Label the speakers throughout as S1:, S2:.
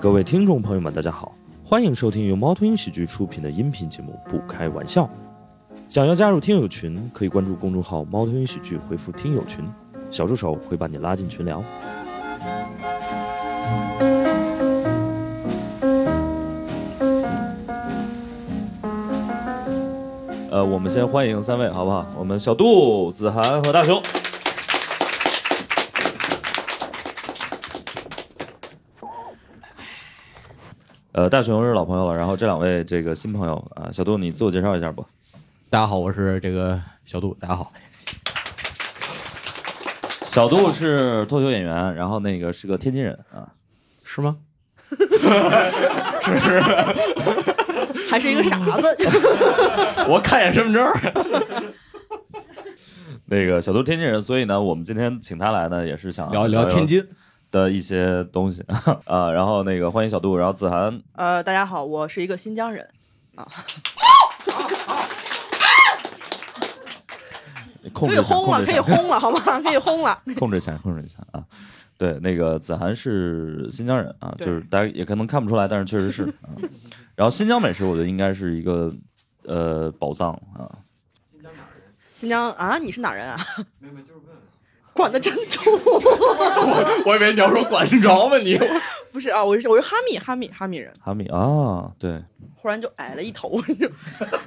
S1: 各位听众朋友们，大家好，欢迎收听由猫头鹰喜剧出品的音频节目《不开玩笑》。想要加入听友群，可以关注公众号“猫头鹰喜剧”，回复“听友群”，小助手会把你拉进群聊。呃，我们先欢迎三位，好不好？我们小杜、子涵和大雄。呃，大雄是老朋友了，然后这两位这个新朋友啊，小杜你自我介绍一下吧。
S2: 大家好，我是这个小杜。大家好，
S1: 小杜是脱口秀演员，然后那个是个天津人啊，
S2: 是吗？
S3: 还是一个傻子，
S2: 我看一眼身份证。
S1: 那个小杜天津人，所以呢，我们今天请他来呢，也是想
S2: 聊聊天津，
S1: 的一些东西啊。然后那个欢迎小杜，然后子涵
S3: 呃，大家好，我是一个新疆人，
S1: 控
S3: 可以
S1: 制一下，
S3: 轰
S1: 控
S3: 了，
S1: 制
S3: 可
S1: 一
S3: 以
S1: 下，
S3: 轰啊了，好 吗？可以轰了。
S1: 控制一下，控制一下啊。对，那个子涵是新疆人啊，就
S3: 对
S1: 是大家也可能看不出来，但是确实是。啊、然后新疆美食，我觉得应该是一个呃宝藏啊。
S3: 新疆啊，你是哪人啊？ 管得真住，
S2: 我以为你要说管得着吗你？
S3: 不是啊，我是我是哈密哈密哈密人，
S1: 哈密啊，对，
S3: 忽然就矮了一头，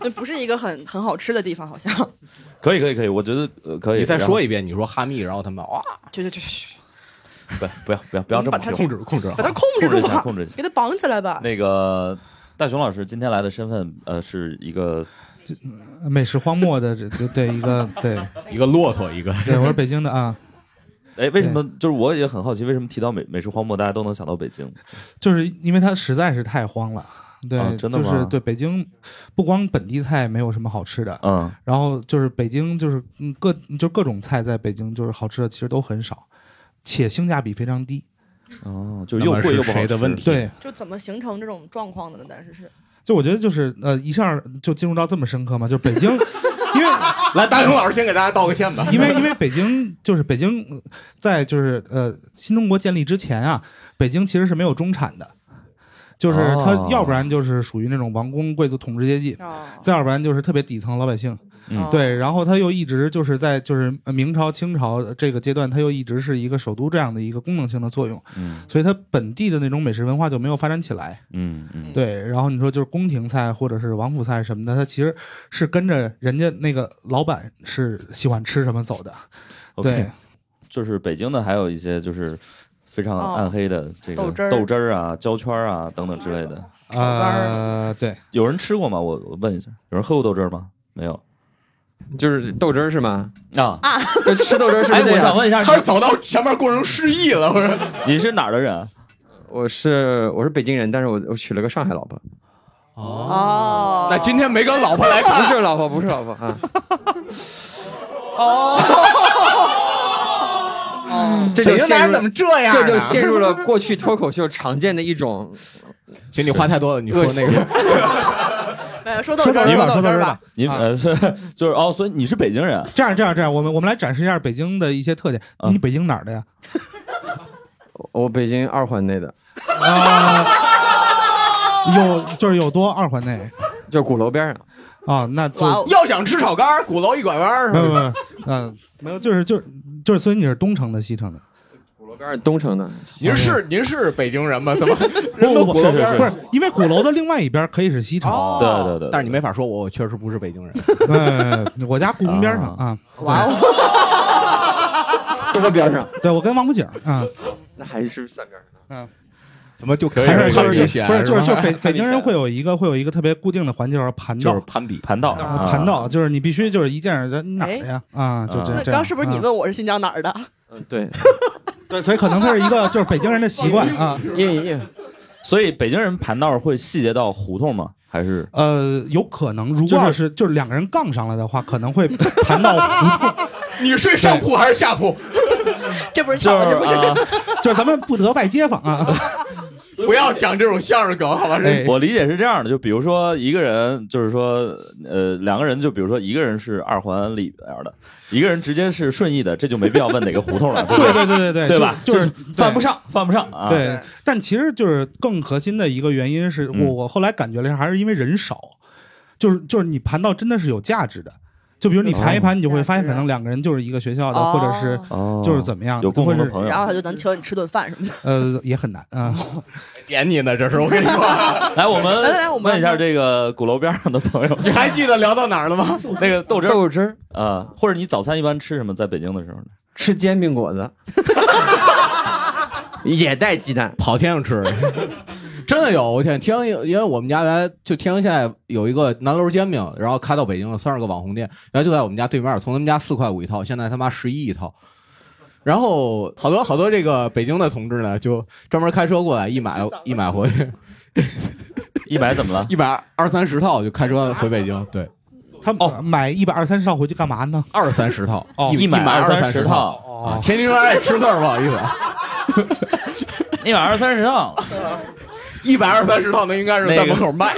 S3: 那不是一个很很好吃的地方，好像。
S1: 可以可以可以，我觉得呃可以。
S2: 你再
S1: 然后
S2: 说一遍，你说哈密，然后他们 哇，
S3: 去去去去去，
S1: 不不要不要不要这么
S3: 把它
S1: 凶
S2: 控制控制
S3: 把它控制
S1: 控制一
S3: 住
S1: 下，
S3: 吧，
S1: 控制一下。
S3: 给它绑起来吧。
S1: 那个大熊老师今天来的身份，呃，是一个
S4: 呃美食荒漠的这这对一个对
S2: 一个骆驼，一个
S4: 对，我是北京的啊，
S1: 哎，为什么就是我也很好奇，为什么提到美美食荒漠，大家都能想到北京？
S4: 就是因为它实在是太荒了，对，
S1: 啊真的
S4: 就
S1: 吗
S4: 是对北京，不光本地菜没有什么好吃的，
S1: 嗯，
S4: 然后就是北京就是嗯各就各种菜在北京就是好吃的其实都很少，且性价比非常低。
S1: 哦，就是又贵又不好
S2: 那么是谁
S1: 吃
S2: 的问题
S4: 对，
S3: 就怎么形成这种状况的呢？但是是
S4: 就我觉得就是呃一下就进入到这么深刻嘛，就北京，因为
S2: 来，大勇老师先给大家道个歉吧。
S4: 因为因为北京就是北京，呃在就是呃新中国建立之前啊，北京其实是没有中产的，就是它
S1: 哦
S4: 要不然就是属于那种王公贵族统治阶级，
S3: 啊，
S4: 再要不然就是特别底层老百姓。
S1: 嗯
S4: 对，然后它又一直就是在就是呃明朝、清朝这个阶段，它又一直是一个首都这样的一个功能性的作用，
S1: 嗯
S4: 所以它本地的那种美食文化就没有发展起来。
S1: 嗯嗯，
S4: 对，然后你说就是宫廷菜或者是王府菜什么的，它其实是跟着人家那个老板是喜欢吃什么走的。对
S1: OK，。就是 北京的还有一些就是非常
S3: 哦
S1: 暗黑的这个
S3: 豆汁儿
S1: 豆汁儿啊、胶圈儿啊等等之类的，
S3: 干儿啊
S4: 呃，对，
S1: 有人吃过吗？我我问一下，有人喝过豆汁儿吗？没有
S5: 就是豆汁儿是吗？
S1: 啊。
S5: 就吃豆汁儿是不
S1: 哎，
S5: 是这
S1: 我想
S5: 样？
S1: 问一下，
S2: 他是走到前面过程失忆了，我说
S1: 你你是哪儿的人？
S5: 我是我是北京人，但是我我娶了个上海老婆，
S3: 哦，
S2: 那今天没跟老婆啊来
S5: 不是老婆，不是老婆啊。哦，这
S2: 北
S5: 就
S2: 京
S5: 陷
S2: 男人
S5: 入
S2: 怎么这样呢？
S5: 这就陷入了过去脱口秀常见的一种
S2: 行，你话太多了，你说
S5: 恶
S2: 那
S5: 习
S2: 个
S3: 哎说到
S4: 说
S3: 这
S4: 到
S3: 儿，
S4: 这儿
S3: 说
S4: 吧，
S3: 到
S4: 说到
S3: 这
S4: 这
S3: 儿
S4: 儿
S3: 吧
S4: 吧。。
S1: 你
S4: 啊
S1: 呃，就是哦，所以你是北京人，
S4: 这样，这样，这样，我们我们来展示一下北京的一些特点。
S1: 嗯
S4: 你北京哪儿的 呀？
S5: 我北京二环内的，
S4: 啊，有就是有多二环内
S5: 就鼓楼边上。
S4: 啊，那
S3: 哇
S4: 就
S3: 哦
S2: 要想吃炒肝儿，鼓楼一拐弯儿是
S4: 没有没
S2: 吧？
S4: 有，嗯，没有，就是就是就是，所以你是东城的、西城的，
S5: 鼓楼边上东城的，
S2: 您是您是北京人吗？怎么人都
S4: 不
S2: 鼓楼边
S1: 是
S2: 儿？
S4: 不是因为鼓楼的另外一边可以是西城，
S3: 哦
S1: 对对对，
S2: 但是你没法说我，我确实不是北京人。
S4: 哎，我家故宫边上啊，
S3: 哇 哦，
S5: 都在边上，
S4: 对我跟王府井啊，
S5: 那还是三边上。
S2: 怎么就
S4: 不
S2: 可以
S4: 是
S2: 攀
S4: 就
S2: 比
S4: 是
S2: 起来？
S4: 不是就是
S2: 吧
S4: 就是北北京 人会有一个会有一个特别固定的环节，叫盘
S2: 就是
S4: 道。
S2: 攀比。
S1: 盘道
S4: 啊，盘，道就是你必须就是一见着人哪儿的呀啊，就这样。
S3: 哎
S1: 啊
S3: 那
S4: 这样
S3: 刚是不是你
S4: 啊
S3: 问我是新疆哪儿的？
S5: 嗯，对，
S4: 对，所以可能它是一个就是北京人的习惯啊。
S5: 因因
S1: 所以北京人盘道会细节到胡同吗？还是
S4: 呃，有可能，如
S1: 就
S4: 果
S1: 是
S4: 要是就是两个人杠上了的话，可能会盘到胡同，
S2: 你睡上铺还是下铺？
S3: 这不是巧
S1: 就
S3: 了，
S1: 是
S4: 呃
S3: 这不是
S1: 啊
S4: 就是咱们不得拜街坊啊。
S2: 不要讲这种相声梗，好吧？
S4: 哎，
S1: 我理解啊是这样的，就比如说一个人，就是说，呃，两个人，就比如说一个人是二环里边的，一个人直接是顺义的，这就没必要问哪个胡同了，对不
S4: 对对
S1: 对？
S4: 对对对
S1: 对吧？
S4: 就就是
S1: 犯不。上，犯不上啊。
S4: 对
S3: 对
S4: 对，但其实就是更核心的一个原因是
S1: 嗯
S4: 我我后来感觉了一下，还是因为人少，就是就是你盘到真的是有价值的，就比如你盘一盘，你就会发现可能两个人就是一个学校的，或者是
S3: 哦
S1: 哦，
S4: 就是怎么样，
S1: 有共
S4: 或
S1: 同的
S4: 者
S1: 朋友
S3: 然。后他就能请你吃顿饭什么的。
S4: 呃也很难啊。
S2: 点你呢，这是我跟你说。 啊
S1: 来，我们
S3: 来来来我们
S1: 问一下这个鼓楼边上的朋友，
S2: 你还记得聊到哪儿了吗？
S1: 那个豆汁儿
S5: 豆汁儿
S1: 啊，或者你早餐一般吃什么？在北京的时候呢？
S5: 吃煎饼果子， 也带鸡蛋。
S2: 跑天 上吃，真的有。我天，天津因为我们家原来就天津现在有一个南楼煎饼，然后开到北京了，算是个网红店，然后就在我们家对面，从他们家四块五一套，现在他妈十一一套。然后好多好多这个北京的同志呢，就专门开车过来一买一买回去，
S1: 一百怎么了？
S2: 一买二三十套就开车回北京，对，
S4: 他
S1: 哦
S4: 买一百二三十套回去干嘛呢？
S2: 二三十套，
S4: 哦
S2: 一
S1: 买
S2: 买
S1: 二
S2: 三
S1: 三十
S2: 套。啊
S1: 套，
S4: 哦，
S2: 天津人爱吃字儿，不好意思， 啊，
S1: 一买二三十套，
S2: 一百二三十套那应该是在门口卖，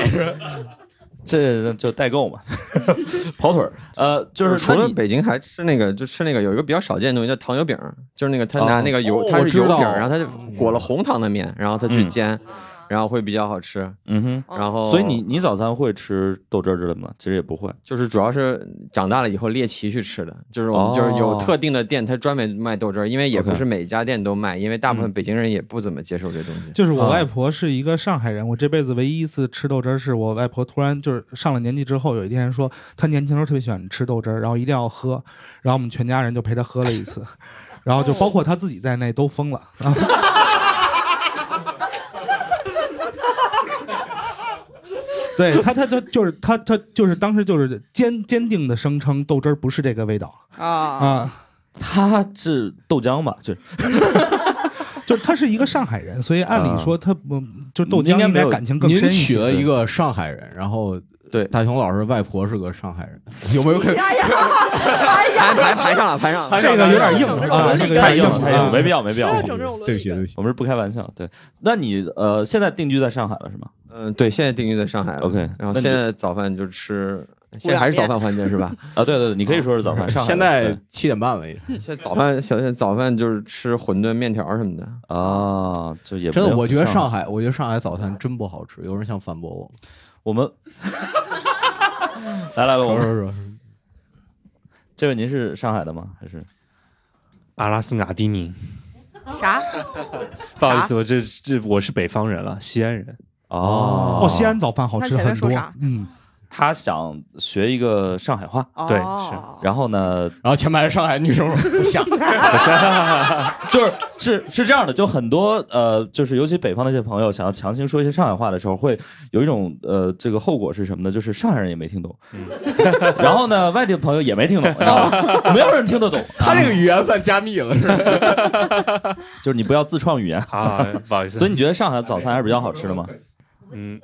S1: 这就代购嘛， 跑腿儿。呃，
S5: 就
S1: 就
S5: 是是除
S1: 那
S5: 了
S1: 你
S5: 北京还吃那个，就吃那个有一个比较少见的东西叫糖油饼，就是那个他
S1: 哦
S5: 拿那个油，
S2: 哦
S5: 它
S2: 我
S5: 是
S2: 知
S5: 油
S2: 道
S5: 饼，然后他就裹了红糖的面，然后他去
S1: 嗯
S5: 煎，然后会比较好吃。
S1: 嗯哼。
S3: 哦
S5: 然后
S1: 所以你你早餐会吃豆汁儿之类的吗？其实也不会。
S5: 就是主要是长大了以后猎奇去吃的，就是我们就是有
S1: 哦
S5: 特定的店，它专门卖豆汁儿，因为也
S1: OK
S5: 不是每家店都卖，因为大部分
S1: 嗯
S5: 北京人也不怎么接受这东西。
S4: 就是我
S1: 啊
S4: 外婆是一个上海人，我这辈子唯一一次吃豆汁儿，是我外婆突然就是上了年纪之后，有一天说她年轻时候特别喜欢吃豆汁儿，然后一定要喝，然后我们全家人就陪她喝了一次，然后就包括她自己在内都疯了 啊。对她，她她就是她，她就是当时就是坚坚定的声称豆汁儿不是这个味道
S3: 啊，
S4: 啊，
S1: 它是豆浆吧？就是
S4: 就是她是一个上海人，所以按理说她不就是豆浆
S1: 应该
S4: 应
S1: 没
S4: 该
S1: 有
S4: 感情更
S2: 您
S4: 深一些。
S2: 娶了一个上海人，然后
S5: 对
S2: 大雄老师外婆是个上海人，有没有可能？
S3: 哎呀，哎
S5: 排
S3: 呀，
S5: 排排上了，排上
S2: 排
S5: 了。
S2: 上
S4: 这个有点硬
S3: 这
S4: 啊，
S3: 个
S4: 这个
S1: 太
S4: 有
S1: 硬
S4: 点
S1: 了，太硬了，
S4: 啊
S1: 没必要，没必要。
S3: 要整这种伦理梗
S2: 对不起，对不起，
S1: 我们是不开玩笑。对，那你呃现在定居在上海了是吗
S5: 嗯，对，现在定居在上海了。
S1: ？OK，
S5: 然后
S1: 那你
S5: 现在早饭就吃，现在还是早饭环节是吧？
S1: 啊，对对对，你可以说是 早饭。上海
S2: 现
S1: 对
S2: 在七点半了，已经。
S5: 现在早饭小现在早饭就是吃馄饨、面条什么的。
S1: 啊，就也
S2: 真
S1: 没
S2: 的，
S1: 有
S2: 我觉得
S1: 上
S2: 上海，我觉得上海早餐真不好吃。有人想反驳我，
S1: 我们来来来，我
S2: 说
S1: 们
S2: 说说，
S1: 这位您是上海的吗？还是
S6: 阿拉斯加丁宁，
S3: 啥？
S6: 不好意思，我这这我是北方人了，西安人。
S1: 哦
S4: 哦，西安早饭好
S3: 那
S4: 吃
S3: 前面
S4: 很
S3: 说
S4: 多
S3: 啥，
S4: 嗯，
S1: 他想学一个上海话，
S3: 哦
S6: 对
S1: 然后呢，
S2: 然后前排是上海女生说不想，
S1: 就是是是这样的，就很多呃，就是尤其北方的一些朋友想要强行说一些上海话的时候，会有一种呃，这个后果是什么呢？就是上海人也没听懂，
S6: 嗯
S1: 然后呢，外地的朋友也没听懂，然
S6: 哦
S1: 后没有人听得懂。
S2: 他这个语言算加密了，是吧？
S1: 就是你不要自创语言。
S6: 啊，不好意思，
S1: 所以你觉得上海早餐还是比较好吃的吗？
S6: 嗯，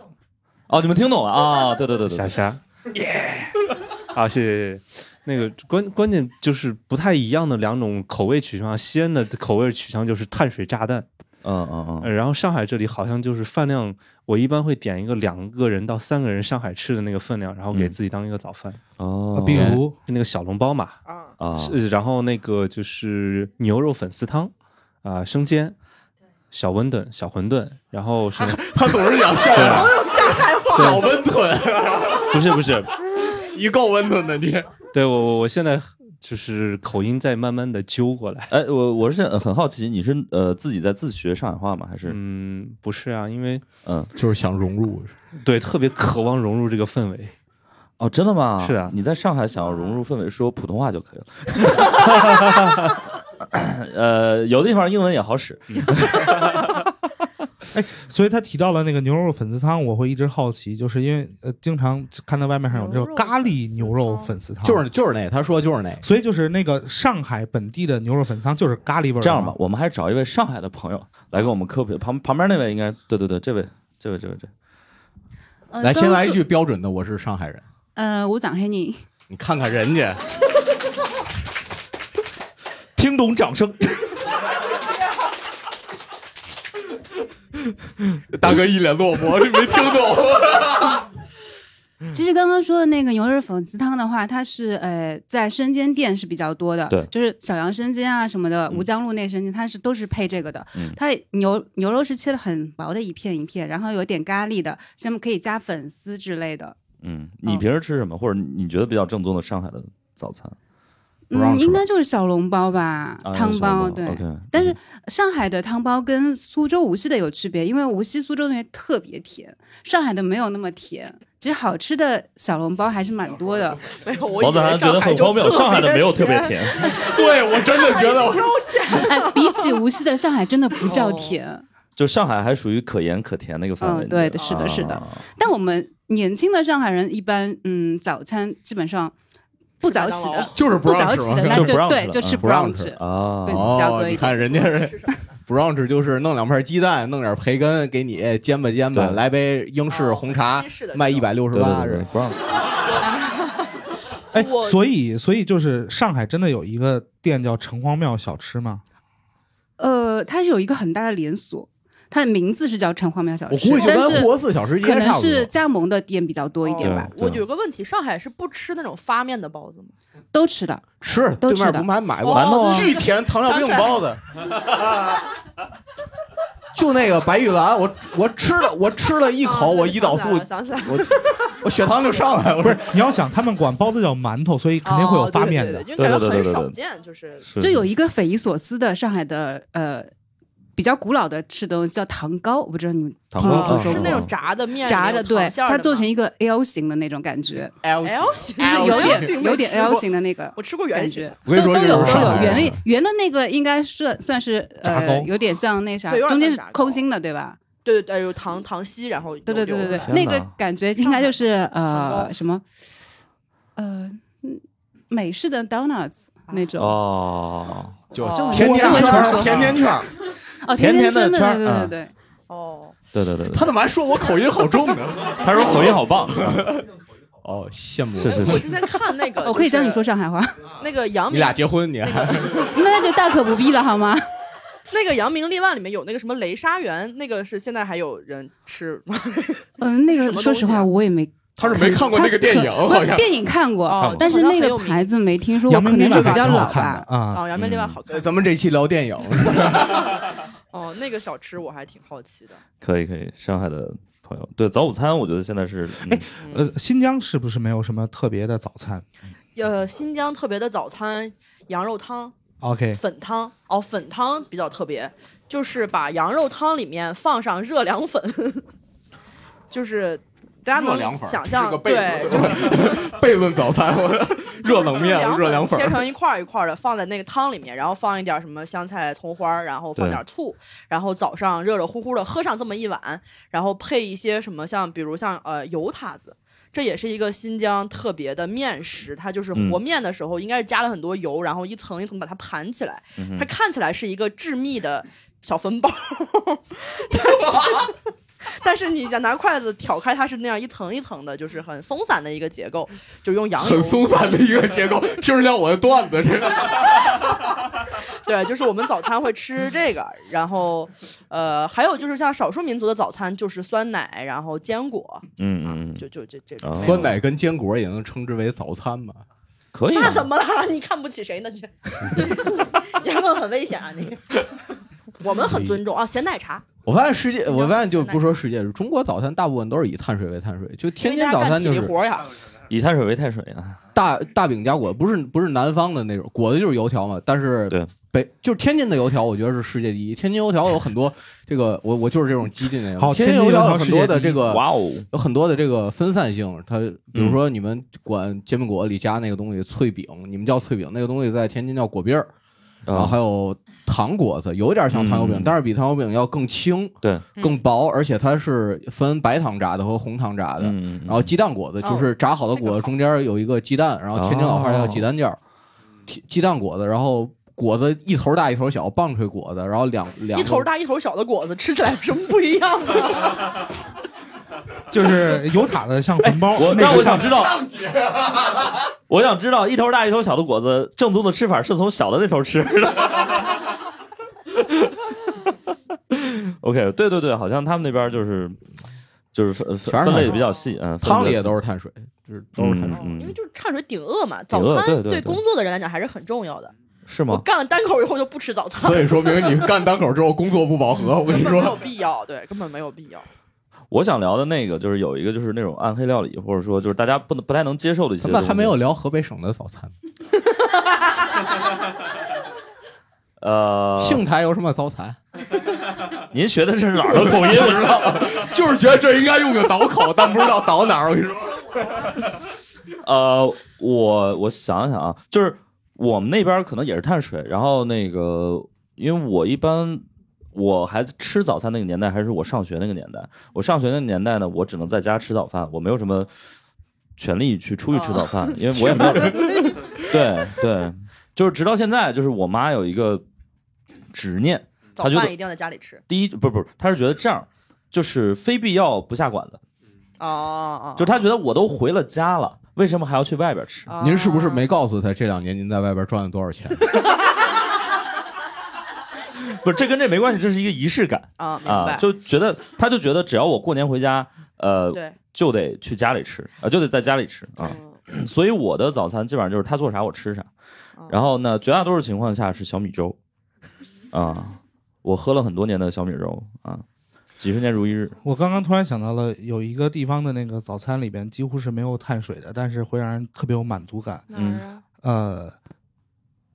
S1: 哦，你们听懂了啊？对对对对
S6: 霞
S1: 对，
S6: 霞，耶，啊好，谢谢谢谢。那个关关键就是不太一样的两种口味取向，西安的口味取向就是碳水炸弹，
S1: 嗯嗯
S6: 呃
S1: 嗯，
S6: 然后上海这里好像就是饭量，我一般会点一个两个人到三个人上海吃的那个分量，然后给
S1: 嗯
S6: 自己当一个早饭，哎
S4: 啊
S1: 哦，
S4: 比如
S6: 是那个小笼包嘛，
S3: 啊，
S1: 啊，
S6: 是，然后那个就是牛肉粉丝汤，啊、生煎，小温炖、小馄饨，然后是
S2: 他总是啊想上海
S3: 有下海话，
S2: 小温吞，
S6: 不是不是？
S2: 一够温吞的你。
S6: 对我我我现在就是口音在慢慢的揪过来。
S1: 哎，我我是很好奇，你是呃自己在自学上海话吗？还是
S6: 嗯，不是啊，因为
S1: 嗯？
S2: 就是想融入，
S6: 对特别渴望融入这个氛围。
S1: 哦，真的吗？
S6: 是啊
S1: 你在上海想要融入氛围，说普通话就可以了。 呃，有的地方英文也好 使。
S6: 啊
S4: 所以他提到了那个牛肉粉丝汤，我会一直好奇，就是因为呃，经常看到外面上有这
S3: 牛
S4: 种
S3: 肉
S4: 咖
S3: 粉
S4: 喱
S3: 丝
S4: 牛肉
S3: 汤
S4: 粉丝汤，
S2: 就是就是那，他说就是那，
S4: 所以就是那个上海本地的牛肉粉丝汤就是咖喱味儿的吗。
S1: 这样吧，我们还找一位上海的朋友来给我们科普。旁旁边那位应该对对对，这位这位这位这位
S7: 呃
S2: 来，先来一。
S7: 都是
S2: 句标准的，我是上海人。
S7: 呃，我长黑你。
S2: 你看看人家，
S1: 听懂掌声。
S2: 大哥一脸落寞，这没听 懂。
S7: 其实刚刚说的那个牛肉粉丝汤的话，它是呃在生煎店是比较多的，
S1: 对
S7: 就是小杨生煎啊什么的，吴江路那生煎，它是都是配这个的。
S1: 嗯
S7: 它牛牛肉是切的很薄的一片一片，然后有点咖喱的，上面可以加粉丝之类的。
S1: 嗯，你平时吃什么，或者你觉得比较正宗的上海的早餐？不让
S7: 嗯，
S1: 吃
S7: 应该就是小笼包吧，
S1: 啊
S7: 汤包
S1: 小笼包
S7: 对。
S1: OK
S7: 但
S2: 嗯
S7: 是上海的汤包跟苏州、无锡的有区别，因为无锡、苏州那边特别甜，上海的没有那么甜。其实好吃的小笼包还是蛮多的。
S3: 没有，
S1: 以为王子涵觉得很荒谬上海的没有特别甜
S2: 对我真的觉得
S7: 哎，比起无锡的上海真的不叫甜。
S1: 就上海还属于可盐可甜那个范围。
S7: 嗯，对的，是的，是的
S1: 啊。
S7: 但我们年轻的上海人一般，嗯，早餐基本上不早起的，
S2: 就是
S7: 不
S2: 不让
S7: 早
S2: 吃
S7: 起的，
S2: 嘛
S7: 那
S2: 就
S7: 就
S2: 不让吃
S7: 对，
S2: 了
S7: 就吃
S2: 嗯
S7: 不
S2: 不让
S7: 让
S2: 吃
S7: 吃
S1: 啊
S7: 对，比较
S2: 哦
S7: 多，一
S2: 你
S7: 点。
S2: 看人家是 brunch 就是弄两片鸡蛋，弄点培根给你煎吧煎吧，
S1: 对
S2: 来杯英
S7: 哦
S2: 式红茶，卖一百六十
S1: 对
S2: 八
S1: 对对，不让吃。
S4: 哎
S3: 我，
S4: 所以所以就是上海真的有一个店叫城隍庙小吃吗？
S7: 呃，它是有一个很大的连锁，它的名字是叫城隍庙小
S2: 我
S7: 吃
S2: 估计，就
S7: 但
S2: 跟
S7: 是
S2: 活死小吃街
S7: 可能
S2: 差不
S7: 是
S2: 多。
S7: 加盟的店比较多一点吧，
S1: 对
S3: 我有个问题，上海是不吃那种发面的包子吗？
S7: 都吃的。
S2: 是
S7: 都
S2: 对
S7: 吃的
S2: 面不买买
S3: 哦馒头
S2: 过
S3: 啊
S2: 巨甜糖尿病包子， 就那个白玉兰，我我吃了我吃了一口，
S7: 哦
S3: 啊对
S2: 我胰岛素
S3: 想起来了，想起来了
S2: 我我血糖就上来了。
S4: 不是，你要想他们管包子叫馒头，所以肯定会有发面的。
S3: 哦对对对对因为感觉
S1: 对对对
S3: 很
S1: 对对
S3: 少见，就是
S1: 是
S7: 就有一个匪夷所思的上海的呃比较古老的吃的东西叫糖糕，我不知道你们
S1: 糖
S7: 听没
S1: 糕
S7: 听
S1: 啊
S7: 说
S3: 是
S7: 过
S3: 那种炸的面，
S7: 炸的，对，它做成
S3: 一
S7: 一个 L 型的那种感觉，
S2: L
S3: L 型，
S7: 就是有点有点 L 型
S3: 的。
S7: 的那个
S3: 我吃过
S7: 感
S3: 圆形
S7: 觉，，
S2: 我跟你说
S7: 都都
S2: 这
S7: 有
S2: 就是
S7: 都
S2: 上
S7: 有
S2: 海人啊
S7: 圆的圆的那个应该是算是
S4: 炸糕
S7: 呃有点像那啥
S3: 对有，
S7: 中
S3: 点
S7: 间是
S3: 像炸糕
S7: 空心的对吧？
S3: 对对对，有糖糖稀，然后
S7: 对对对对对，
S1: 天
S7: 那
S1: 哪
S7: 个感觉应该就是
S3: 上
S7: 呃
S3: 海
S7: 什么呃嗯美式的 donuts 啊那种
S1: 哦，
S2: 就
S3: 哦
S2: 甜
S7: 我
S2: 甜
S7: 中文怎么
S2: 圈，
S7: 说
S2: 甜甜圈。
S7: 哦
S1: 甜
S7: 甜
S1: 甜的
S7: 圈的
S1: 圈儿
S7: 对
S1: 嗯
S7: 对对
S3: 哦，
S1: 对对对 对，
S2: 他怎么还说我口音好重呢？
S1: 他说口音好棒，
S2: 哦，羡慕
S1: 是是
S3: 哎我
S1: 是，
S3: 之前看 那个，
S7: 对，我哦可以
S3: 就
S7: 教
S3: 是
S7: 你说上海话，
S3: 那个杨
S2: 你
S3: 明，
S2: 俩结婚你还
S7: 那就大可不必了好吗？
S3: 那个《扬名立万》里面有那个什么雷沙园，那个是现在还有人吃吗？
S7: 嗯，那
S3: 是什
S7: 个
S3: 么
S7: 说
S3: 东
S7: 实
S3: 西
S7: 话
S3: 啊
S7: 我也没
S2: 他是没看过那个电影，好
S7: 不
S2: 像。
S7: 电影看过
S3: 哦，
S7: 但是
S3: 好像
S7: 那
S3: 很
S7: 个
S3: 有名
S7: 牌子没听说过，
S4: 杨
S7: 可
S4: 明立
S7: 能是
S4: 万
S7: 比
S4: 还
S7: 较
S4: 挺好
S7: 老
S4: 看
S7: 吧。
S4: 的啊，
S3: 哦，《扬名立万》好看。
S2: 咱们这期 聊电影，
S3: 哦，那个小吃我还挺好奇的。
S1: 可以可以，上海的朋友，对早午餐，我觉得现在是，嗯
S4: 呃，新疆是不是没有什么特别的早餐
S3: 呃，新疆特别的早餐，羊肉汤、
S4: ？OK，
S3: 粉汤。哦，粉汤比较特别，就是把羊肉汤里面放上热凉粉， 就是大家
S2: 热凉
S3: 能
S2: 粉儿
S3: 想
S2: 是
S3: 象
S2: 个，悖
S3: 对，
S2: 论
S3: 就是
S2: 悖论早餐，我热冷面、热凉粉
S3: 切，成一块儿一块儿的，放在那个汤里面，然后放一点什么香菜、葱花儿，然后放点醋，然后早上热热乎乎的喝上这么一碗，然后配一些什么像比如像呃油塔子。这也是一个新疆特别的面食，它就是
S2: 嗯
S3: 和面的时候应该是加了很多油，然后一层一层把它盘起来。
S2: 嗯
S3: 它看起来是一个致密的小粉 包， 但是你拿筷子挑开，它是那样一层一层的，就是很松散的一个结构，就是用羊油
S2: 很松散的一个结 构，听着像我的段子。这个
S3: 对，就是我们早餐会吃这个，然后，呃，还有就是像少数民族的早餐，就是酸奶，然后坚果，
S1: 嗯嗯嗯，
S3: 就就这这
S1: 啊
S3: 种。
S2: 酸奶跟坚果也能称之为早餐吧？
S1: 可以啊，
S3: 那怎么了？ 你看不起谁呢？ 你你还问很危险啊！你，我们很尊重啊，咸奶茶，
S2: 我发现世界，
S3: 新疆
S2: 我发现就不说世界，中国早餐大部分都是以碳水为碳水，就天
S3: 因
S2: 津
S3: 为大
S2: 早
S3: 家干
S2: 餐
S3: 体
S2: 就
S3: 力
S2: 是
S3: 活儿呀。
S1: 以碳水为碳水啊，
S2: 大大饼加果，不是不是南方的那种果子就是油条嘛，但是
S1: 对
S2: 北就是天津的油条，我觉得是世界第一。天津油条有很多这个，我我就是这种激进的人。
S4: 好
S2: 天
S4: 天津
S2: 油
S4: 油条
S2: 有很多
S4: 世界
S2: 的
S4: 第
S2: 这
S4: 一
S2: 个
S1: 哇哦，嗯
S2: 有很多的这个分散性，它比如说你们管煎饼果里加那个东西脆饼，你们叫脆饼，那个东西在天津叫果篦儿，然后
S1: 啊
S2: 还有糖果子，有点像糖油饼，
S1: 嗯
S2: 但是比糖油饼要更轻、
S1: 对，
S3: 嗯
S2: 更薄，而且它是分白糖炸的和红糖炸的。
S1: 嗯，
S2: 然后鸡蛋果子就是炸好的
S3: 哦这
S2: 果
S3: 个好
S2: 子中间有一个鸡蛋，然后天津老话
S1: 哦
S2: 叫鸡蛋饺，鸡鸡蛋果子，然后果子一头大一头小，棒槌果子，然后两两
S3: 一
S2: 个
S3: 头大一头小的果子吃起来有什么不一样啊？
S4: 就是油塔的像粉包，
S1: 我
S4: 那
S1: 那
S4: 个
S1: 我
S4: 像
S1: 想知道，我想知道一头大一头小的果子，正宗的吃法是从小的那头吃的。 OK，对对对，好像他们那边就是就是分
S2: 全
S1: 分
S2: 是
S1: 分类
S2: 碳
S1: 比较细，嗯，
S2: 汤里也都
S1: 是
S2: 是碳水，就是都是碳水。
S1: 嗯
S3: 因为就是碳水顶饿嘛，
S1: 顶
S3: 早
S1: 饿
S3: 餐
S1: 对对对
S3: 工作的人来讲还是很重要的。
S1: 是
S3: 我
S1: 吗？
S3: 干了单口以后就不吃早餐，
S2: 所以说明你干单口之后工作不饱和，我跟你
S3: 根本没有
S2: 说，
S3: 必要，对，根本没有必要。
S1: 我想聊的那个就是有一个就是那种暗黑料理，或者说就是大家不能不太能接受的一些
S2: 他
S1: 东
S2: 们
S1: 西。
S2: 还没有聊河北省的早餐，
S1: 呃，
S2: 杏台有什么早餐？
S1: 您学的这是哪儿的口音？我知道。
S2: 就是觉得这应该用个倒口，但不知道倒哪儿。我跟你说，
S1: 呃，我我想想啊，就是我们那边可能也是碳水，然后那个，因为我一般我还吃早餐那个年代，还是我上学那个年代。我上学那个年代呢，我只能在家吃早饭，我没有什么权利去出去
S2: 哦
S1: 吃早 饭，因为我也没有。 对对，就是直到现在，就是我妈有一个执念，
S3: 早
S1: 他就
S3: 饭一定要在家里吃。
S1: 第一不是不是，她是觉得这样就是非必要不下馆子，
S3: 哦哦，
S1: 就是她觉得我都回了家了，为什么还要去外边吃？
S3: 哦
S2: 您是不是没告诉他这两年您在外边赚了多少钱？
S1: 不是，这跟这没关系，这是一个仪式感。
S3: 啊？明
S1: 啊、
S3: 白，
S1: 就觉得他就觉得只要我过年回家，呃，
S3: 对，
S1: 就得去家里吃啊、就得在家里吃啊、
S3: 嗯
S1: 所以我的早餐基本上就是他做啥我吃啥，
S3: 嗯
S1: 然后呢，绝大多数情况下是小米粥，啊、我喝了很多年的小米粥啊、几十年如一日。
S4: 我刚刚突然想到了，有一个地方的那个早餐里边几乎是没有碳水的，但是会让人特别有满足感。
S3: 啊
S1: 嗯
S4: 呃，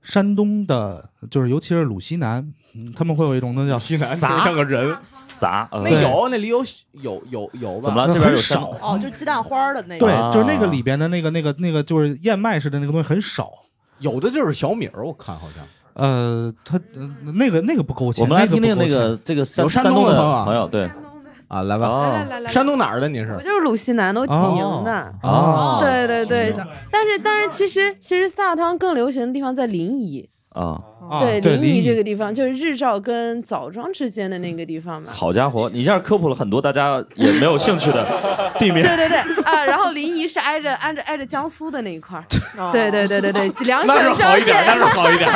S4: 山东的，就是尤其是鲁西南，嗯他们会有一种东西叫
S2: 啥
S4: 啥
S2: 像个人
S1: 啥？呃
S2: 没有，那里有有有有吧？
S1: 怎么了？这边有山
S4: 呃很
S3: 哦，就是鸡蛋花儿的那个。
S4: 对
S1: 啊，
S4: 就是那个里边的那个那个那个，就是燕麦式的那个东西很少。
S2: 有的就是小米儿，我看好像
S4: 呃，它呃那个那个不够钱，
S1: 我们来
S4: 那
S1: 听听
S4: 不
S1: 那
S4: 够钱
S1: 个这个山
S2: 有山
S1: 山
S2: 东
S1: 东
S2: 的朋友
S1: 的
S2: 啊
S1: 朋友，对，
S8: 山东的，
S2: 啊，来吧，
S8: 来来
S1: 哦，
S8: 来来，
S2: 山东哪儿的您
S9: 我
S2: 是？
S9: 就是鲁西南，都济宁的。
S4: 啊，
S3: 哦
S9: 对对对
S4: 哦，
S9: 但是但是其实其实萨汤更流行的地方在临沂，
S1: 啊，
S4: 啊对
S9: 临沂这
S4: 个
S9: 个地方就是日照跟枣庄之间的那个地方嘛。
S1: 好家伙，你一 下科普了很多大家也没有兴趣的地名。
S9: 对对对啊，然后临沂是挨着挨着挨着江苏的那一块儿，
S3: 哦
S9: 对对对对对， 两省相
S2: 是
S9: 县。
S2: 好一点。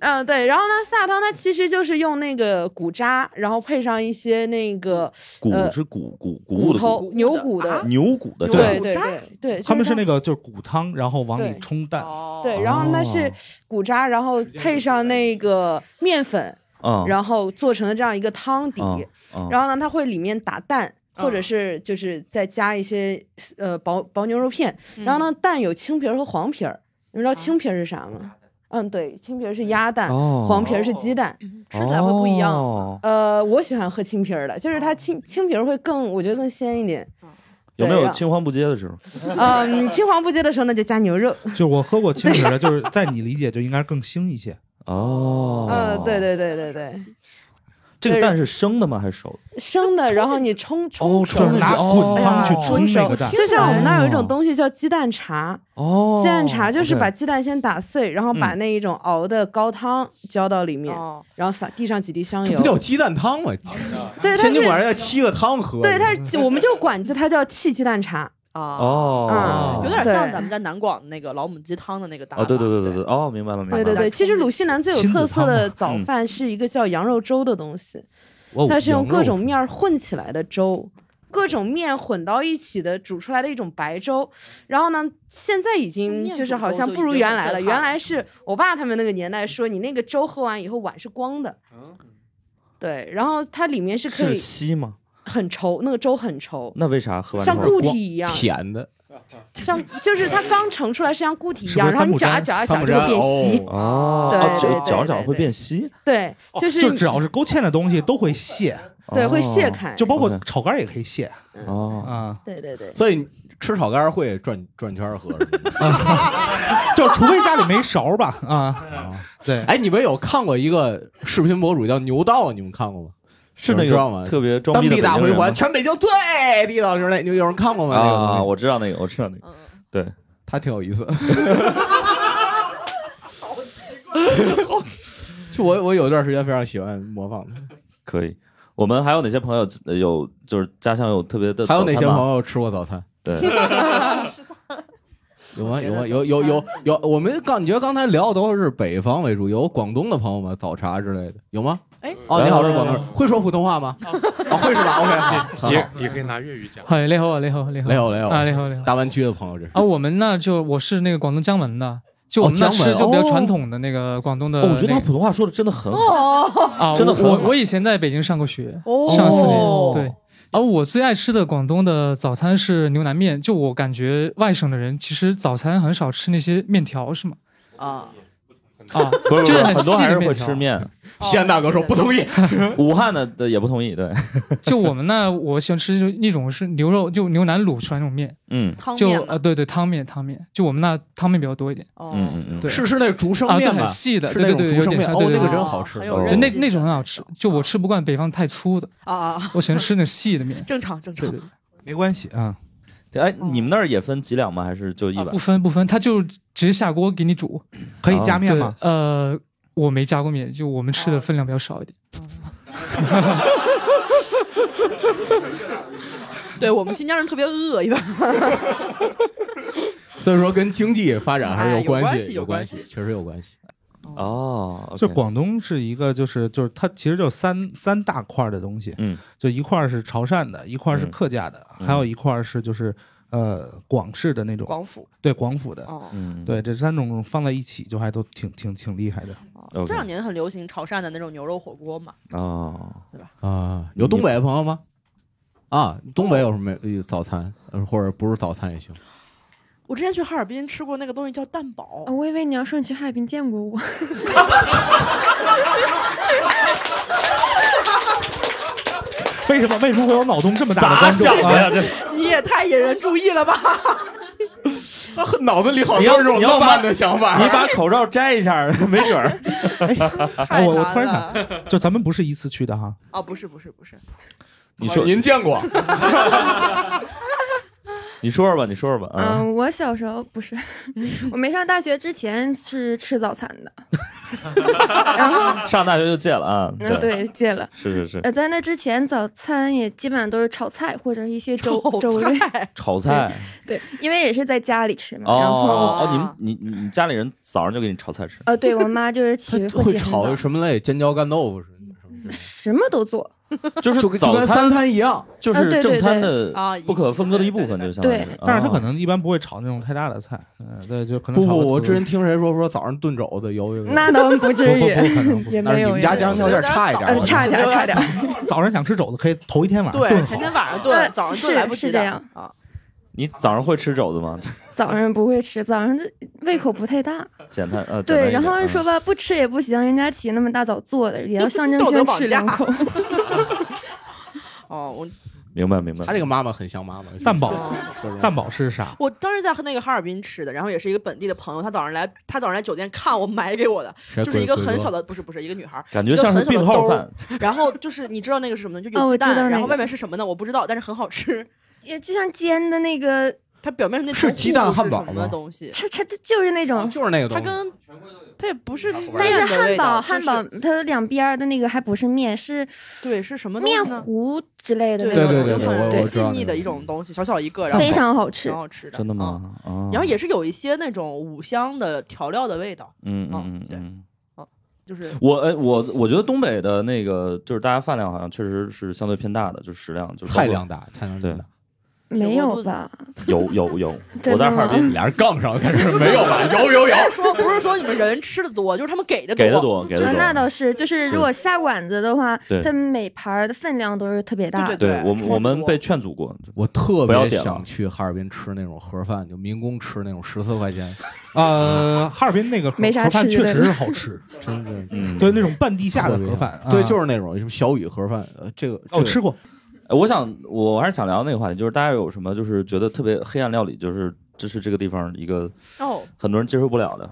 S9: 嗯，对。然后呢，萨汤它其实就是用那个骨渣，然后配上一些那个
S1: 骨
S9: 呃
S1: 是骨骨骨
S9: 骨
S1: 物的啊骨，
S9: 头、牛骨的，
S1: 牛骨的
S9: 对对
S1: 对
S3: 骨渣
S9: 对对，
S4: 他们
S9: 就是
S4: 那个就是骨汤，然后往里
S9: 对
S4: 冲蛋。
S3: 哦
S9: 对，然后它是
S4: 哦
S9: 骨渣，然后配上那个面粉，
S1: 嗯，
S9: 然后做成的这样一个汤底。
S1: 嗯嗯
S9: 然后呢，它会里面打蛋，或者
S3: 嗯
S9: 是就是再加一些呃薄薄牛肉片。
S3: 嗯
S9: 然后呢，蛋有青皮儿和黄皮儿。你
S3: 啊
S9: 们知道青皮儿是啥吗？嗯，对，青皮儿是鸭蛋，
S1: 哦
S9: 黄皮儿是鸡蛋。
S3: 嗯吃起来会不一样。哦
S1: 哦
S9: 呃，我喜欢喝青皮儿的，就是它青青皮儿会更，我觉得更鲜一点。
S1: 有没
S9: 对啊
S1: 有
S9: 让
S1: 青黄不接的时候？
S9: 嗯，青黄不接的时候呢，就加牛肉。
S4: 就是我喝过清水的，就是在你理解就应该更腥一些。
S1: 哦，
S9: 嗯，对，对对对对，
S1: 这个蛋是生的吗？还是熟的？
S9: 生的，然后你冲冲
S4: 就是
S1: 那
S4: 拿
S1: 种
S4: 滚汤
S9: 哦
S4: 去冲那个蛋，
S9: 就像我们那儿有一种东西叫鸡蛋茶，
S1: 哦，
S9: 鸡蛋茶就是
S1: OK
S9: 把鸡蛋先打碎，然后把那一种熬的高汤浇到里面，
S3: 哦，
S9: 然后撒地上几滴香
S2: 这
S9: 油
S2: 不。叫鸡蛋汤吗？
S9: 对，它
S2: 天津管
S9: 是
S2: 人叫沏个汤喝。
S9: 对它是，我们就管这它叫气鸡蛋茶。
S3: 哦，
S1: 哦
S9: 啊，
S3: 有点像
S9: 对
S3: 咱们在南广那个老母鸡汤的那个打法。
S1: 哦，对对对对对，哦，明白了明
S9: 对
S1: 白了。
S3: 把
S9: 对
S3: 它
S9: 对，其实鲁西南最有特色的早
S1: 亲子
S9: 饭是一个叫羊肉粥的东西，
S4: 嗯哦
S9: 它是用各种
S4: 羊肉
S9: 面儿混起来的粥，各种面混到一起的煮出来的一种白粥。然后呢，现在已经
S3: 面
S9: 就是
S3: 煮
S9: 好
S3: 粥
S9: 像
S3: 就
S9: 不
S3: 已
S9: 如
S3: 经
S9: 原
S3: 很
S9: 来
S3: 震
S9: 了，
S3: 撼
S9: 原
S3: 了嗯
S9: 来是我爸他们那个年代说你那个粥喝完以后碗是光的。
S3: 嗯
S9: 对，然后它里面是可
S1: 是
S9: 以
S1: 稀吗？
S9: 很稠，那个粥很稠，
S1: 那为啥喝完之
S9: 像
S1: 后
S9: 固体一样，
S2: 甜的，
S9: 像就是它刚盛出来是像固体一
S4: 是不
S9: 样，
S4: 是
S9: 然后你搅啊
S4: 三不沾
S9: 搅啊搅
S2: 三不
S9: 就会
S2: 沾
S9: 变稀。
S2: 哦
S1: 哦，
S9: 对
S1: 哦
S9: 对对
S1: 搅搅着
S9: 对
S1: 搅着会
S9: 对
S1: 变稀，
S9: 对，
S4: 哦
S9: 就是
S4: 就只要是勾芡的东西都会泄，
S9: 对会
S1: 哦
S9: 泄开，嗯
S4: 就包括
S1: OK
S4: 炒肝也可以泄
S1: 哦。
S4: 啊。
S9: 对对对。
S2: 所以吃炒肝儿会转转圈儿喝。是吗
S4: 就除非家里没勺吧啊。对，
S2: 哎，你们有看过一个视频博主叫牛道，你们看过吗？
S1: 是那
S2: 你知道
S1: 个
S2: 吗
S1: 特别装
S2: 当
S1: 逼的
S2: 地大
S1: 北京
S2: 回
S1: 人吗
S2: 环，全北京最地道之类，你们有人看过吗？那个
S1: 啊！
S2: 东西
S1: 我知道那个，我知道那个，
S2: 他挺有意思。好奇 怪，就我我有一段时间非常喜欢模仿他。
S1: 可以。我们还有哪些朋友呃有呃就是家乡有特别的？
S2: 还有哪些朋？友吃过早餐？
S1: 对，
S2: 有吗？有吗？有有有有，我们刚你觉得刚才聊的都是北方为主，有广东的朋友吗？早茶之类的有吗？
S3: 哎
S2: 哦，
S6: 来
S2: 你好，
S6: 来
S2: 是
S6: 来
S2: 广东人，会说普通话吗？啊，会是吧？OK，好，
S6: 也
S2: 好
S6: 也可以拿粤语讲。
S10: 嗨，你好啊，你好，你好，
S2: 雷欧雷欧
S10: 啊，你好，你好。
S2: 大湾区的朋友这是。
S10: 啊，我们那就我是那个广东江门的，就我们那
S2: 哦江
S10: 吃
S2: 门
S10: 就比较
S2: 哦
S10: 传统的那个广东的那
S11: 哦
S10: 个、
S11: 我觉得他普通话说的真的很好。
S3: 哦
S10: 啊，
S11: 真的
S10: 我
S11: 很好
S10: 我我以前在北京上过学，
S3: 哦
S10: 上四年，对。而我最爱吃的广东的早餐是牛腩面，就我感觉外省的人其实早餐很少吃那些面条，是吗？
S3: 啊，
S10: 啊，
S1: 不是不，
S10: 就是很
S1: 很多
S10: 细
S1: 还
S10: 的
S1: 是
S10: 面
S1: 会
S10: 条
S1: 吃面。
S2: 西安大哥说不同意，
S1: 武汉的的也不同意，对，
S10: 就我们那，我喜欢吃就一种是牛肉，就牛腩卤出来那种面，
S1: 嗯
S3: 汤
S10: 就
S3: 面哦嘛
S10: 呃对对汤面汤面，就我们那汤面比较多一点，
S1: 嗯嗯嗯，
S10: 对，
S2: 是是那竹升
S10: 啊对
S2: 面吗
S10: 很细的，
S2: 是
S10: 对
S2: 那
S10: 对对，
S2: 种竹
S10: 有
S2: 升
S10: 点
S2: 面
S10: 像，
S2: 哦
S10: 对对
S2: 那个
S10: 对
S2: 真好吃哦很有
S10: 对
S2: 韧
S10: 那
S3: 劲
S10: 那种很好吃，就我吃不惯北方太粗的，
S3: 啊啊，
S10: 我喜欢吃那细的面，
S3: 正常正常
S10: 对对
S4: 没关系啊。
S1: 对嗯哎，你们那儿也分几两吗？还是就一碗
S2: 啊
S10: 不？分不分，他就直接下锅给你煮，
S4: 可以加面
S10: 对
S4: 吗？
S10: 呃，我没加过面，就我们吃
S3: 哦
S10: 的分量比较少一点，
S3: 对我们新疆人特别饿， 一般。
S2: 所以说跟经济发展还是
S3: 哎有
S2: 关
S3: 关
S2: 系，
S3: 系
S2: 有
S3: 有关
S2: 系，确实有关系。
S1: 哦，
S4: 就广东是一个，就是就是它其实就三三大块儿的东西，
S1: 嗯，
S4: 就一块儿是潮汕的，一块儿是
S1: 嗯
S4: 客家的，
S1: 嗯
S4: 还有一块儿是就是呃广式的那种
S3: 广府
S4: 对广府的，
S3: 哦，
S1: 嗯，
S4: 对这三种放在一起就还都挺挺挺厉害的。
S9: 哦
S1: OK
S3: 这两年很流行潮汕的那种牛肉火锅嘛，
S1: 哦，
S2: 啊，有东北的朋友吗？啊，东北有什
S1: 哦
S2: 么呃早餐，呃或者不是早餐也行。
S3: 我之前去哈尔滨吃过那个东西叫蛋堡
S12: 哦，我以为你要说你去哈尔滨见过 我，
S4: 为什么为什么会有脑洞这么大的观众
S1: 咋想的哎呀
S4: 啊？
S1: 这
S3: 你也太引人注意了吧？
S2: 他脑子里好
S1: 你
S2: 像
S1: 要
S2: 是这种浪漫的想法。
S1: 你把口罩摘一下，没准儿。
S4: 哎我我
S3: 太
S4: 突然想，
S3: 难
S4: 就咱们不是依次去的哈，
S3: 啊，不是不是不是，
S1: 你说
S2: 您见过？
S1: 你说说吧，你说说吧。啊，
S12: 嗯，我小时候不是，
S1: 嗯
S12: 我没上大学之前是吃早餐的，
S1: 上大学就戒了啊。
S12: 嗯，对，戒了。
S1: 是是是，
S12: 呃，在那之前，早餐也基本上都是炒菜或者一些粥粥类，
S1: 炒菜。
S12: 对，因为也是在家里吃嘛。然后，
S1: 哦哦，你们你你你家里人早上就给你炒菜吃？
S12: 呃，对我妈就是起
S2: 会
S12: 起很早
S2: 炒，什么类？尖椒干豆腐是
S12: 什么都做。
S1: 就是
S2: 就跟就
S1: 早
S2: 跟
S1: 餐
S2: 三餐一样。
S1: 就是
S12: 嗯对对
S1: 正餐
S12: 对
S1: 的不可分割的一部分，就 相当于
S12: 对
S1: 是。
S4: 但是他可
S1: 哦
S4: 能一般不会炒那种太大的菜，嗯，对，就可能
S2: 不
S4: 炒
S2: 不，
S4: 个
S2: 我
S4: 土
S2: 之前听谁说说早上炖肘子有有有。
S12: 那倒不至于
S4: 不不不可能不，
S12: 也
S2: 那
S12: 没
S2: 你
S12: 有。
S2: 们家家乡有点差
S1: 哎
S2: 一点
S12: 呃，
S2: 儿，
S12: 差点儿，差点儿。
S4: 早上想吃肘子，可以头一天晚上
S3: 对，
S4: 炖
S3: 前
S4: 好。
S3: 天晚上
S12: 呃
S3: 炖，早上炖
S12: 是
S3: 来不及
S12: 是
S3: 的
S12: 这样
S3: 啊。
S1: 你早上会吃肘子吗？
S12: 早上不会吃，早上就胃口不太大。
S1: 简单呃，简单
S12: 对，
S1: 一点
S12: 然后
S1: 嗯
S12: 说吧，不吃也不行，人家起那么大早做的，也要象 征
S3: 道德
S12: 性
S3: 绑
S12: 吃
S3: 架
S12: 两口。
S3: 哦，我
S1: 明白嗯明白。
S2: 他这个妈妈很像妈妈。
S4: 蛋堡
S2: 说实话
S4: 蛋堡是啥？
S3: 我当时在那个哈尔滨吃的，然后也是一个本地的朋友，他早上来，他早上来酒店看我买给我的，
S2: 谁
S3: 就是一个
S2: 鬼鬼
S3: 很
S2: 哥
S3: 小的，不是不是一个女孩儿，
S1: 感觉
S3: 一个
S1: 像是
S3: 很小的
S1: 病号
S3: 兜儿
S1: 饭。
S3: 然后就是你知道那个是什么，就
S12: 哦
S3: 有
S12: 我
S3: 鸡
S12: 知道
S3: 蛋，
S12: 那
S3: 然后
S12: 个
S3: 外面是什么呢？我不知道，但是很好吃。
S12: 也就像煎的那个，
S3: 它表面是那
S2: 是
S3: 层
S2: 鸡蛋
S3: 糊糊
S2: 汉堡
S3: 是什
S2: 吗
S3: 么东西？
S12: 它它就是那种，
S2: 就是那个东
S3: 它
S2: 西。
S3: 跟它也不是面
S12: 但是
S3: 的
S12: 汉
S3: 味道
S12: 堡汉
S3: 就是
S12: 堡它两边儿的那个还不是面，是
S3: 对是什么东西
S12: 面
S3: 呢？
S12: 糊之类的
S3: 对
S12: 那种东
S2: 对对
S12: 西，
S2: 对我
S3: 很
S2: 我知
S3: 细
S2: 道那
S3: 腻
S2: 个
S3: 的一种东西，小小一个，然后
S12: 非常好吃
S3: 挺。好吃的，
S1: 真的
S3: 嗯？
S1: 吗？啊，
S3: 然后也是有一些那种五香的调料的味道，
S1: 嗯
S3: 哦
S1: 嗯嗯
S3: 对
S1: 嗯。
S3: 就是
S1: 我哎，我我觉得东北的那个就是大家饭量好像确实是相对偏大的，就是食量，就是包括
S2: 菜量大，菜量真大。
S12: 没有吧？
S1: 有有 有。
S12: 真的
S1: 我在哈尔滨
S3: 嗯
S2: 俩人杠上了，开始没有 吧？有有有
S3: 不。是说不是说你们人吃的多，就是他们给的
S1: 哦给的多，给的
S12: 啊那
S1: 多。
S12: 倒是，就是如果下馆子的话
S1: 对，
S12: 它每盘儿的分量都是特别大
S3: 对
S12: 的。
S1: 对我们
S3: 充
S1: 我们
S3: 足
S1: 被劝阻过，就
S2: 我特
S1: 不要
S2: 别
S1: 点了
S2: 想去哈尔滨吃那种盒饭，就民工吃那种十四块钱，
S4: 呃，哈尔滨那个盒
S12: 没啥
S4: 盒饭
S12: 吃
S4: 确
S12: 的
S4: 实是好 吃，
S2: 真的
S1: 嗯，
S4: 对那种半地下的盒饭，
S2: 对，
S4: 啊
S2: 就是那种什么小雨盒饭，呃，这个
S4: 哦吃过，
S1: 呃我想我还是想聊那个话题，就是大家有什么就是觉得特别黑暗料理，就是这是这个地方一个
S3: 哦，
S1: 很多人接受不了的，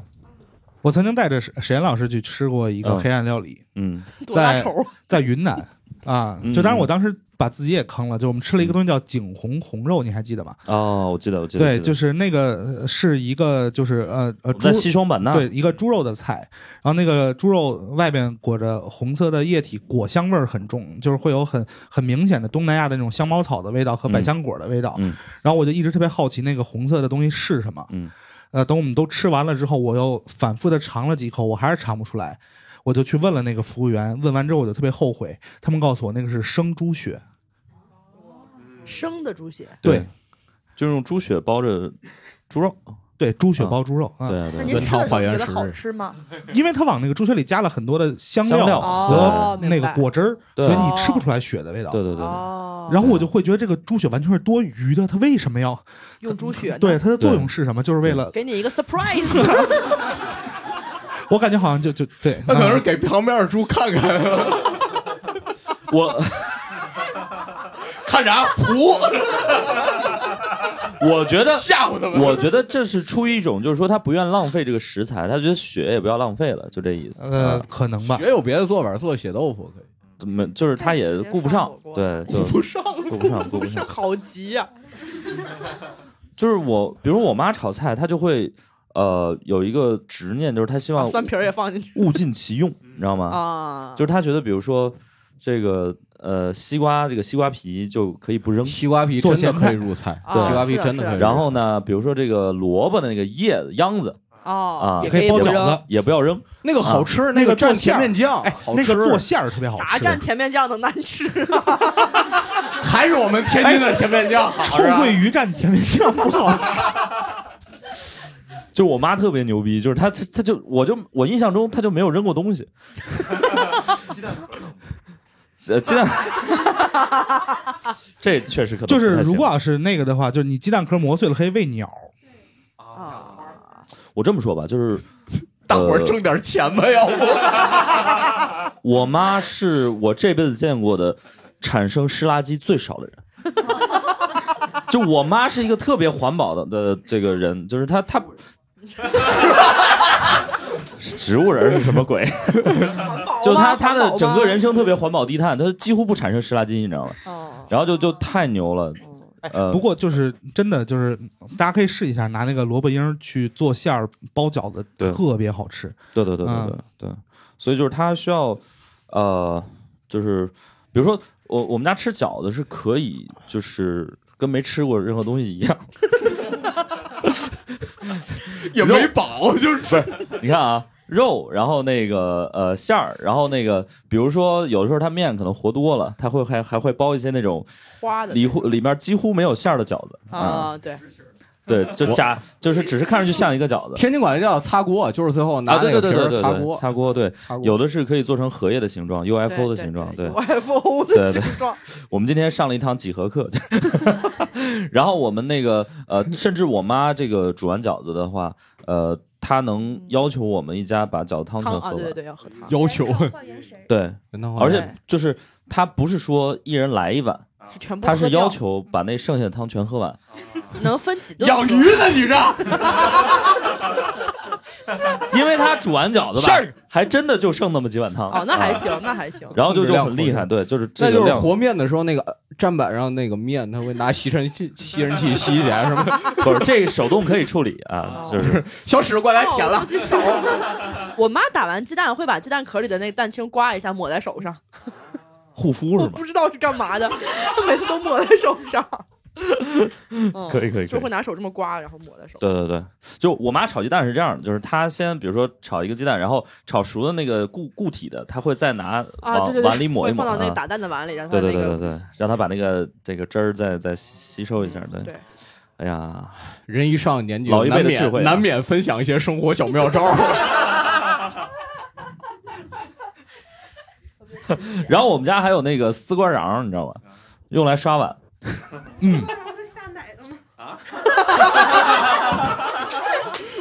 S4: 我曾经带着沈沈岩老师去吃过一个
S1: 嗯
S4: 黑暗料理，
S1: 嗯
S3: 多大
S4: 在
S3: 仇啊
S4: 在云南啊
S1: 嗯，
S4: 就当然我当时把自己也坑了，就我们吃了一个东西叫景洪红肉，你还记得吗？
S1: 哦，我记得我记得，
S4: 对，就是是那个呃是一个就是呃呃猪
S1: 在西双版纳，
S4: 对，一个猪肉的菜，然后那个猪肉外边裹着红色的液体，果香味儿很重，就是会有很很明显的东南亚的那种香茅草的味道和百香果的味道。
S1: 嗯嗯
S4: 然后我就一直特别好奇那个红色的东西是什么。
S1: 嗯
S4: 呃，等我们都吃完了之后，我又反复的尝了几口，我还是尝不出来，我就去问了那个服务员，问完之后我就特别后悔，他们告诉我那个是生猪血，
S3: 生的猪血。
S4: 对，
S1: 就是用猪血包着猪肉，
S4: 对，猪血包猪肉，嗯
S1: 对啊对啊
S3: 那您吃的时候觉得好吃吗？
S4: 因为它往那个猪血里加了很多的香
S1: 香料
S4: 和
S3: 哦
S4: 那
S3: 明
S4: 个
S3: 白哦
S4: 果汁儿，
S1: 对
S4: 所以你吃不出来血的味道。
S1: 对对对，
S4: 然后我就会觉得这个猪血完全是多余的，它为什么要？
S3: 用猪血呢
S4: 对它的作用是什么？就是为了
S3: 给你 一个 surprise，
S4: 我感觉好像就就对，嗯
S2: 他可能是给旁边的猪看看。
S1: 我
S2: 看啥？糊。
S1: 我觉 得
S2: 吓唬他们
S1: 我觉得这是出于一种就是说他不愿浪费这个食材，他觉得血也不要浪费了，就这意思。啊
S4: 呃，可能吧。
S2: 也有别的做法，做血豆腐可以。
S1: 没，就是他也顾不上，对，就
S3: 顾不上，
S1: 顾不上，顾不上
S3: 上，。好啊急呀！
S1: 就是我，比如我妈炒菜，她就会呃有一个执念，就是她希望
S3: 蒜皮儿也放进去
S1: 物尽其用，你知道吗？
S3: 啊
S1: 就是她觉得，比如说这个呃西瓜，这个西瓜皮就可以不扔，
S2: 西瓜皮真的可以入 菜，
S3: 啊
S1: 对，
S2: 西瓜皮真的可以入菜。
S1: 然后呢，比如说这个萝卜的那个叶子秧子
S3: 哦
S1: 啊，，
S3: 也可以不扔，
S1: 也不要扔。
S2: 那个好吃
S1: 啊
S2: 那个蘸
S1: 馅
S2: 甜
S1: 儿
S2: 面酱
S1: 哎
S2: 好
S4: 那个
S2: 吃
S4: 做馅儿特别好吃，
S3: 啥蘸甜面酱能难吃啊？
S2: 还是我们天津的甜面酱好
S4: 臭鳜鱼蘸甜面酱不好吃。
S1: 就是我妈特别牛逼，就是她她她就我就我印象中她就没有扔过东西， 呃鸡蛋，鸡 蛋，这确实可能
S4: 就
S1: 不
S4: 是
S1: 太行
S4: 如果要是那个的话，就是你鸡蛋壳磨碎了可以喂鸟。
S1: 我这么说吧，就是呃
S2: 大伙儿挣点钱吧，要不？
S1: 我妈是我这辈子见过的产生湿垃圾最少的人。就我妈是一个特别环保的的这个人，就是她她植物人是什么鬼？就她她的整个人生特别环保低碳，她几乎不产生湿垃圾，你知道吗？然后就就太牛了。呃，
S4: 不过就是真的就是，大家可以试一下，拿那个萝卜缨儿去做馅儿包饺子，
S1: 对
S4: 特别好吃。
S1: 对对对对对
S4: 嗯
S1: 对，所以就是他需要，呃，就是比如说我我们家吃饺子是可以，就是跟没吃过任何东西一样，
S2: 也没饱，就是
S1: 不是？你看啊，肉，然后那个呃馅儿，然后那个比如说有的时候它面可能和多了，它会还还会包一些那种
S3: 花的
S1: 里乎里面几乎没有馅儿的饺子啊、
S3: 啊，对，
S1: 对，就
S2: 我
S1: 假就是只是看上去像一个饺子。
S2: 天津管这叫擦锅，就是最后拿
S1: 啊，对
S2: 那个
S1: 对对
S2: 皮
S1: 对
S2: 儿
S1: 对，
S2: 擦
S1: 对
S2: 锅。
S1: 擦锅对，有的是可以做成荷叶的形状，UFO
S3: 对
S1: 的形状，对
S3: ，UFO 的
S1: 对对
S3: 形状，
S1: 我们今天上了一堂几何课， 然后我们那个呃，甚至我妈这个煮完饺子的话，呃，她能要求我们一家把饺子汤全
S3: 汤啊，
S1: 喝
S3: 对对
S1: 完，
S3: 对，要喝汤，
S2: 要求
S1: 对，
S2: 话
S1: 而且就是她不是说一人来一碗，
S3: 啊是全部
S1: 她
S3: 喝
S1: 是
S3: 掉哦
S1: 要求把那剩下的汤全喝完。
S3: 能分几顿
S2: 养
S3: 喝
S2: 鱼呢你这
S1: 因为她煮完饺子吧
S2: 是，
S1: 还真的就剩那么几碗汤。
S3: 哦，那还
S1: 啊
S3: 行，那还 行。
S1: 然后就
S2: 控制
S1: 就
S2: 量
S1: 很厉害，对，就是这
S2: 那
S1: 个
S2: 就是
S1: 量。
S2: 和面的时候，那个呃砧板上那个面，他会拿吸尘器吸尘器吸起来，是吗？
S1: 不是这个手动可以处理啊，就是
S2: 小史过来舔
S3: 哦
S2: 了
S3: 我自。己手，我妈打完鸡蛋会把鸡蛋壳里的那个蛋清刮一下，抹在手上，
S1: 护肤是吗？
S3: 不知道是干嘛的，每次都抹在手 上。嗯
S1: 可以可以
S3: 就
S1: 可以
S3: 会拿手这么刮，然后抹在手。
S1: 对对对，就我妈炒鸡蛋是这样的，就是她先比如说炒一个鸡蛋，然后炒熟的那个固固体的，她会再拿
S3: 啊，
S1: 往
S3: 对对对，
S1: 碗里抹一
S3: 会
S1: 抹
S3: 放到那个
S1: 啊
S3: 打蛋的碗里，让它
S1: 对
S3: 那
S1: 对对对
S3: 个
S1: 对，让她把那个这个汁儿再再吸吸收一下。对，
S3: 嗯对
S1: 哎呀，
S2: 人一上年纪，
S1: 老一辈的
S2: 难免
S1: 智慧啊
S2: 难免分享一些生活小妙招。
S1: 然后我们家还有那个丝瓜瓤儿，你知道吗？用来刷碗。嗯，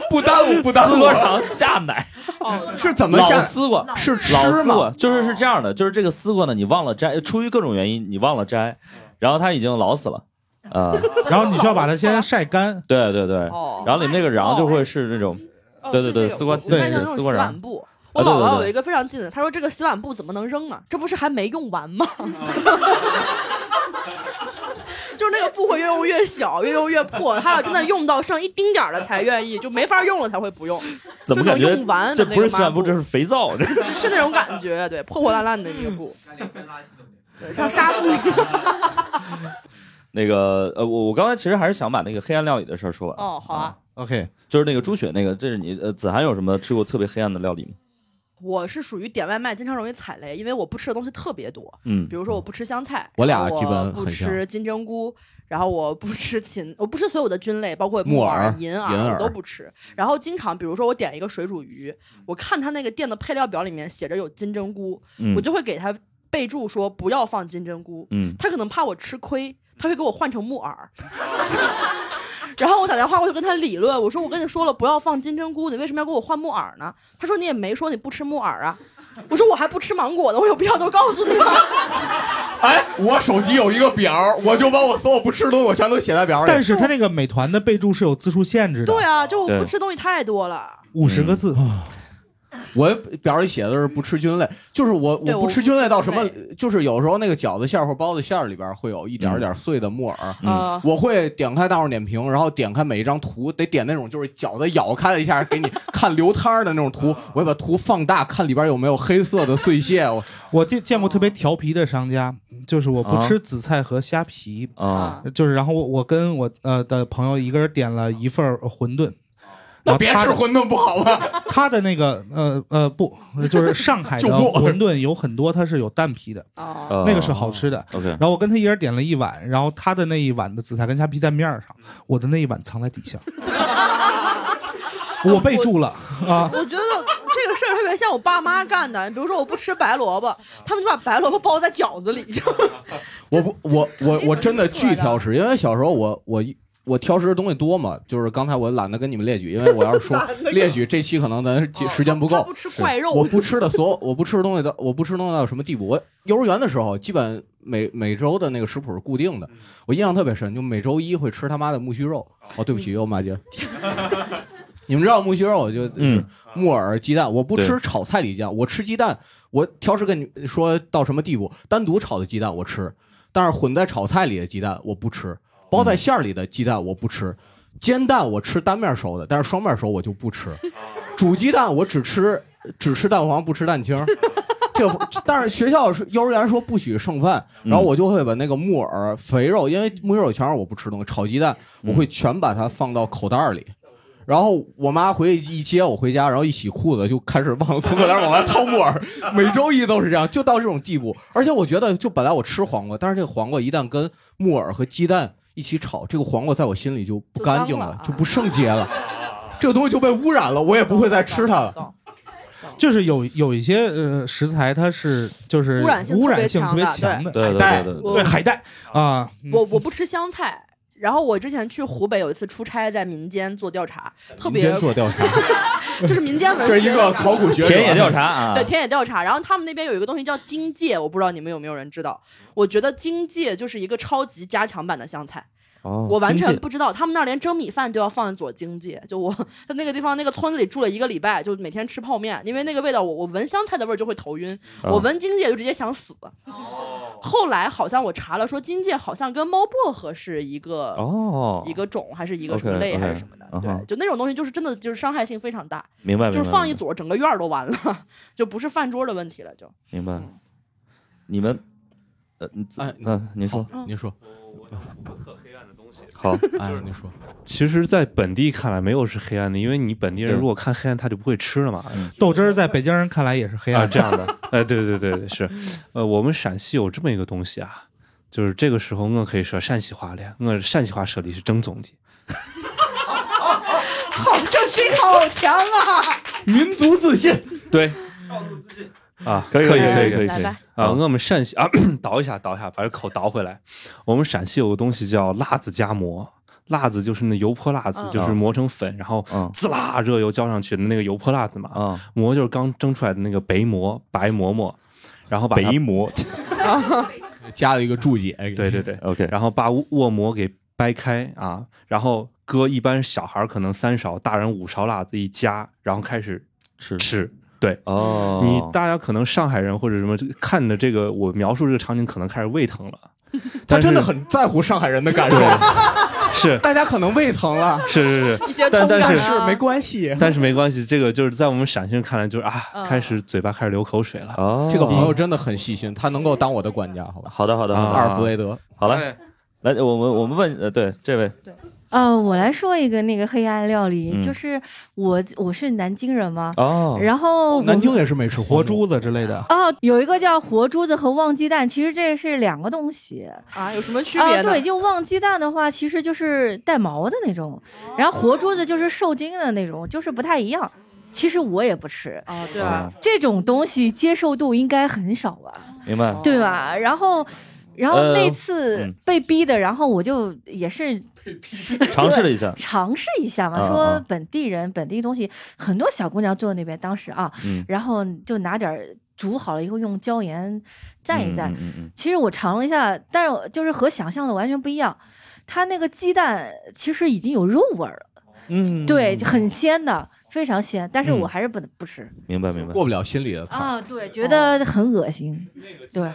S2: 不耽误不耽误
S1: 丝瓜瓤下 奶
S3: 哦
S2: 是怎么下
S1: 老丝瓜
S2: 是吃
S1: 老丝瓜
S2: 吗？
S1: 就是是这样的，就是这个丝瓜呢，你忘了摘，出于各种原因你忘了
S3: 嗯
S1: 摘，然后它已经老死了，
S3: 哦
S1: 啊、
S4: 然后你需要把它先晒干。
S1: 对对对，然后里面那个瓤就会是那种，对对对，丝瓜筋
S3: 我看哦见那种
S1: 丝瓜
S3: 洗碗
S1: 瓤，
S3: 布。
S1: 啊
S3: 我
S1: 对对
S3: 姥姥
S1: 对
S3: 有一个非常近的，她说这个洗碗布怎么能扔呢？这不是还没用完吗？ 就是那个布会越用越小，越用越破，她要真的用到剩一丁点儿了才愿意，就没法用了才会不用。
S1: 怎么感
S3: 就
S1: 觉
S3: 能用完
S1: 这
S3: 的那
S1: 不是
S3: 个
S1: 洗碗
S3: 抹
S1: 布，这是肥皂？这
S3: 是那种感觉，嗯对，破破烂烂的一个布，对像纱布一样。
S1: 那个呃，我我刚才其实还是想把那个黑暗料理的事儿说 完。
S3: 哦，好啊，
S1: OK，就是那个猪血那个，这是你呃，子涵有什么吃过特别黑暗的料理吗？
S3: 我是属于点外卖经常容易踩雷，因为我不吃的东西特别多。
S1: 嗯
S3: 比如说我不吃香菜，
S2: 我俩
S3: 然后
S2: 基本
S3: 不
S2: 很像
S3: 吃金针菇，然后我不吃芹，我不吃所有的菌类，包括
S2: 木
S3: 木耳
S2: 耳、
S3: 银
S2: 银
S3: 我
S2: 耳嗯
S3: 都不吃。然后经常，比如说我点一个水煮鱼，我看他那个店的配料表里面写着有金针菇，
S13: 嗯
S3: 我就会给他备注说不要放金针菇。
S13: 嗯
S3: 他可能怕我吃亏，他会给我换成木耳。 然后我打电话过去跟他理论，我说我跟你说了不要放金针菇，你为什么要给我换木耳呢？他说你也没说你不吃木耳啊。我说我还不吃芒果呢，我有必要都告诉你吗？
S2: 哎，我手机有一个表，我就把我所有不吃的东西我全都写在表里。
S4: 但是他那个美团的备注是有字数限制的，
S3: 对啊，就我不
S2: 对
S3: 吃东西太多了。
S4: 五十个字。
S1: 嗯
S2: 我表里写的是不吃菌类，就是我
S3: 对
S2: 我
S3: 我
S2: 不吃菌类到什么
S3: 不，
S2: 就是有时候那个饺子馅儿或包子馅儿里边会有一点儿一点儿碎的木耳，
S3: 嗯啊
S2: 我会点开大众点评，然后点开每一张图，得点那种就是饺子咬开了一下给 你看流汤儿的那种
S3: 嗯
S2: 图，我会把图放大看里边有没有黑色的碎屑。我
S4: 我见见过特别调皮的商家，就是我不
S2: 啊
S4: 吃紫菜和虾皮
S1: 啊，
S4: 就是然后我我跟我呃的朋友一个人点了一份儿馄饨，
S2: 那别吃馄饨 不好吗？
S4: 他的那个呃呃不，就是上海的
S2: 就不
S4: 馄饨有很多它是有蛋皮的，
S1: 哦
S4: 那个是好吃的。
S1: OK
S4: 然后我跟他一人点了一碗，然后他的那一碗的紫菜跟虾皮在面儿上，我的那一碗藏在 底下，我备注了啊。
S3: 我觉得这个事儿特别像我爸妈干的，比如说我不吃白萝卜，他们就把白萝卜包在饺子里， 就
S2: 我不，我我我真的巨挑食，因为小时候我我我挑食的东西多嘛，就是刚才我懒得跟你们列举，因为我要是说
S3: 懒得跟哦
S2: 列举这期可能咱节时间不够。不
S3: 吃怪肉
S2: 我不吃的所有，我不吃的东西到我不吃的东西到什么地步？我幼儿园的时候，基本每每周的那个食谱是固定
S3: 嗯
S2: 的，我印象特别深，就每周一会吃他妈的木须肉。哦，对
S3: 嗯
S2: 不起，又骂街。你们知道木须肉，我就嗯，木耳、鸡蛋，我不吃炒菜里酱，我吃鸡蛋，我挑食跟你说到什么地步，单独炒的鸡蛋我吃，但是混在炒菜里的鸡蛋我不吃，包在馅儿里的鸡蛋我不吃，煎蛋我吃单面熟的，但是双面熟我就不吃，煮鸡蛋我只吃只吃蛋黄不吃蛋清儿。这 个，但是学校是幼儿园说不许剩饭，然后我就会把那个木耳、肥肉，因为木耳全是我不吃的东西，炒鸡蛋我会全把它放到口袋儿里。然后我妈回去一接我回家，然后一洗裤子就开始往从口袋往外掏木耳，每周一都是这样，就到这种地步。而且我觉得，就本来我吃黄瓜，但是这个黄瓜一旦跟木耳和鸡蛋一起炒，这个黄瓜在我心里就不干净了，啊就不圣洁 了， 这个东西就被污染了，我也不会再吃它了。
S4: 就是有有一些呃食材，它是就是
S3: 污染性
S4: 污
S3: 特别
S4: 染性特别
S3: 强的
S4: 强的，
S3: 对
S4: 海
S3: 对
S4: 带，
S3: 对对对
S4: 对海带啊，
S3: 我我不吃香菜。然后我之前去湖北有一次出差，在民间做调查，特别
S2: 民间做调查，
S3: 就是民间文学
S2: 这是一个考古学者田野调查啊
S3: 对田野调查。然后他们那边有一个东西叫荆芥，我不知道你们有没有人知道。我觉得荆芥就是一个超级加强版的香菜。
S1: 哦
S3: 我完全
S1: 荆芥
S3: 不知道，他们那儿连蒸米饭都要放一撮荆芥。就我在那个地方那个村子里住了一个礼拜，就每天吃泡面，因为那个味道我我闻香菜的味儿就会头晕，
S13: 啊
S3: 我闻荆芥就直接想死。后来好像我查了，说荆芥好像跟猫薄荷是一个
S1: 哦
S3: 一个种还是一个什么类还是什么的。
S1: 的，对
S3: 就那种东西，就是真的，就是伤害性非常大。
S1: 明白
S3: 就是
S1: 明白
S3: 放一
S1: 明白
S3: 撮，整个院儿都完了，就不是饭桌的问题了。就
S1: 明白。
S13: 嗯
S1: 你们，呃，
S2: 哎，
S1: 那您说，
S13: 哦
S2: 您说，
S1: 好，
S2: 哎，你说，
S6: 其实，在本地看来，没有是黑暗的，因为你本地人
S4: 对
S6: 如果看黑暗，他就不会吃了嘛。 啊
S4: 豆汁儿在北京人看来也是黑暗
S6: 啊，这样的，呃，对对对对是，呃，我们陕西有这么一个东西啊，就是这个时候我可以说陕西话了，我陕西话说的是正宗的。
S3: 好胜心好强啊！
S2: 民族自信，
S6: 对，啊，
S1: 可以
S6: 可以
S1: 可
S6: 可
S1: 以
S6: 以
S1: 可以
S6: 可
S1: 来
S6: 以
S1: 吧
S6: 啊！我们陕西啊， 倒一下倒一下，把这口倒回来。我们陕西有个东西叫辣子夹馍，辣子就是那油泼辣子
S1: 嗯，
S6: 就是磨成粉，然后滋啦热油浇上去的那个油泼辣子嘛。馍就是刚蒸出来的那个白馍，白馍馍，然后把
S1: 白
S6: 馍
S2: 加了一个注解。
S6: 对对 对，OK，然后把卧馍给掰开啊，然后搁一般小孩儿可能三勺，大人五勺辣子一加，然后开始
S1: 吃
S6: 吃。对
S1: 哦
S6: 你大家可能上海人或者什么看着这个我描述这个场景，可能开始胃疼了。
S2: 他
S6: 但是
S2: 真的很在乎上海人的感受，
S6: 是
S2: 大家可能胃疼了，
S6: 是是
S2: 一
S6: 是
S2: 些，
S6: 但
S2: 同
S6: 但
S2: 感
S6: 是
S2: 是没关系
S6: 但是没关系，这个就是在我们陕西人看来就是啊
S2: 嗯，
S6: 开始嘴巴开始流口水了。
S1: 哦
S2: 这个朋友真的很细心，他能够当我的管家，好吧？
S1: 好的好的，
S2: 啊阿尔弗雷德，
S1: 好了
S2: 哎，
S1: 来，我们我们问呃，对这位，
S13: 呃，我来说一个那个黑暗料理，
S1: 嗯
S13: 就是我我是南京人嘛，
S1: 哦
S13: 然后我们
S2: 也是美食
S4: 活珠子之类的。
S13: 哦，有一个叫活珠子和旺鸡蛋，其实这是两个东西
S3: 啊，有什么区别呢
S13: 啊？对，就旺鸡蛋的话，其实就是带毛的那种，
S3: 哦
S13: 然后活珠子就是受精的那种，就是不太一样。其实我也不吃
S3: 啊，对啊
S13: 这种东西接受度应该很少啊吧？
S1: 明白？
S13: 对吧？然后，然后
S1: 呃
S13: 那次被逼的，然后我就也是
S1: 尝试了一下
S13: 尝试一下
S1: 啊
S13: 嘛，
S1: 啊
S13: 说本地人、本地东西，很多小姑娘坐那边，当时啊
S1: 嗯，
S13: 然后就拿点儿煮好了以后用椒盐蘸一蘸
S1: 嗯嗯嗯嗯。
S13: 其实我尝了一下，但是我就是和想象的完全不一样，它那个鸡蛋其实已经有肉味儿了，
S1: 嗯
S13: 对，很鲜的，非常鲜，但是
S1: 嗯
S13: 我还是不能不吃
S1: 明白明白，
S2: 过不了心里的
S13: 啊，对，觉
S3: 哦
S13: 得很恶心，对。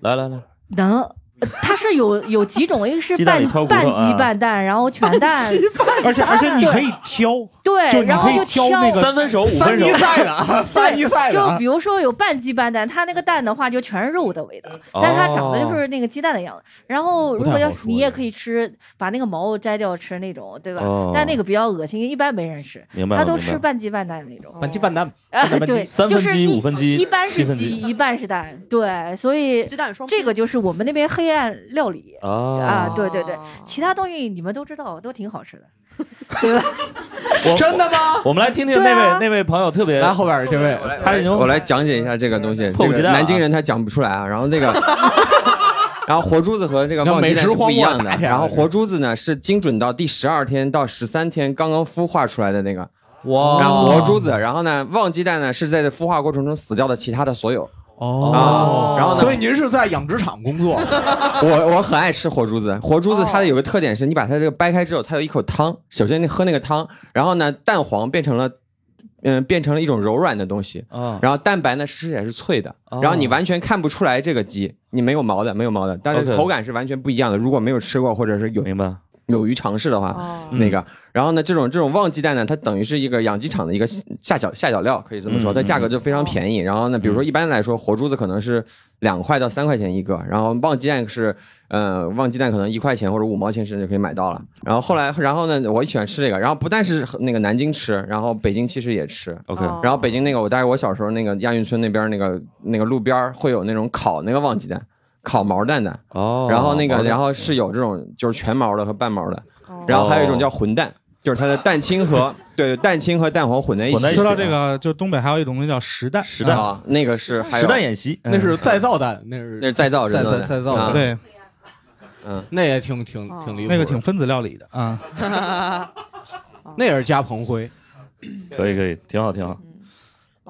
S1: 来来来，
S13: 能，呃它是 有有几种，一个是
S1: 鸡蛋
S13: 半
S1: 里挑骨头
S13: 半
S1: 啊
S13: 鸡半蛋，然后全 蛋，
S4: 而且而且你可以挑，
S13: 对，
S4: 就你
S13: 然后
S4: 可以
S13: 就
S4: 挑
S13: 挑
S4: 那个
S13: 三一赛
S4: 啊
S5: 啊
S2: 的
S13: 对，就比如说有半鸡半蛋，它那个蛋的话就全是肉的味道，
S1: 哦
S13: 但是它长得就是那个鸡蛋的样子。然后如
S1: 不
S13: 果
S1: 太
S13: 要
S1: 好
S13: 是你也可以吃，把那个毛摘掉吃那种，对吧？
S1: 哦
S13: 但那个比较恶心，一般没人吃，
S1: 明白了
S13: 他都
S1: 明白
S13: 吃半鸡半蛋的那种。
S2: 半鸡半蛋，
S13: 啊，
S2: 半
S13: 对，
S1: 三
S13: 就
S1: 分
S13: 是
S1: 鸡、
S13: 一
S1: 五分鸡、
S13: 一般
S1: 七
S13: 是
S1: 分
S13: 鸡，一半是蛋，对，所以
S3: 鸡蛋双
S13: 这个就是我们那边黑暗料理啊
S1: 啊，
S13: 对对对，其他东西你们都知道，都挺好吃的， 对吧？
S1: 我
S13: 真的吗
S1: 我们来听听
S13: 对
S1: 那
S13: 啊
S1: 位那位朋友特别，
S2: 来后边这位，
S1: 他已经
S5: 我来讲解一下这个东西，
S1: 迫不及
S5: 这
S1: 待了
S5: 个
S1: 啊
S5: 南京人他讲不出来啊。然后那个， 然后活珠子和这个旺鸡
S2: 那美
S5: 蛋
S2: 食
S5: 是不一样
S2: 荒漠
S5: 的
S2: 啊打。起来了
S5: 然后活珠子呢是精准到第十二天到十三天刚刚孵化出来的那个，
S1: 哇
S5: 然后活珠子，然后呢旺鸡蛋呢是在这孵化过程中死掉的其他的所有。
S2: 哦
S5: 啊然后呢
S2: 所以您是在养殖 场工作，
S5: 我我很爱吃活珠子，活珠子它的有个特点是，你把它这个掰开之后，它有一口汤。首先你喝那个汤，然后呢，蛋黄变成了，嗯、变成了一种柔软的东西。
S1: 啊
S5: 然后蛋白呢，吃起来是脆的，
S1: 哦
S5: 然后你完全看不出来这个鸡，你没有毛的，没有毛的，但是
S1: OK
S5: 口感是完全不一样的。如果没有吃过，或者是有
S1: 明白嗯
S5: 勇于尝试的话，那个，然后呢，这种这种旺鸡蛋呢，它等于是一个养鸡场的一个下脚下脚料，可以这么说，
S1: 嗯
S5: 它价格就非常便宜。然后呢，比如说一般来说，活珠子可能是两块到三块钱一个，然后旺鸡蛋是，呃，旺鸡蛋可能一块钱或者五毛钱甚至可以买到了。然后后来，然后呢，我喜欢吃这个，然后不但是那个南京吃，然后北京其实也吃。
S1: OK 哦
S5: 然后北京那个，我大概我小时候那个亚运村那边那个那个路边儿会有那种烤那个旺鸡蛋，烤毛蛋的。
S1: 哦
S5: 然后那
S1: 毛
S5: 个，
S1: 蛋
S5: 然后是有这种就是全毛的和半毛的，然后还有一种叫混蛋，就是它的蛋清和 对蛋清和蛋黄混在一起。
S4: 说到这个，就东北还有一种东西叫实蛋，
S5: 实蛋啊，那个是还有嗯
S2: 那是再造蛋，那是
S5: 那是再造
S2: 再
S5: 人
S2: 再
S5: 造
S2: 再造
S5: 的
S2: 的，
S4: 嗯对，
S5: 嗯，
S2: 那也挺挺
S13: 哦
S2: 挺离谱的，
S4: 那个挺分子料理的啊。
S2: 那也是加蓬灰，
S1: 可以可以，挺好挺好。
S13: 嗯
S2: 哦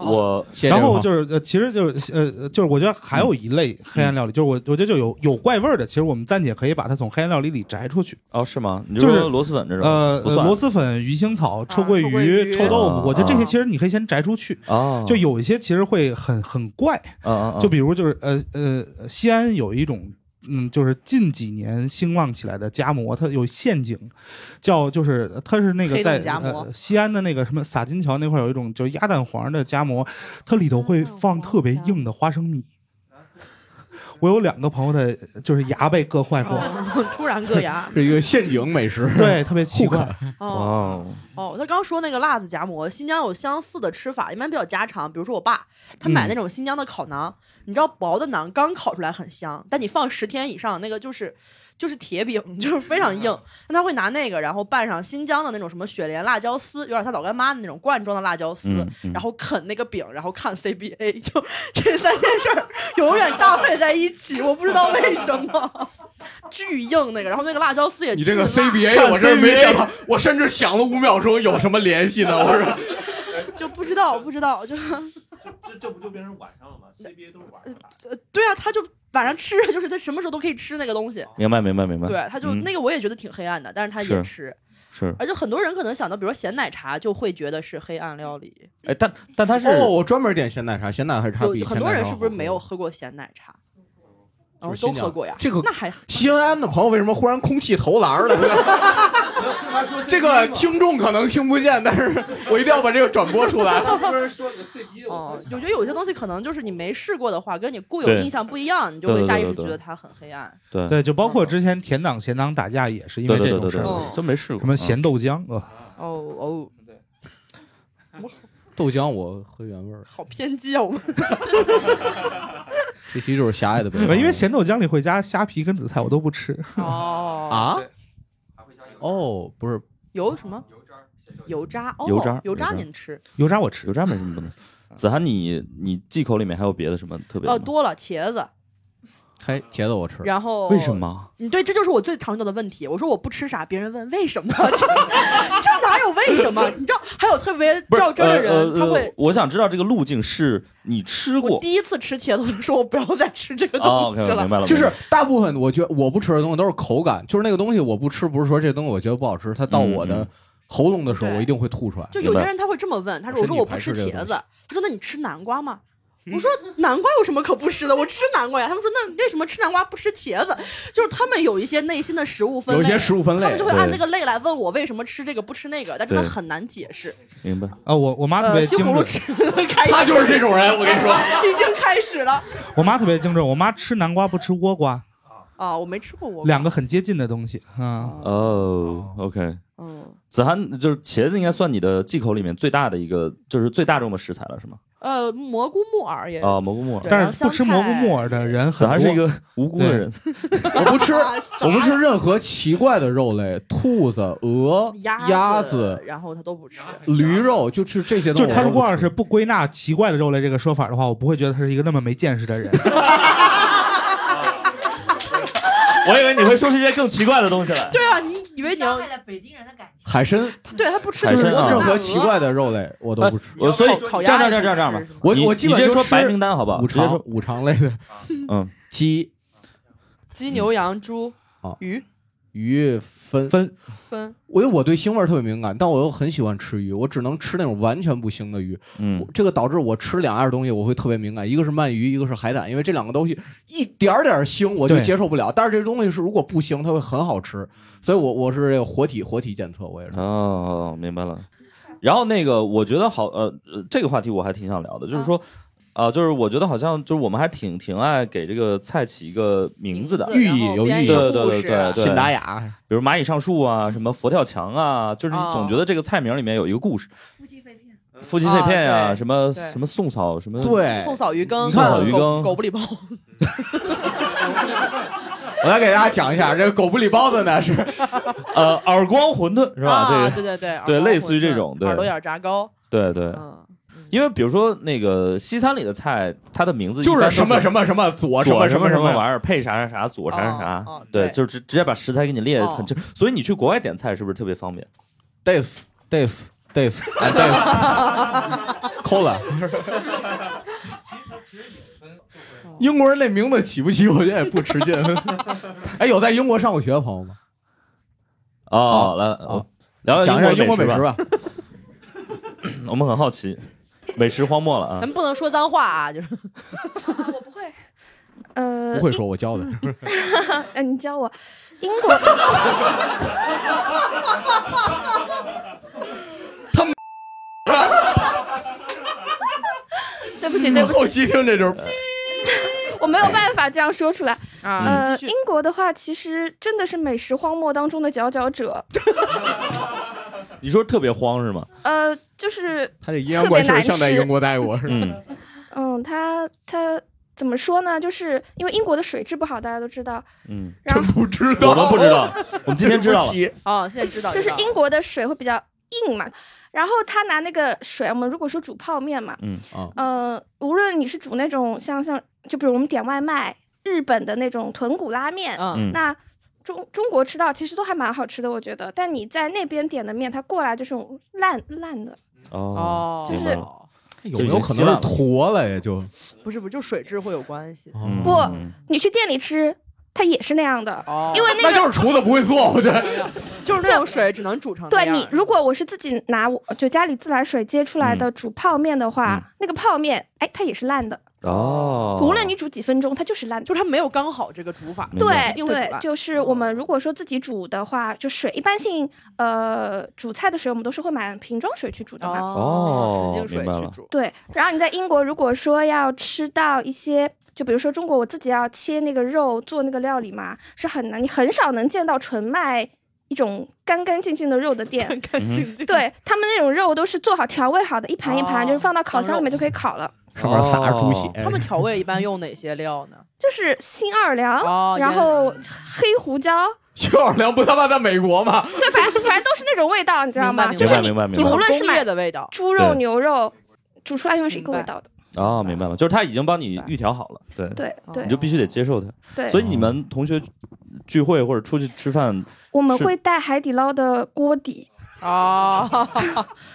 S1: 我
S4: 然后就是呃，其实就是呃，就是我觉得还有一类黑暗料理，就是我我觉得就有有怪味儿的，其实我们暂且可以把它从黑暗料理里摘出去。
S1: 哦是吗？你
S4: 就是
S1: 说螺蛳粉这种
S4: 呃，
S1: 不
S4: 呃
S1: 算啊
S4: 螺蛳粉、鱼腥草、臭
S3: 啊
S4: 鳜鱼、臭豆腐，我觉得这些其实你可以先摘出去。
S1: 哦
S4: 就有一些其实会很很怪，
S1: 啊啊啊
S4: 就比如就是呃呃，西安有一种。嗯，就是近几年兴旺起来的夹馍，它有陷阱，叫就是它是那个
S3: 黑洞
S4: 在
S3: 夹馍
S4: 呃西安的那个什么洒金桥那块儿有一种就是鸭蛋黄的夹馍，它里头会放特别硬的花生米。我有两个朋友的，就是牙被硌坏
S3: 哦
S4: 过，
S3: 突然硌 牙。
S2: 是一个陷阱美食，
S4: 对，特别奇怪。
S3: 哦哦，他刚说那个辣子夹馍，新疆有相似的吃法，一般比较家常。比如说我爸，他
S2: 嗯
S3: 买那种新疆的烤馕，你知道薄的馕刚烤出来很香，但你放十天以上，那个就是就是铁饼， 就是非常 硬。那他会拿那个，然后拌上新疆的那种什么雪莲辣椒丝，有点像老干妈的那种罐装的辣椒丝，
S12: 嗯嗯
S3: 然后啃那个饼，然后看 CBA，就这三件事儿永远搭配在一起，我不知道为什么。 巨硬那个，然后那个辣椒丝也
S2: 你这个
S3: 巨辣
S2: CBA 我真没想到，我甚至想了五秒钟有什么联系呢？我说
S3: 就不知道，不知道， 就
S14: 这这不就变成晚上了吗？CBA 都是晚上打。
S3: 呃对啊，他就晚上吃， 就是他什么时候都可以吃那个东西。
S14: 哦
S1: 明白明白明白，
S3: 对，他就、
S1: 嗯
S3: 那个我也觉得挺黑暗的，但是他也
S1: 是
S3: 吃。
S1: 是
S3: 而且很多人可能想到，比如说咸奶茶，就会觉得是黑暗料理。
S1: 哎，但但它是
S2: 哦，我专门点咸奶茶，咸奶茶
S3: 有
S2: 比
S3: 很
S2: 咸
S3: 多
S2: 奶
S3: 人
S2: 茶
S3: 是
S2: 好
S3: 不是没有喝过咸奶茶？
S2: 就
S3: 哦
S2: 是新
S3: 都
S2: 疆
S3: 喝过呀
S2: 这个
S3: 那还
S2: 西安的朋友为什么忽然空气投篮了？ 这个听众可能听不见，但是我一定要把这个转播出来。
S3: 哦，我觉得有些东西可能就是你没试过的话，跟你固有
S4: 对
S3: 印象不一样，你就
S4: 对
S3: 会
S4: 对
S3: 下意
S4: 对
S3: 识
S4: 对
S3: 觉
S4: 对
S3: 得它很黑暗。
S15: 对
S4: 对，就包括之前甜党咸党打架也是因为
S15: 对
S4: 这
S15: 对
S4: 种
S15: 对
S4: 事
S15: 对
S4: 儿，
S15: 对真没试过
S4: 什么咸豆浆啊，
S3: 哦哦，
S2: 豆浆我喝原味儿，
S3: 好偏激啊！我们
S2: 这其实就是狭隘的北
S4: 呃
S2: 方
S4: 因为咸豆浆里会加虾皮跟紫菜，我都不吃。
S3: 哦
S2: 啊， 哦，不是
S3: 油什么？油渣，哦
S1: 油渣
S3: 油渣您吃？
S4: 油渣我吃，
S1: 油渣没什么 不能。子涵你，你忌口里面还有别的什么特别
S3: 呃，
S1: 的吗？
S3: 多了茄子，
S2: 还茄子我吃
S3: 然后
S1: 为什 么？
S3: 你对，这就是我最常遇到的问题。我说我不吃啥，别人问为 什么，这这哪有为什么？你知道，还有特别较真儿的人，
S1: 呃呃
S3: 他
S1: 呃
S3: 会。
S1: 我想知道这个路径是你吃
S3: 我
S1: 过
S3: 第一次吃茄子，我就说我不要再吃这个
S1: 哦
S3: 东西
S1: ，OK，明白了
S2: 就是大部分我觉得我不吃的东西都是口感，就是那个东西我不吃，不是说这东西我觉得不好吃，它到我
S1: 嗯
S2: 的喉咙的时候，我一定会吐出来。
S3: 就有些人他会这么问，他说：“我
S2: 身体
S3: 说我不
S2: 排
S3: 吃
S2: 斥这个
S3: 茄
S2: 东
S3: 子。”他说：“那你吃南瓜吗？”我说：“南瓜有什么可不吃的？我吃南瓜呀。”他们说：“那为什么吃南瓜不吃茄子？”就是他们有一些内心的食物分类，
S2: 有一些食物分类
S3: 他们就会按
S4: 对
S3: 那个类来问我为什么吃这个不吃那个，但真的
S4: 对
S3: 很难解释。
S1: 明白
S4: 啊！我我妈特别
S3: 呃，西
S4: 精
S3: 葫芦
S4: 准，
S3: 吃开始，
S4: 他就是这种人我跟你说
S3: 已经开始了
S4: 我妈特别精准，我妈吃南瓜不吃倭瓜，
S3: 啊！我没吃过我
S4: 两个很接近的东西啊。
S1: 哦，OK，
S3: 嗯，
S1: 子涵就是茄子应该算你的忌口里面最大的一个，就是最大众的食材了，是吗？
S3: 呃蘑菇木耳也
S1: 啊，蘑菇木耳，
S4: 但是不
S3: 哎
S4: 吃蘑菇木耳的人
S1: 子
S4: 很
S1: 涵
S4: 多，
S1: 是一个无辜的人，
S2: 我 不吃，我不吃任何奇怪的肉类，兔子、鹅、
S3: 鸭
S2: 鸭
S3: 子
S2: 子，、
S3: 然后他都不吃。
S2: 驴肉，就吃这些
S4: 就
S2: 东西。
S4: 是他如果要是不归纳奇怪的肉类这个说法的话，我不会觉得他是一个那么没见识的 人。
S1: 我以为你会说这些更奇怪的东西来。
S3: 对啊，你以为你要
S2: 海参，
S3: 对他不吃
S1: 海参啊呃
S2: 任何奇怪的肉类我都不吃。
S1: 我所以
S3: 烤
S1: 这样这
S3: 鸭
S1: 样这样这样这样吧
S3: 是不，
S2: 我
S1: 你
S2: 我基
S1: 你直
S2: 本就
S1: 接说
S2: 吃
S1: 白名单好不好？
S2: 五
S1: 直接
S2: 常
S1: 说
S2: 五常类的，
S1: 嗯，
S2: 鸡、
S3: 鸡、牛、羊、猪、
S1: 哦
S3: 鱼
S2: 鱼、分分
S3: 分
S2: 我因为我对腥味儿特别敏感，但我又很喜欢吃鱼，我只能吃那种完全不腥的鱼。
S1: 嗯，
S2: 这个导致我吃两样东西我会特别敏感，一个是鳗鱼，一个是海胆，因为这两个东西一点儿点儿腥我就
S4: 对
S2: 接受不了。但是这东西是如果不腥，它会很好吃，所以我我是这个活体活体检测，我也是。
S1: 哦，明白了。然后那个，我觉得好，呃，呃这个话题我还挺想聊的，
S3: 嗯
S1: 就是说，啊、就是我觉得好像就是我们还挺挺爱给这个菜起一个名字的，啊
S2: 寓意有寓意
S1: 对对
S2: 有故
S1: 对
S2: 事
S3: 啊
S1: 对对，
S2: 信达雅，
S1: 比如蚂蚁上树啊，什么佛跳墙啊，就是你总觉
S3: 哦
S1: 得这个菜名里面有一个故事，夫妻肺片呀、
S3: 啊对
S1: 什么
S3: 对嗯
S1: 什么宋嫂什么
S3: 宋嫂鱼羹，
S1: 你看宋嫂鱼羹
S3: 狗狗不理包。
S2: 我来给大家讲一下这个狗不理包子呢是，
S1: 呃，耳光馄饨是吧？
S3: 啊，
S1: 这
S3: 对对对，
S1: 个对
S3: 耳朵
S1: 类似于这种
S3: 馄饨
S1: 对啊
S3: 耳朵眼炸糕，
S1: 对对，因为比如说那个西餐里的菜，它的名字
S2: 就
S1: 一般
S2: 是
S1: 都是
S2: 什么什么什么左什
S1: 左
S2: 么
S1: 什
S2: 么
S1: 么
S2: 什
S1: 什么玩意
S2: 意
S1: 儿，配啥啥啥，左啥啥啥，对，
S2: 对
S1: 就直直接把食材给你列
S2: 哦
S1: 很清。所以你去国外点菜是不是特别方便？
S2: ，this this this
S1: 哎
S2: 啊 this colon。英国人那名字起不起，我觉得也不吃劲。 哎，有在英国上过学的朋友吗？
S1: 哦，来哦，聊
S2: 讲一下
S1: 聊
S2: 英国
S1: 美
S2: 美食
S1: 吧
S2: 吧。
S1: 我们很好奇，美食荒漠了啊
S3: 咱！不能说脏话啊，就是
S16: 呃，
S2: 不 会说，我教的。
S16: 英，呃你教我英国。 对不起，对不起，
S2: 后期听这就是
S16: 我没有办法这样说出来。
S2: 啊
S16: 呃
S2: 嗯，
S16: 英国的话，其实真的是美食荒漠当中的佼佼者。
S1: 你说特别荒是吗？
S16: 呃，就是
S2: 他这阴阳怪气儿像在英国
S16: 的。
S2: 待过是
S1: 嗯，
S16: 嗯，他他怎么说呢？就是因为英国的水质不好，大家都知道。
S1: 嗯，
S16: 然后
S2: 不知
S1: 道，我们不知 道，我们今天知 道了。
S3: 哦，现在知道
S16: 就是
S3: 知道
S16: 英国的水会比较硬嘛。然后他拿那个水，我们如果说煮泡面嘛，
S1: 嗯啊
S16: 呃，无论你是煮那种像像，就比如我们点外卖，日本的那种豚骨拉面，
S3: 嗯
S16: 那中中国吃到其实都还蛮好吃的，我觉得。但你在那边点的面，它过来就是那种烂烂的，
S1: 哦
S16: 就是
S1: 明白了
S2: 有没有可能是坨了呀？就
S3: 不是不是，就水质会有关系。
S1: 哦
S2: 嗯
S16: 不，你去店里吃，它也是那样的，哦
S3: 哦
S16: 因为那个
S2: 那就是厨子不会做，我觉得。
S3: 就是那种水只能煮成那
S16: 对
S3: 样
S16: 你，如果我是自己
S3: 嗯
S16: 拿我就家里自来水接出来的煮泡面的话，那个泡面，哎，它也是烂的。
S1: 哦，
S16: 无论你煮几分钟，它就是烂，
S3: 就是它没有刚好这个煮法，
S16: 对
S3: 一定会煮烂
S16: 对，
S3: 嗯
S16: 就是我们如果说自己煮的话，就水一般性，呃，煮菜的水我们都是会买瓶装水去煮的嘛。
S3: 啊
S1: 哦纯净水明白去了煮
S16: 对，然后你在英国如果说要吃到一些。就比如说中国，我自己要切那个肉做那个料理嘛，是很难，你很少能见到纯卖一种干干净净的肉的店。干
S3: 干净净
S16: 对他们那种肉都是做好调味好的，一盘一盘，
S3: 哦
S16: 就是放到烤箱里面就可以烤了。
S2: 上面撒着猪血。
S3: 他们调味一般用哪些料呢？
S16: 就是新奥尔良，
S3: 哦
S16: 然
S3: 原来
S16: 后黑胡椒，
S2: 新奥尔良不他妈在美国吗？
S16: 对，反正反正都是那种味道，你知道吗？
S1: 明白
S16: 就是你
S1: 明白
S16: 你
S1: 明白
S16: 无论是
S3: 工
S16: 买
S3: 业的味道，
S16: 猪肉、
S1: 对
S16: 牛肉，煮出来用是一个味道的。
S1: 哦，明白了，就是他已经帮你预调好了，对
S16: 对
S3: 哦
S16: 对
S1: 你就必须得接受他。
S16: 对
S1: 所以你们同学聚会或者出去吃饭，
S16: 我们
S1: 是
S16: 会带海底捞的锅底，
S3: 哦，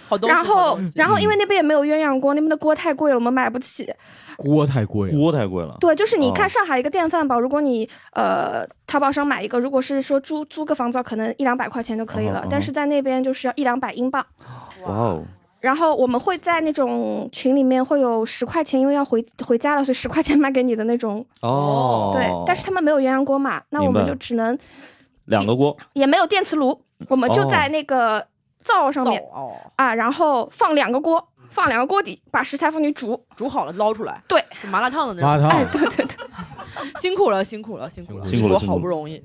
S3: 好东西。
S16: 然
S3: 好
S16: 后
S3: 东西
S16: 然后
S1: 嗯
S16: 因为那边也没有鸳鸯锅，那边的锅太贵了，我们买不起。
S1: 啊
S2: 锅太贵，
S1: 锅太贵了。
S16: 对，就是你看
S1: 哦
S16: 上海一个电饭煲，如果你呃淘宝上买一个，如果是说租租个房子，可能一两百块钱就可以
S1: 嗯
S16: 了
S1: 哼，
S16: 但是在那边就是要一两百英镑。
S1: 哇哦，
S16: 然后我们会在那种群里面会有十块钱，因为要回回家了，所以十块钱卖给你的那种。
S1: 哦
S16: 对，但是他们没有鸳鸯锅嘛，那我
S1: 明
S16: 们
S1: 白
S16: 就只能
S1: 两个锅，
S16: 也没有电磁炉，
S1: 嗯
S16: 我们就在那个灶上面、
S3: 哦
S16: 啊，然后放两个锅，
S1: 嗯
S16: 放两个锅底，把食材放进去煮，
S3: 煮好了捞出来，
S16: 对，
S3: 麻辣
S1: 嗯
S3: 烫的那种。
S16: 麻辣烫哎
S3: 对对对， 辛苦了，辛苦了，辛苦了，
S1: 辛苦了
S3: 我
S1: 辛苦
S3: 好
S1: 了
S3: 不容易。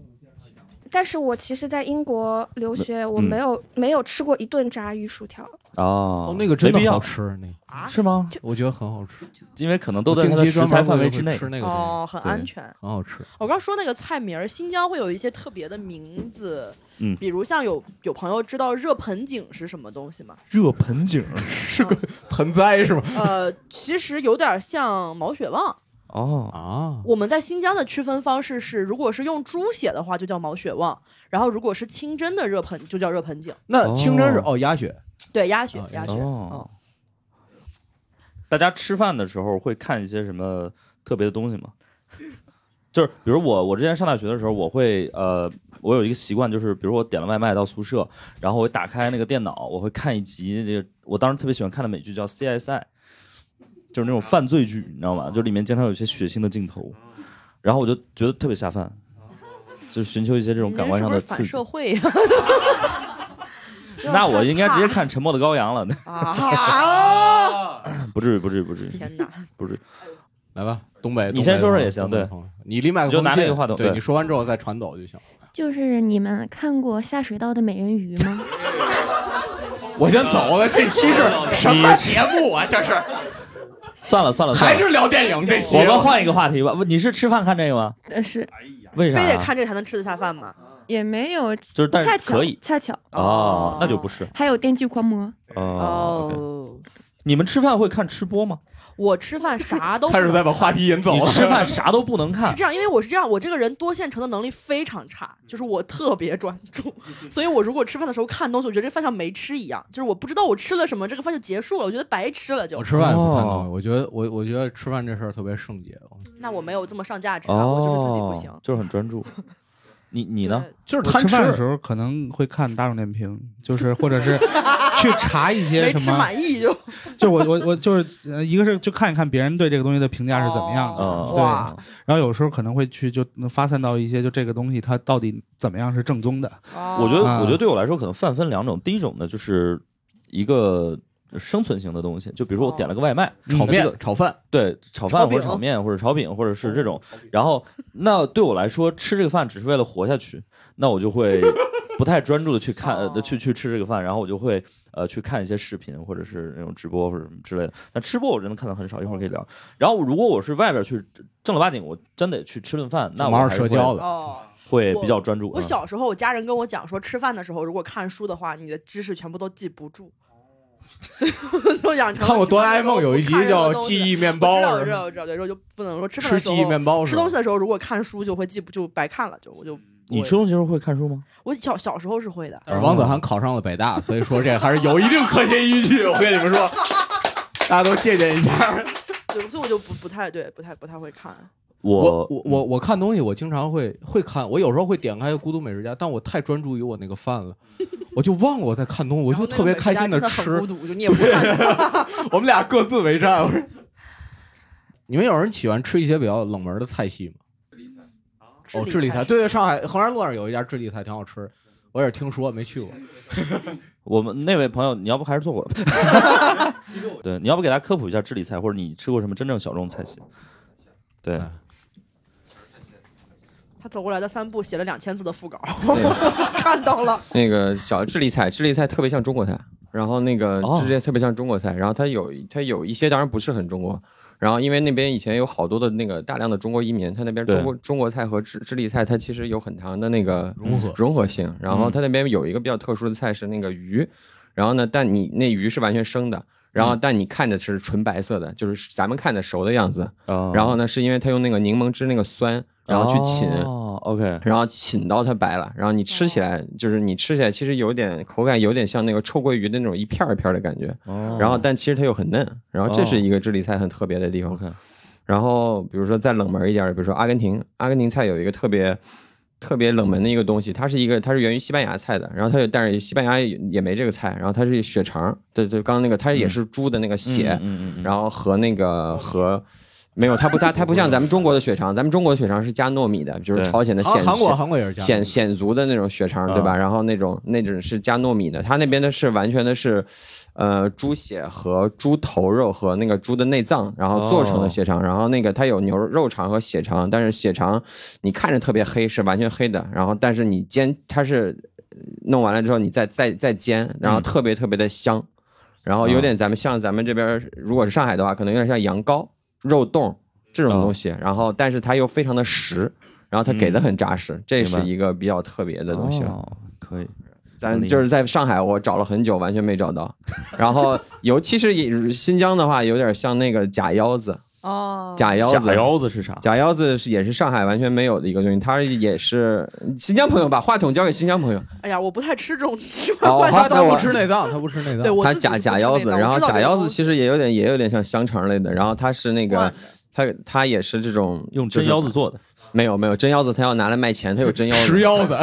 S16: 但是我其实，在英国留学，我
S1: 嗯
S16: 没有、没有吃过一顿炸鱼薯条。
S1: 哦，
S2: 那个真
S1: 没必
S2: 的
S1: 要
S2: 好吃，那个
S1: 是吗？
S2: 我觉得很好吃，
S1: 因为可能都在
S2: 定
S1: 它的
S2: 期
S1: 食
S2: 专
S1: 材
S2: 门
S1: 范围
S2: 会
S1: 之内。
S2: 吃那个东西
S3: 哦，很安全。
S2: 很好吃。
S3: 我刚说那个菜名儿，新疆会有一些特别的名字，
S1: 嗯
S3: 比如像有有朋友知道热盆景是什么东西吗？
S2: 热盆景是个盆栽是吗？
S3: 呃，其实有点像毛血旺。
S1: 哦
S2: 啊，
S3: 我们在新疆的区分方式是，如果是用猪血的话，就叫毛血旺；然后如果是清真的热盆，就叫热盆景。
S2: 那清真是哦鸭血，
S3: 对鸭血，鸭血。嗯
S1: 哦，大家吃饭的时候会看一些什么特别的东西吗？ 就是比如我，我之前上大学的时候，我会呃，我有一个习惯，就是比如我点了外卖到宿舍，然后我打开那个电脑，我会看一集这个我当时特别喜欢看的美剧叫《CSI》，就是那种犯罪剧，你知道吗？就里面经常有一些血腥的镜头，然后我就觉得特别下饭，就寻求一些这种
S3: 你
S1: 感官
S3: 是
S1: 上
S3: 不
S1: 的
S3: 是
S1: 刺
S3: 反
S1: 激
S3: 社。会呀、
S1: 那我应该直接看《沉默的羔羊》 了，
S3: 啊！
S1: 不至于，不至于，不至于，
S3: 天哪，
S1: 不至于。
S2: 来吧，东北，
S1: 你先说说也行
S2: 东北
S1: 对
S2: 朋友你离麦克
S1: 就
S2: 风
S1: 拿那
S2: 近
S1: 个话筒
S2: 对
S1: 对
S2: 你说完之后再传走就 行。
S12: 就是你们看过下水道的美人鱼吗？
S2: 我先走了，这期是什么节目啊？这是
S1: 算了算了，
S2: 还是聊电影这期
S1: 我们换一个啊话题吧。问你是吃饭看这个吗？
S12: 但是
S1: 为啥？
S3: 非得看这个才能吃得下饭吗？
S12: 也没有，就是
S1: 啊但是
S12: 恰巧
S1: 可以
S12: 恰巧
S1: 哦，那就不是
S12: 还有电锯狂魔，
S1: 哦。OK 你们吃饭会看吃播吗？
S3: 我吃饭啥都不
S2: 开始在把话题引走了
S1: 你吃饭啥都不能看
S3: 是这，样，因为我是这样，我这个人多线程的能力非常差，就是我特别专注，
S1: 嗯
S3: 所以我如果吃饭的时候看东西，我觉得这饭像没吃一样，就是我不知道我吃了什么，这个饭就结束了，我觉得白吃了就。
S2: 哦我吃饭也不
S1: 哦
S2: 看东西，我觉得我我觉得吃饭这事儿特别圣洁。
S3: 那我没有这么上价值啊，我就是自
S2: 哦
S3: 己不行。
S1: 哦就是很 专注。你你呢？
S2: 就是
S4: 我
S2: 贪
S4: 吃饭的
S2: 吃
S4: 时候可能会看大众点评，就是或者是去查一些
S3: 没
S4: 什
S3: 吃
S4: 么
S3: 满意就
S4: 就我我我就是、呃一个是就看一看别人对这个东西的评价是怎么样的，
S1: 哦
S4: 对
S1: 哇。
S4: 然后有时候可能会去就发散到一些就这个东西它到底怎么样是正宗的。
S1: 我觉得，
S4: 啊
S3: 哦
S1: 我觉得对我来说可能泛分两种。第一种呢，就是一个生存型的东西，就比如说我点了个外卖，
S2: 炒面
S1: 这个
S2: 炒饭，
S1: 对，炒
S2: 炒
S1: 饭或
S2: 饼
S1: 者炒面或者炒饼或者是这种。然后，那对我来说，吃这个饭只是为了活下去，那我就会不太专注的去看，呃
S2: 哦
S1: 去去吃这个饭，然后我就会呃去看一些视频或者是那种直播或者什么之类的。但吃播我真的看的很少，一会儿可以聊。然后，如果我是外边去正儿八经，我真得去吃顿饭，那我
S2: 忙着
S1: 还是
S2: 社
S1: 会
S2: 交的
S3: 哦
S1: 会
S3: 我
S1: 比较专注。
S3: 哦我
S1: 嗯
S3: 小时候，我家人跟我讲说，吃饭的时候如果看书的话，你的知识全部都记不住，所以我就养成了
S2: 看过
S3: 吃饭
S2: 哆啦 A 梦有一集
S3: 的时候
S2: 叫
S3: 不看任何东西
S2: 记忆面包
S3: 我知道，
S2: 是吧
S3: 我知道，我知道，对，然后就不能说吃饭的时候
S2: 吃记忆面包是
S3: 吃
S2: 吧
S3: 东西的时候如果看书就会记不就白看了，就我就
S1: 你吃东西时候会看书吗？
S3: 我小小时候是会的。
S2: 但是王子涵考上了北大，所以说这还是有一定科学依据。我跟你们说，大家都借鉴一下。
S3: 对，所以我就不不太对，不太不太会看。
S2: 我我我我看东西，我经常会会看，我有时候会点开《孤独美食家》，但我太专注于我那个饭了，我就忘了我在看东西，我就特别开心地
S3: 然后那个美食家真的
S2: 吃
S3: 很孤。独，就你也不看。
S2: 我们俩各自为战。你们有人喜欢吃一些比较冷门的菜系吗？哦，智利菜，对，上海衡山路上有一家智利菜挺好吃，我也是听说，没去过。
S1: 我们那位朋友，你要不还是坐会儿吧？ 对，你要不给大家科普一下智利菜，或者你吃过什么真正小众菜系？对，
S4: 哎
S3: 他走过来的三步写了两千字的副稿， 看到了。
S5: 那个小智利菜，智利菜特别像中国菜，然后那个智利菜特别像中国菜，然后它有它有一些当然不是很中国，然后因为那边以前有好多的那个大量的中国移民，它那边
S1: 对
S5: 中国中国菜和智智利菜它其实有很强的那个
S1: 融合
S5: 融合性，然
S1: 嗯
S5: 后它那边有一个比较特殊的菜是那个鱼，然后呢，但你那鱼是完全生的。然
S1: 嗯
S5: 后，但你看着是纯白色的，就是咱们看着熟的样子。然后呢，是因为它用那个柠檬汁那个酸，然后去浸。
S1: 哦哦，OK，
S5: 然后浸到它白了，然后你吃起来、就是你吃起来其实有点口感，有点像那个臭鳜鱼的那种一片儿一片儿的感觉。
S1: 哦
S5: 然后但其实它又很嫩，然后这是一个智利菜很特别的地方。然后比如说再冷门一点儿，比如说阿根廷，阿根廷菜有一个特别。特别冷门的一个东西，它是一个，它是源于西班牙菜的，然后它有，但是西班牙也也没这个菜，然后它是血肠，对对，刚刚那个它也是猪的那个血，
S1: 嗯嗯嗯
S5: 然后和那个和没有，它不它它不像咱们中国的血肠，咱们中国的血肠是加糯米的，就是
S2: 对
S5: 朝鲜的
S2: 韩
S5: 鲜
S2: 韩国
S5: 鲜
S2: 韩国也是加
S5: 鲜鲜族的那种血肠，对吧？然后那种那种是加糯米的，它那边的是完全的是，呃，猪血和猪头肉和那个猪的内脏，然后做成的血肠，然后那个它有牛肉肉肠和血肠，但是血肠你看着特别黑，是完全黑的，然后但是你煎它是弄完了之后你再再再煎，然后特别特别的香。然后有点咱们像咱们这边儿，如果是上海的话，可能有点像羊羔、肉冻这种东西。然后，但是它又非常的实，然后它给的很扎实，这
S1: 明
S5: 是
S1: 白
S5: 一个比较特别的东西了。
S1: 哦可以，
S5: 咱就是在上海，我找了很久，完全没找到。然后，尤其是以新疆的话，有点像那个假腰子。
S3: 哦
S5: 假腰子，
S1: 假腰子是啥？
S5: 假腰子是也是上海完全没有的一个东西，它也是新疆朋友把话筒交给新疆朋友。
S3: 哎呀，我不太吃这种奇怪
S5: 哦，
S3: 怪
S5: 好，
S3: 的
S5: 那
S3: 东
S5: 我
S3: 西。
S2: 脏，他不吃内
S3: 对我
S5: 它
S3: 自己
S5: 假
S3: 是不
S5: 假
S3: 吃
S5: 腰
S3: 内
S5: 子，
S3: 脏
S5: 然
S3: 我
S5: 后
S3: 知道
S5: 假
S3: 这个
S5: 腰
S3: 东
S5: 子
S3: 西
S5: 其实也有点也有点像香肠类的，然后它是那
S3: 灌
S5: 个
S3: 的
S5: 它它也是这种
S1: 用
S5: 就是
S1: 真腰子做的。
S5: 没有没有真腰子，它要拿来卖钱，它有真腰子，啊
S2: 石腰 子，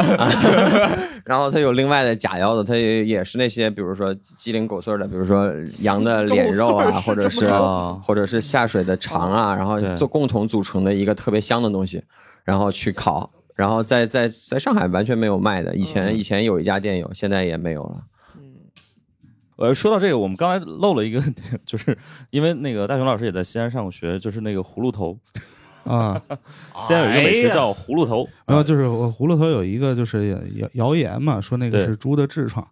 S5: 然后它有另外的假腰子，它也也是那些比如说鸡零狗碎的，比如说羊的脸肉啊，
S1: 狗碎
S5: 或
S1: 儿
S5: 者
S1: 是这
S5: 是
S1: 么多
S5: 或者是下水的肠啊，然后
S1: 哦对
S5: 做共同组成的一个特别香的东西，然后去烤，然后在在在上海完全没有卖的，以前
S1: 嗯
S5: 以前有一家店有，现在也没有了。
S1: 呃，说到这嗯个，我们刚才漏了一个， 就是因为那个大雄老师也在西安上过学，就是那个葫芦头，
S4: 啊，
S1: 西安有一个美
S4: 哎
S1: 食
S4: 呀
S1: 叫葫芦头，
S4: 然后就是我葫芦头有一个就是谣谣言嘛，说那个
S1: 对
S4: 是猪的痔疮，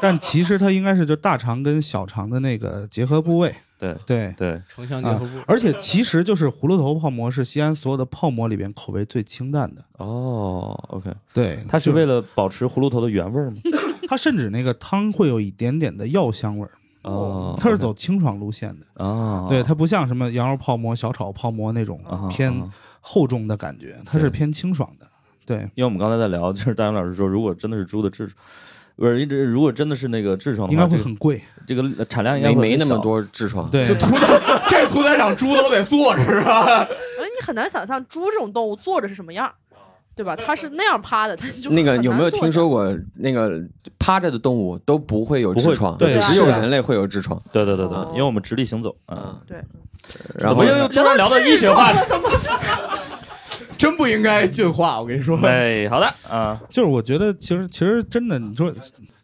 S4: 但其实它应该是就大肠跟小肠的那个结合部位。
S1: 对
S4: 对
S1: 对，
S2: 城乡结
S4: 啊
S2: 合部，
S4: 而且其实就是葫芦头泡馍是西安所有的泡馍里边口味最清淡的，
S1: 哦，OK，
S4: 对
S1: 它是
S4: 就
S1: 为了保持葫芦头的原味儿吗？
S4: 它甚至那个汤会有一点点的药香味儿。
S1: 哦
S4: 它是走清爽路线的，
S1: 哦，
S4: 对，它不像什么羊肉泡馍、小炒泡馍那
S1: 啊
S4: 种偏厚重的感觉，它是偏清爽的。对，
S1: 因为我们刚才在聊，就是大勇老师说，如果真的是猪的痔疮，不是，这如果真的是那个痔疮的话，
S4: 应该会
S1: 这个
S4: 很贵，
S1: 这个产量应该会
S5: 没没
S1: 很
S5: 那么
S1: 小
S5: 多痔疮
S4: 对
S5: 就
S2: 屠宰 这屠宰场猪都得坐着是吧？
S3: 哎，你很难想象猪这种动物坐着是什么样，对吧？它是那样趴的，它就
S5: 那个
S3: 很
S5: 有
S3: 难
S5: 没有
S3: 坐
S5: 听
S3: 下
S5: 说过那个趴着的动物都不会有
S1: 不会
S5: 痔疮，
S4: 啊
S1: 对
S5: 只
S1: 是
S5: 有
S1: 的
S5: 人类会有痔疮。
S1: 对对对
S4: 哦
S1: 对，因为我们直立行走，嗯，
S3: 对。
S5: 然
S1: 怎
S5: 后
S1: 么又
S4: 嗯
S1: 又突然聊到医学化了？
S3: 怎么？
S2: 真不应该进化，我跟 你说。
S1: 哎，好的啊，
S4: 就是我觉得其实其实真的，你说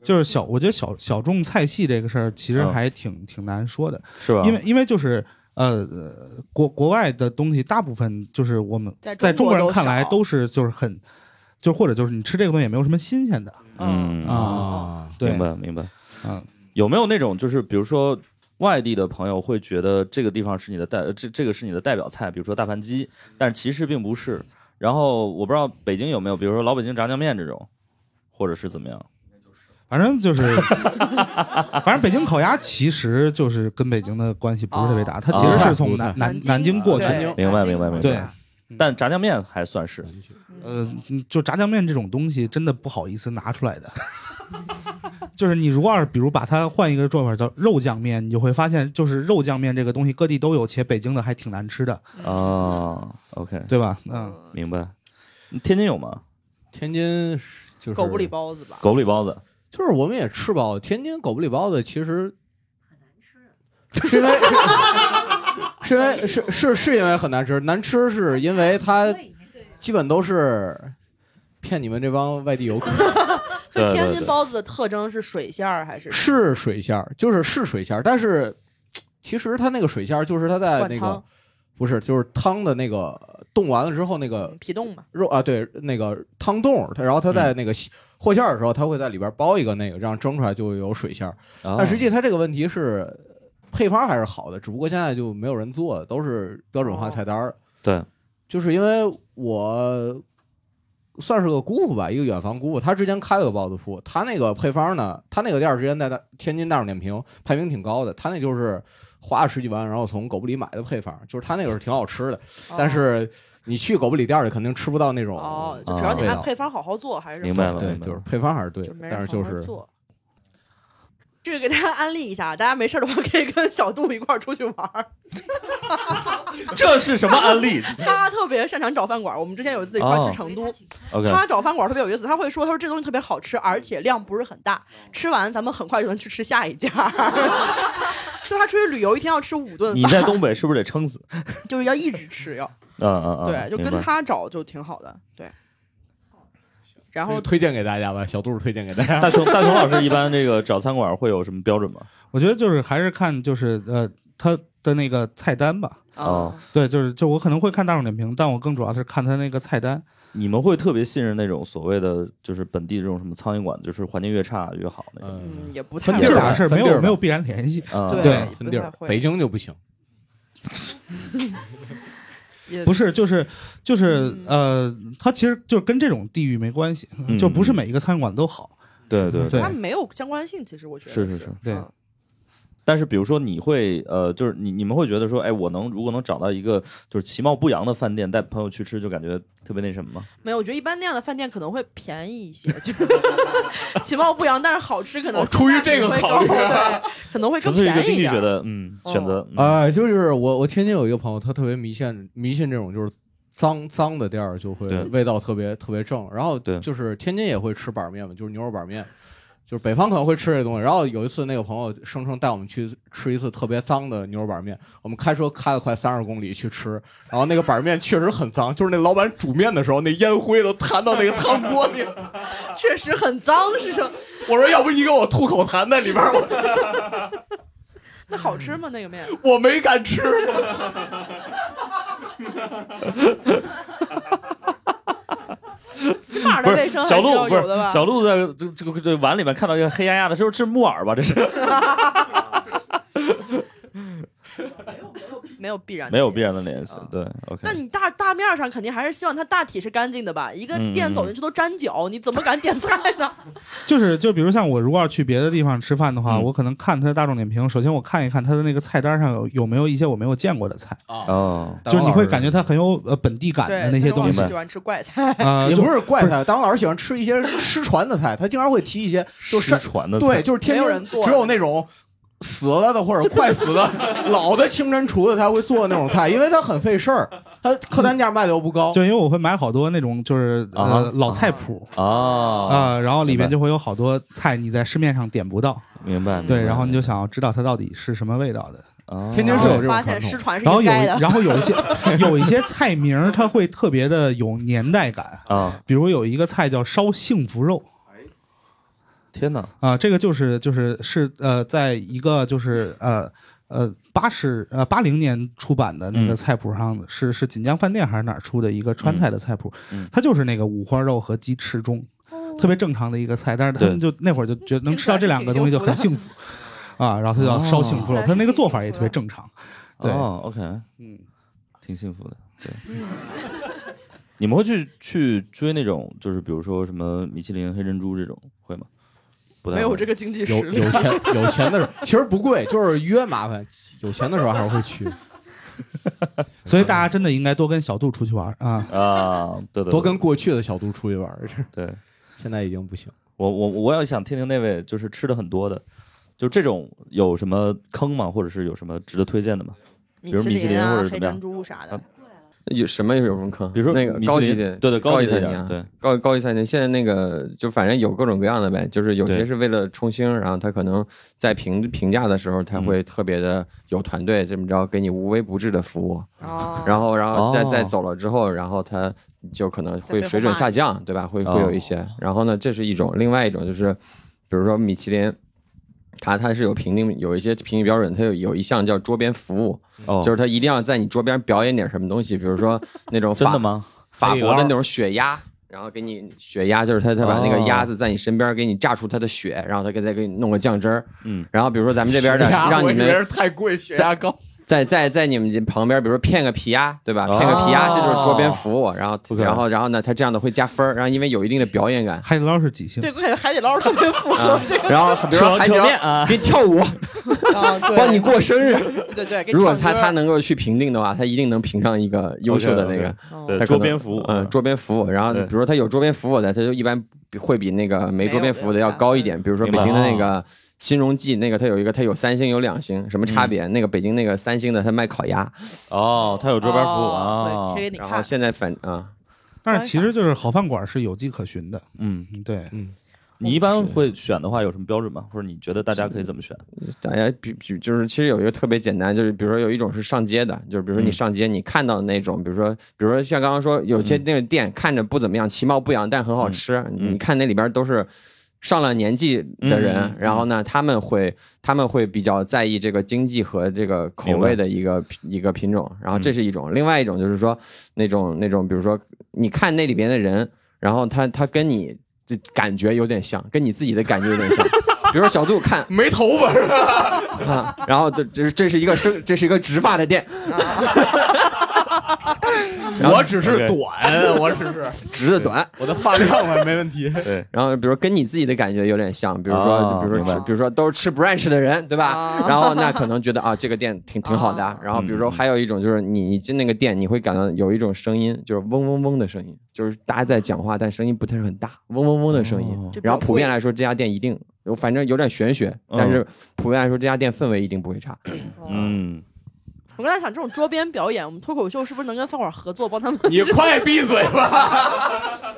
S4: 就是小，我觉得小小众菜系这个事儿其实
S1: 嗯
S4: 还挺、挺难说的，
S1: 是吧
S4: 因为因为就是。呃，呃国国外的东西大部分就是我们
S1: 在中国
S4: 在中国人
S1: 都
S4: 看来
S1: 少
S4: 都是就是很，就或者就是你吃这个东西也没有什么新鲜的，
S1: 嗯
S4: 啊对
S1: 明白明白，
S4: 嗯，
S1: 有没有那种就是比如说外地的朋友会觉得这个地方是你的代，呃这这个是你的代表菜，比如说大盘鸡，但是其实并不是。然后我不知道北京有没有，比如说老北京炸酱面这种，或者是怎么样？
S4: 反正就是， 反正北京烤鸭其实就是跟北京的关系不是特别大，它其实是从南南南京过去的，
S1: 哦啊明白明白明白。
S4: 对，
S1: 但炸酱面还算是，
S4: 呃，嗯就炸酱面这种东西真的不好意思拿出来的。 就是你如果要是比如把它换一个做法叫肉酱面，你就会发现就是肉酱面这个东西各地都有，且北京的还挺难吃的。
S1: 哦，OK，
S4: 对吧？嗯，
S1: 明白。天津有吗？
S2: 天津是就是
S3: 狗不理包子吧？
S1: 狗不理包子，
S2: 就是我们也吃包子。天津狗不理包子其实是因为是 是因为是是是因为很难吃，难吃是因为它基本都是骗你们这帮外地游客。
S3: 所以天津包子的特征是水馅儿还是？
S2: 是水馅儿，就是是水馅儿，但是其实它那个水馅儿就是它在那
S3: 灌
S2: 个
S3: 汤
S2: 不是就是汤的那个冻完了之后那个
S3: 皮冻嘛。
S2: 肉啊，对，那个汤冻，它然后它在那个西和馅儿的时候，它会在里边包一个那个，这样蒸出来就有水馅儿。但实际它这个问题是配方还是好的，只不过现在就没有人做，都是标准
S3: 哦
S2: 化菜单儿。
S15: 对，
S2: 就是因为我算是个姑父吧，一个远房姑父，他之前开了个包子铺，他那个配方呢，他那个店儿之前在大天津大众点评排名挺高的，他那就是花了十几万，然后从狗不理买的配方，就是他那个是挺好吃的，但是你去狗不理店儿里肯定吃不到那种
S3: 哦，就只要你
S2: 味
S5: 啊
S3: 按
S2: 道
S3: 配方好好做，还是
S2: 对，就是配方还是对的
S3: 就，没人
S2: 但
S3: 好
S2: 是就
S3: 好
S2: 是
S3: 做。这个给大家安利一下，大家没事儿的话可以跟小杜一块儿出去玩 儿。
S1: 这是什么安利？
S3: 他特别擅长找饭馆儿，我们之前有一次一块儿
S1: 哦
S3: 去成都，
S1: OK
S3: 他找饭馆儿特别有意思，他会说，他说这东西特别好吃，而且量不是很大，吃完咱们很快就能去吃下一家。 说他出去旅游一天要吃五顿饭，
S1: 你在东北是不是得撑死？
S3: 就是要一直吃 要，
S1: 嗯嗯嗯，
S3: 对，就
S1: 明
S3: 跟
S1: 白
S3: 他找就挺好的，对。然后
S2: 推荐给大家吧，小杜推荐给大家。
S1: 大熊大熊老师一般这个找餐馆会有什么标准吗？
S4: 我觉得就是还是看就是呃它的那个菜单吧。
S3: 啊
S1: 哦，
S4: 对，就是就我可能会看大众点评，但我更主要是看它那个菜单。
S1: 你们会特别信任那种所谓的就是本地这种什么苍蝇馆子，就是环境越差越好那种。
S3: 嗯，也不太
S4: 分地儿俩事儿没有没有必然联系。
S1: 啊
S4: 对，
S2: 分地儿，北京就不行。
S3: 也
S4: 不是，就是就是呃，它其实就是跟这种地域没关系，
S2: 嗯
S4: 就不是每一个餐馆都好。
S1: 对对
S4: 对
S3: 它没有相关性，其实我觉得
S1: 是是是，
S4: 对。
S3: 嗯
S1: 但是，比如说，你会呃，就是你你们会觉得说，哎，我能如果能找到一个就是其貌不扬的饭店，带朋友去吃，就感觉特别那什么吗？
S3: 没有，我觉得一般那样的饭店可能会便宜一些，就是 其貌不扬，但是好吃，可能
S2: 哦出于这个
S3: 性价比会
S2: 考虑
S3: 高
S2: 啊
S3: 对，可能会更
S1: 纯粹一
S3: 便
S1: 个
S3: 宜
S1: 经
S3: 一
S1: 济
S3: 点哦
S1: 学
S3: 儿。
S1: 的，嗯，选择。嗯
S2: 哎，就是我，我天津有一个朋友，他特别迷信迷信这种就是脏脏的店儿，就会
S1: 对
S2: 味道特别特别正。然后
S1: 对
S2: 就是天津也会吃板儿面嘛，就是牛肉板儿面，就是北方可能会吃这东西。然后有一次那个朋友声称带我们去吃一次特别脏的牛肉板儿面，我们开车开了快三十公里去吃，然后那个板儿面确实很脏，就是那老板煮面的时候那烟灰都弹到那个汤锅里。
S3: 确实很脏，是什么？
S2: 我说要不你给我吐口痰在里边儿，我
S3: 那好吃吗？那个面？
S2: 我没敢吃。
S3: 起码的卫生还
S1: 小
S3: 是
S1: 鹿
S3: 要
S1: 不是
S3: 有的吧？
S1: 小鹿在这这个这碗里面看到一个黑压压的，是不是是木耳 吧？这是
S3: 没有必然，
S1: 没有必然的。联系。对，OK
S3: 哦那。你大大面上肯定还是希望它大体是干净的吧？一个
S4: 嗯
S3: 店走进去都沾脚，你怎么敢点菜呢？
S4: 就是就比如像我如果要去别的地方吃饭的话，
S2: 嗯
S4: 我可能看它的大众点评，首先我看一看它的那个菜单上有有没有一些我没有见过的菜，
S1: 哦
S4: 就是你会感觉它很有呃本地感的那些东西
S3: 对，。喜欢吃 怪菜
S4: 啊
S2: 也
S4: 就
S2: 不是怪菜，当老师喜欢吃一些失传的菜，他经常会提一些就是
S1: 失传的菜
S2: 对，就是天
S3: 没有
S2: 津
S3: 人做
S2: 只有那种死了的或者快 死的老的清真厨子才会做的那种菜，因为它很费事儿，它客单价卖的又不高。
S4: 就因为我会买好多那种就是
S1: 啊
S4: 呃老菜谱
S1: 哦
S4: 啊，然后里面
S1: 明白
S4: 就会有好多菜你在市面上点不到，
S1: 明白
S4: 对，
S1: 明白哦
S4: 然后你就想要知道它到底是什么味道的。
S2: 天津是有这种
S3: 发现失传是
S4: 然后
S3: 应
S4: 有
S3: 该的。
S4: 然后有一 些有一些菜名儿它会特别的有年代感
S1: 啊，哎
S4: 比如有一个菜叫烧幸福肉，
S1: 天哪！
S4: 啊，这个就是就是是呃，在一个就是呃呃八十呃八零年出版的
S1: 嗯
S4: 那个菜谱上，是是锦江饭店还是哪儿出的一个川菜的菜谱，
S1: 嗯
S4: 它就是那个五花肉和鸡翅中，
S3: 哦
S4: 特别正常的一个菜，但是他们就那会儿就觉得能吃到这两个东西就很幸福。 啊，然后他叫烧幸
S3: 哦
S4: 福肉，他那个做法也特别正常。对，
S1: 哦，OK，嗯，挺幸福的，对。嗯你们会去去追那种，就是比如说什么米其林、黑珍珠这种，会吗？不太
S3: 没有
S1: 会
S3: 这个经济
S2: 有
S3: 实力。
S2: 有钱有钱的时候其实不贵，就是约麻烦。有钱的时候还是会 去，嗯
S4: 所以大家真的应该多跟小杜出去玩儿啊。
S1: 啊，对对对，
S2: 多跟过去的小杜出去玩儿。
S1: 对，
S2: 现在已经不行。
S1: 我我我要想听听那位就是吃的很多的，就这种有什么坑吗？或者是有什么值得推荐的吗？比
S3: 米
S1: 如
S3: 其
S1: 米其
S3: 林
S1: 林
S3: 啊
S1: 或者
S3: 黑
S1: 怎么样
S3: 珍珠啥的
S1: 啊
S5: 有什么有什么坑？比
S1: 如说
S5: 那个
S1: 米其
S5: 高级
S1: 林
S5: 的，
S1: 对对高
S5: 高
S1: 级
S5: 餐
S1: 的
S5: 厅
S1: 呀
S5: 啊，
S1: 对
S5: 高高级餐厅。现在那个就反正有各种各样的呗，就是有些
S1: 对
S5: 是为了冲星，然后他可能在评评价的时候，
S1: 嗯
S5: 他会特别的有团队这么着给你无微不至的服务。
S9: 哦
S5: 然后然后再
S1: 哦
S5: 再走了之后，然后他就可能会
S1: 背后
S5: 水准
S1: 骂
S5: 下
S1: 你
S5: 降，对吧？会
S1: 哦
S5: 会有一些。然后呢，这是一种，另外一种就是，比如说米其林。它它是有评定，有一些评定标准，它有有一项叫桌边服务，
S1: 哦
S5: 就是它一定要在你桌边表演点什么东西，比如说那 种
S1: 真
S5: 法
S1: 的吗
S5: 法
S1: 黑
S5: 国的
S1: 腰
S5: 那种血鸭，然后给你血鸭，就是它它把那个
S1: 哦
S5: 鸭子在你身边给你炸出它的血，然后它给再给你弄个酱汁儿，
S1: 嗯，
S5: 然后比如说咱们这边的
S17: 血
S2: 啊
S17: 鸭
S5: 让
S17: 我
S5: 你
S17: 以为是
S5: 们
S17: 太贵，血
S5: 在
S17: 压高。
S5: 在在在你们旁边，比如说骗个皮鸭，对吧？骗个皮鸭，这就是桌
S1: 哦
S5: 边服务。然后然后然后呢，它这样的会加分儿，然后因为有一定的表演感。
S4: 海底捞是几星？
S3: 对，我感觉海底捞特别符合
S5: 啊
S3: 这个。
S5: 然后比如说海底捞给你跳舞，
S3: 啊，对
S5: 帮你过生日。
S3: 对对，给你
S5: 如果
S3: 唱
S5: 他
S3: 歌
S5: 他能够去评定的话，他一定能评上一个优秀的那个
S1: OK，OK，对
S5: 他可能
S1: 桌边服务
S5: 嗯，桌边服务。然后
S1: 对
S5: 比如说他有桌边服务的，他就一般会比那个没桌边服务的要高一点。比如说北京的那
S1: 明白哦
S5: 个新荣记，那个它有一个它有三星有两星，什么差别？那个北京那个三星的他卖烤鸭，
S1: 嗯哦，他有桌边服务
S3: 哦
S1: 啊，
S5: 然后现在反啊，
S4: 但是其实就是好饭馆是有迹可循的。
S1: 嗯，
S4: 对，
S1: 嗯，你一般会选的话有什么标准吗？或者你觉得大家可以怎么选？
S5: 大家比比就是其实有一个特别简单，就是比如说有一种是上街的，就是比如说你
S1: 嗯
S5: 上街你看到的那种，比如说比如说像刚刚说有些那个店看着不怎么样，其貌不扬但很
S1: 嗯
S5: 好吃，你看那里边都是。上了年纪的人，
S1: 嗯嗯
S5: 然后呢，他们会他们会比较在意这个经济和这个口味的一个一个品种，然后
S1: 嗯
S5: 这是一种，另外一种就是说那种那种，比如说你看那里边的人，然后他他跟你这感觉有点像，跟你自己的感觉有点像，比如说小杜看
S17: 没头发是吧？
S5: 啊，然后这这是这是一个生，这是一个植发的店，然后
S17: 啊我只是短，我只 是
S5: 直的短，
S17: 我的发量还没问题。哦
S1: 对，
S5: 然后比如跟你自己的感觉有点像，比如说、
S1: 啊
S5: 比如
S1: 明
S5: 说
S1: 白
S5: 吃，比如说都是吃 brunch 的人，对吧？然后那可能觉得啊，这个店挺挺好的。啊然后比
S17: 嗯
S5: 如说还有一种就是你你进那个店，你会感到有一种声音，就是嗡嗡嗡的声音，就是大家在讲话，但声音不太是很大，嗡嗡嗡的声音。然后普遍来说，这家店一定反正有点玄学，
S17: 嗯
S5: 但是普遍来说，这家店氛围一定不会差。
S1: 嗯，
S3: 我刚才想，这种桌边表演，我们脱口秀是不是能跟饭馆合作，帮他们？
S17: 你快闭嘴吧！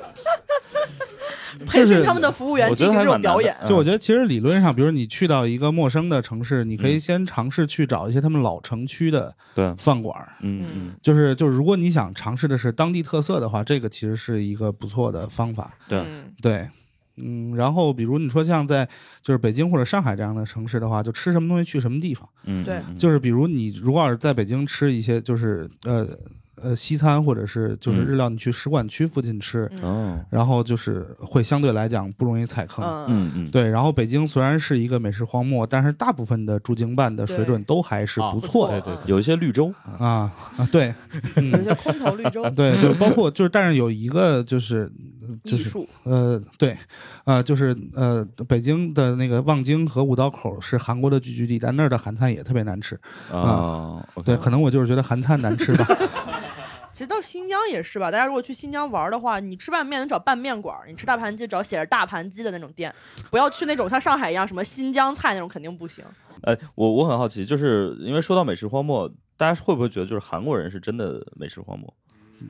S3: 培训他们的服务员进行这种表演。
S4: 就我觉得，其实理论上，比如你去到一个陌生的城市，你可
S2: 嗯
S4: 以先尝试去找一些他们老城区的
S1: 对
S4: 饭馆儿。
S1: 嗯嗯，
S4: 就是就是，如果你想尝试的是当地特色的话，这个其实是一个不错的方法。
S1: 对，
S4: 对，嗯，然后比如你说像在就是北京或者上海这样的城市的话，就吃什么东西去什么地方。
S1: 嗯
S3: 对
S4: 就是比如你如果要是在北京吃一些就是呃呃西餐或者是就是日料，你去使馆区附近吃，
S1: 嗯
S3: 嗯
S1: 哦，
S4: 然后就是会相对来讲不容易踩坑。
S1: 嗯嗯
S4: 对，然后北京虽然是一个美食荒漠，但是大部分的驻京办的水准都还
S1: 哦
S4: 是不错的。
S1: 有一些绿洲
S4: 啊啊，对， 嗯、
S3: 有些空头绿洲
S4: 对，就包括就是，但是有一个就是就
S3: 艺
S4: 是
S3: 术
S4: 呃，对，呃，就是呃，北京的那个望京和五道口是韩国的聚居地，但那儿的韩餐也特别难吃
S1: 哦
S4: 啊。对，可能我就是觉得韩餐难吃吧。
S3: 其实到新疆也是吧，大家如果去新疆玩的话，你吃拌面能找拌面馆儿，你吃大盘鸡找写着大盘鸡的那种店，不要去那种像上海一样什么新疆菜那种，肯定不
S2: 啊
S3: 行。
S1: 哎，我我很好奇，就是因为说到美食荒漠，大家会不会觉得就是韩国人是真的美食荒漠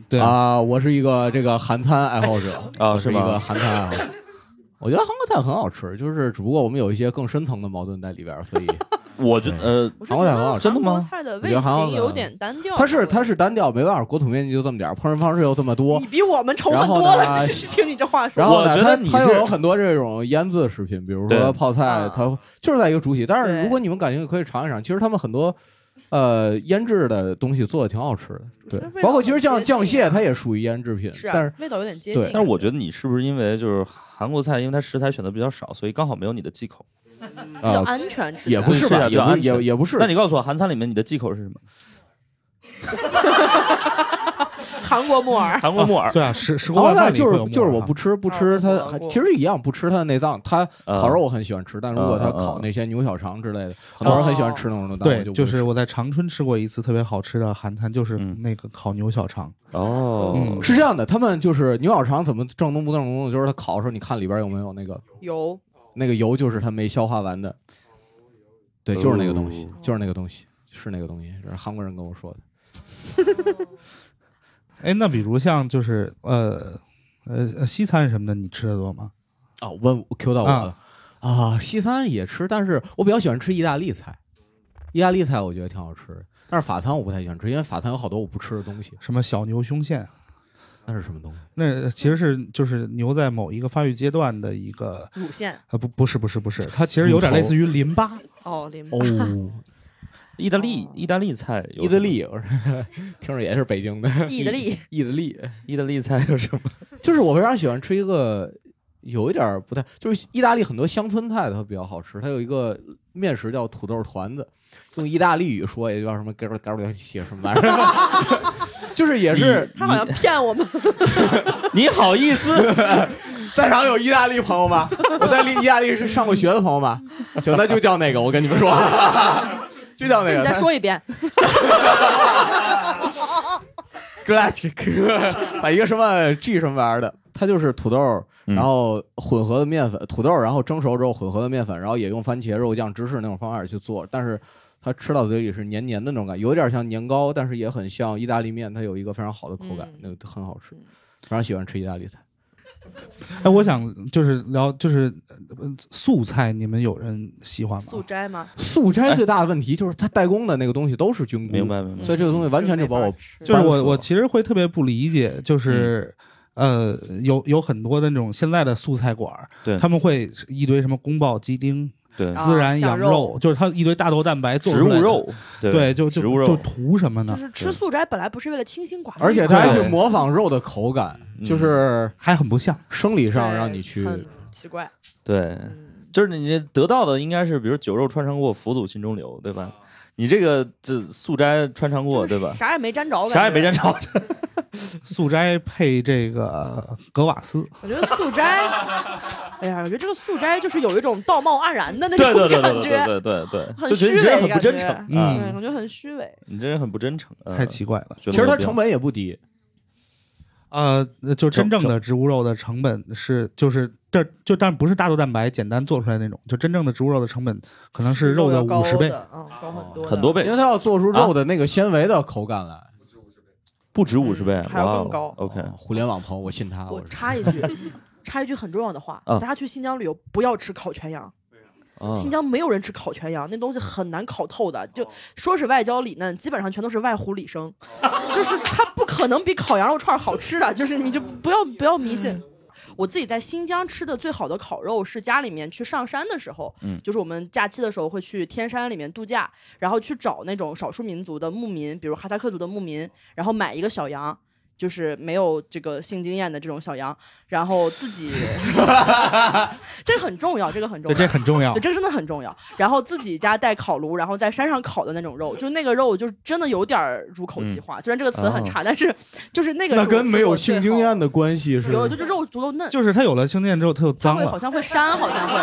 S4: 对
S2: 啊、我是一个这个韩餐爱好者
S1: 啊
S2: 我是
S1: 是
S2: 一
S1: 吗
S2: 个韩餐爱好者。我觉得韩国菜很好吃，就是只不过我们有一些更深层的矛盾在里边儿，所以
S1: 我觉呃，
S2: 韩国菜很好吃，真的
S3: 韩国
S2: 吗？
S3: 菜的
S2: 我
S3: 味
S2: 觉得韩国
S3: 型
S2: 菜
S3: 有点单调，
S2: 它是它是单调，没办法，国土面积就这么点儿，烹饪方式又这么多
S3: 你，比我们仇
S2: 然
S3: 恨
S2: 后
S3: 多了。
S2: 呢
S3: 听你这话说，
S2: 然后呢，它它又有
S3: 是
S2: 很多这种腌制食品，比如
S1: 对
S2: 说泡菜，
S3: 嗯
S2: 它就是在一个主体。但是如果你们感兴趣，可以尝一尝。其实他们很多呃腌制的东西做的挺好吃的，对，包括其实像酱
S3: 啊
S2: 蟹，它也属于腌制品，
S3: 是啊
S2: 但是
S3: 味道有点接近。
S1: 但是我觉得你是不是因为就是韩国菜，因为它食材选择比较少，所以刚好没有你的忌口，
S3: 比较安全吃起来
S2: 啊也不是吧
S1: 啊
S2: 也
S1: 比较
S2: 不是
S1: 安全
S2: 也也不是
S1: 那你告诉我，韩餐里面你的忌口 是什么？
S3: 韩国木耳，
S1: 韩国木耳
S4: 对啊，石石锅
S2: 哦
S4: 拌，
S2: 那
S4: 饭里
S2: 就
S4: 会有
S2: 是
S4: 木
S2: 就是
S4: 耳
S2: 我
S4: 哈
S2: 不吃不吃它，还其实一样不吃它的内脏。它
S4: 嗯
S2: 烤肉我很喜欢吃，但如果它
S4: 嗯嗯嗯
S2: 烤
S4: 哦
S2: 那些牛小肠之类的， 很多人很喜欢吃那种东西，但我
S4: 对，
S2: 就不
S4: 是我在长春吃过一次特别好吃的韩餐，就是那
S2: 嗯
S4: 个烤牛小肠。
S1: 哦
S4: 嗯
S2: 是这样的，他们就是牛小肠怎么正宗不正宗的，就是它烤的时候，你看里边有没有那个
S3: 有
S2: 那个油，就是它没消化完的。对，就是那个
S4: 哦
S2: 东西，就是那个东西，是那个东西，这是韩国人跟我说的。
S4: 哎，那比如像就是呃呃西餐什么的，你吃的多吗？
S2: 哦，问 Q 到我了啊！西餐也吃，但是我比较喜欢吃意大利菜，意大利菜我觉得挺好吃的。但是法餐我不太喜欢吃，因为法餐有好多我不吃的东西。
S4: 什么小牛胸腺？啊
S2: 那是什么东西？
S4: 那其实是就是牛在某一个发育阶段的一个
S3: 乳腺
S4: 啊，不不是不是不是，它其实有点类似于淋巴。
S3: 哦，淋巴。
S2: 哦，
S1: 意大利意大利菜有
S2: 意大利，我说 听着也是北京的。
S3: 意大利，
S2: 意大利，
S1: 意大利菜有什么？
S2: 就是我非常喜欢吃一个，有一点儿不太，就是意大利很多乡村菜它比较好吃，它有一个面食叫土豆团子，用意大利语说也叫什么嘎嘎嘎嘎写什么玩意儿， 就是也是
S3: 他好像骗我们。
S1: 你好意思？
S2: 在场有意大利朋友吗？我在意大利是上过学的朋友吗？行，那就叫那个，我跟你们说， 就叫那
S3: 那
S2: 个。
S3: 你再说一 遍。
S2: Galactic，把一个什么 G 什么玩意儿的，它就是土豆，
S1: 嗯
S2: 然后混合的面粉，土豆，然后蒸熟之后混合的面粉，然后也用番茄、肉酱、芝士那种方法去做，但是它吃到嘴里是黏黏的那种感觉，有点像年糕，但是也很像意大利面，它有一个非常好的口
S4: 嗯
S2: 感，那个很好吃，非常喜欢吃意大利菜。
S4: 哎，我想就是聊就是呃素菜，你们有人喜欢吗？
S3: 素斋吗？哎
S2: 素
S4: 哎
S2: 斋最大的问题就是它代工的那个东西都是菌菇，
S1: 明白明白
S2: 所以这个东西完全就把我
S4: 就是
S2: 搬死
S4: 我
S2: 了
S4: 我其实会特别不理解，就是。
S2: 嗯
S4: 呃，有有很多的那种现在的素菜馆儿，
S1: 对
S4: 他们会一堆什么宫保鸡丁、
S1: 对
S4: 孜然
S3: 啊
S4: 羊
S3: 像肉
S4: 就是它一堆大豆蛋白做
S1: 植
S4: 出
S1: 物
S4: 来的
S1: 肉，对
S4: 对，就就
S1: 植物肉
S4: 就图什么呢？
S3: 就是吃素斋本来不是为了清心寡欲，
S2: 而且它还去
S4: 对
S2: 模仿肉的口感，就是
S4: 还很不像，
S2: 生理上让你去
S3: 嗯很奇怪。
S1: 对，
S3: 嗯
S1: 就是你得到的应该是，比如酒肉穿肠过，佛祖心中留，对吧？你这个这素斋穿肠过，对吧？
S3: 啥也没沾着，
S1: 啥也没沾着。
S4: 素斋配这个格瓦斯，
S3: 我觉得素斋， 哎呀，我觉得这个素斋就是有一种道貌岸然的那
S1: 对对
S3: 种
S1: 对
S3: 感
S1: 对对
S3: 觉，
S1: 对对对，
S3: 很
S1: 就觉
S3: 虚
S1: 得
S3: 伪的
S1: 你这人很
S3: 感
S1: 不
S3: 觉，
S1: 真诚，
S3: 对，
S1: 嗯，
S3: 感觉很虚伪。
S1: 你这人很不真诚，嗯
S4: 太奇怪了
S1: 觉得
S2: 其实
S1: 没
S2: 它
S1: 有必要
S2: 成本也不低，
S4: 呃，就真正的植物肉的成本是，就是这就但不是大豆蛋白简单做出来那种，就真正的植物肉的成本可能是肉的五十倍，
S3: 嗯，高很多，
S1: 很多倍啊
S2: 因为它要做出肉的那个纤维的口感来，啊
S1: 不止五十倍，
S3: 嗯还要
S1: 哇
S3: 更高
S1: 哦 OK，
S2: 互联网朋友，我信
S1: 啊
S2: 他。
S3: 我插一句，插一句很重要的话，
S1: 嗯
S3: 大家去新疆旅游不要吃烤全羊。
S1: 啊
S3: 新疆没 有人吃烤全羊，那东西很难烤透的。就说是外焦里嫩，基本上全都是外糊里生， 就是它不可能比烤羊肉串儿好吃的。就是你就不要不要迷信。我自己在新疆吃的最好的烤肉是家里面去上山的时候，
S18: 嗯
S3: 就是我们假期的时候会去天山里面度假，然后去找那种少数民族的牧民，比如哈萨克族的牧民，然后买一个小羊，就是没有这个性经验的这种小羊，然后自己，这个很重要，这个很重要，
S4: 对这很重要
S3: 对，这个真的很重要。然后自己家带烤炉，然后在山上烤的那种肉，就那个肉就是真的有点儿入口即化，虽然这个词很差，
S2: 哦
S3: 但是就是那个
S2: 那
S3: 是我
S2: 跟
S3: 吃
S2: 没
S3: 过
S2: 有
S3: 最
S2: 性经验的关系是
S3: 有就是肉足够嫩，
S4: 就是它有了性经验之后它就脏
S3: 会好
S4: 了。
S3: 像会膻，好像会，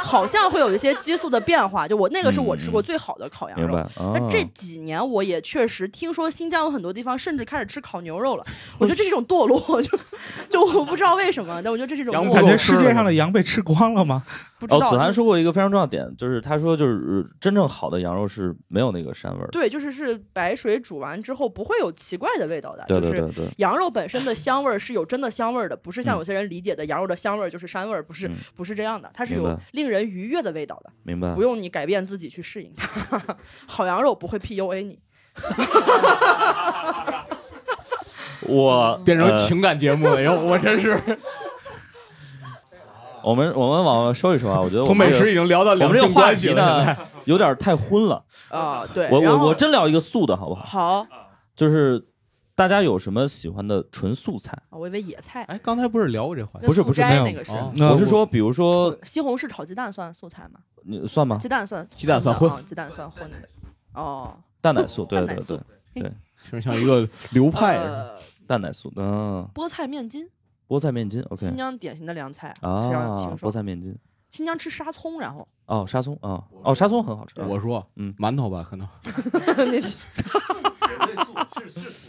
S3: 好像会有一些激素的变化。就我那个是我吃过最好的烤羊
S1: 明
S3: 肉
S1: 白，哦
S2: 啊
S3: 但
S4: 啊
S3: 这几年我也确实听说新疆有很多地方甚至开始吃烤牛肉了。我觉得这是一种堕落， 就就我不知道为什么，但我觉得这是一种
S4: 感
S3: 堕
S4: 觉
S3: 落。
S4: 世界上的羊被吃光了吗？
S3: 不知
S1: 哦
S3: 道，
S1: 子
S3: 就
S1: 涵
S3: 是
S1: 说过一个非常重要的点，就是他说就是呃真正好的羊肉是没有那个膻味儿的，
S3: 对，就是是白水煮完之后不会有奇怪的味道的，
S1: 对
S3: 就
S1: 对
S3: 是
S1: 对对
S3: 羊肉本 身的香味儿是有真的香味儿的，不是像
S1: 嗯
S3: 有些人理解的羊肉的香味儿就是膻味儿，不是
S1: 嗯
S3: 不是这样的，它是
S1: 明
S3: 有
S1: 白
S3: 令人愉悦的味道的，
S1: 明白
S3: 不用你改变自己去适应它。 好羊肉不会 PUA 你，
S1: 我
S2: 变成
S1: 呃
S2: 情感节目了，哟、我真是
S1: 我们我们往收一收啊，我觉得我
S2: 从
S1: 们
S2: 美
S1: 这个
S2: 食已经聊到两
S1: 我们这个
S2: 性
S1: 话
S2: 关系
S1: 题
S2: 了
S1: 呢
S2: 现在，
S1: 有点太昏了。
S3: 啊，对，
S1: 我
S3: 然
S1: 我
S3: 后
S1: 我真聊一个素的好不好？
S3: 好，
S1: 就是大家有什么喜欢的纯素菜？
S3: 我以为野菜，
S2: 哎，刚才不是聊过这话题？
S1: 不是不是
S3: 那素斋那个是
S1: 哦我是说，比如说
S3: 西红柿炒鸡蛋算素菜吗？
S1: 你算吗？
S3: 鸡蛋算
S2: 鸡蛋算
S3: 荤的
S2: 荤
S3: 啊，鸡蛋算荤的，哦，
S1: 蛋奶素，对
S3: 蛋奶
S1: 对
S3: 素哎
S1: 对对，
S2: 听着像一个流派
S3: 呃
S1: 蛋奶素，嗯，
S3: 菠菜面筋，
S1: 菠菜面筋，OK，
S3: 新疆典型的凉菜，
S1: 啊
S3: 非常清，
S1: 菠
S3: 爽。
S1: 菜面筋，
S3: 新疆吃沙葱，然 后
S1: 哦，沙葱啊，哦，沙葱很好吃。
S2: 我说，
S1: 嗯，
S2: 馒头吧，可能
S3: 那是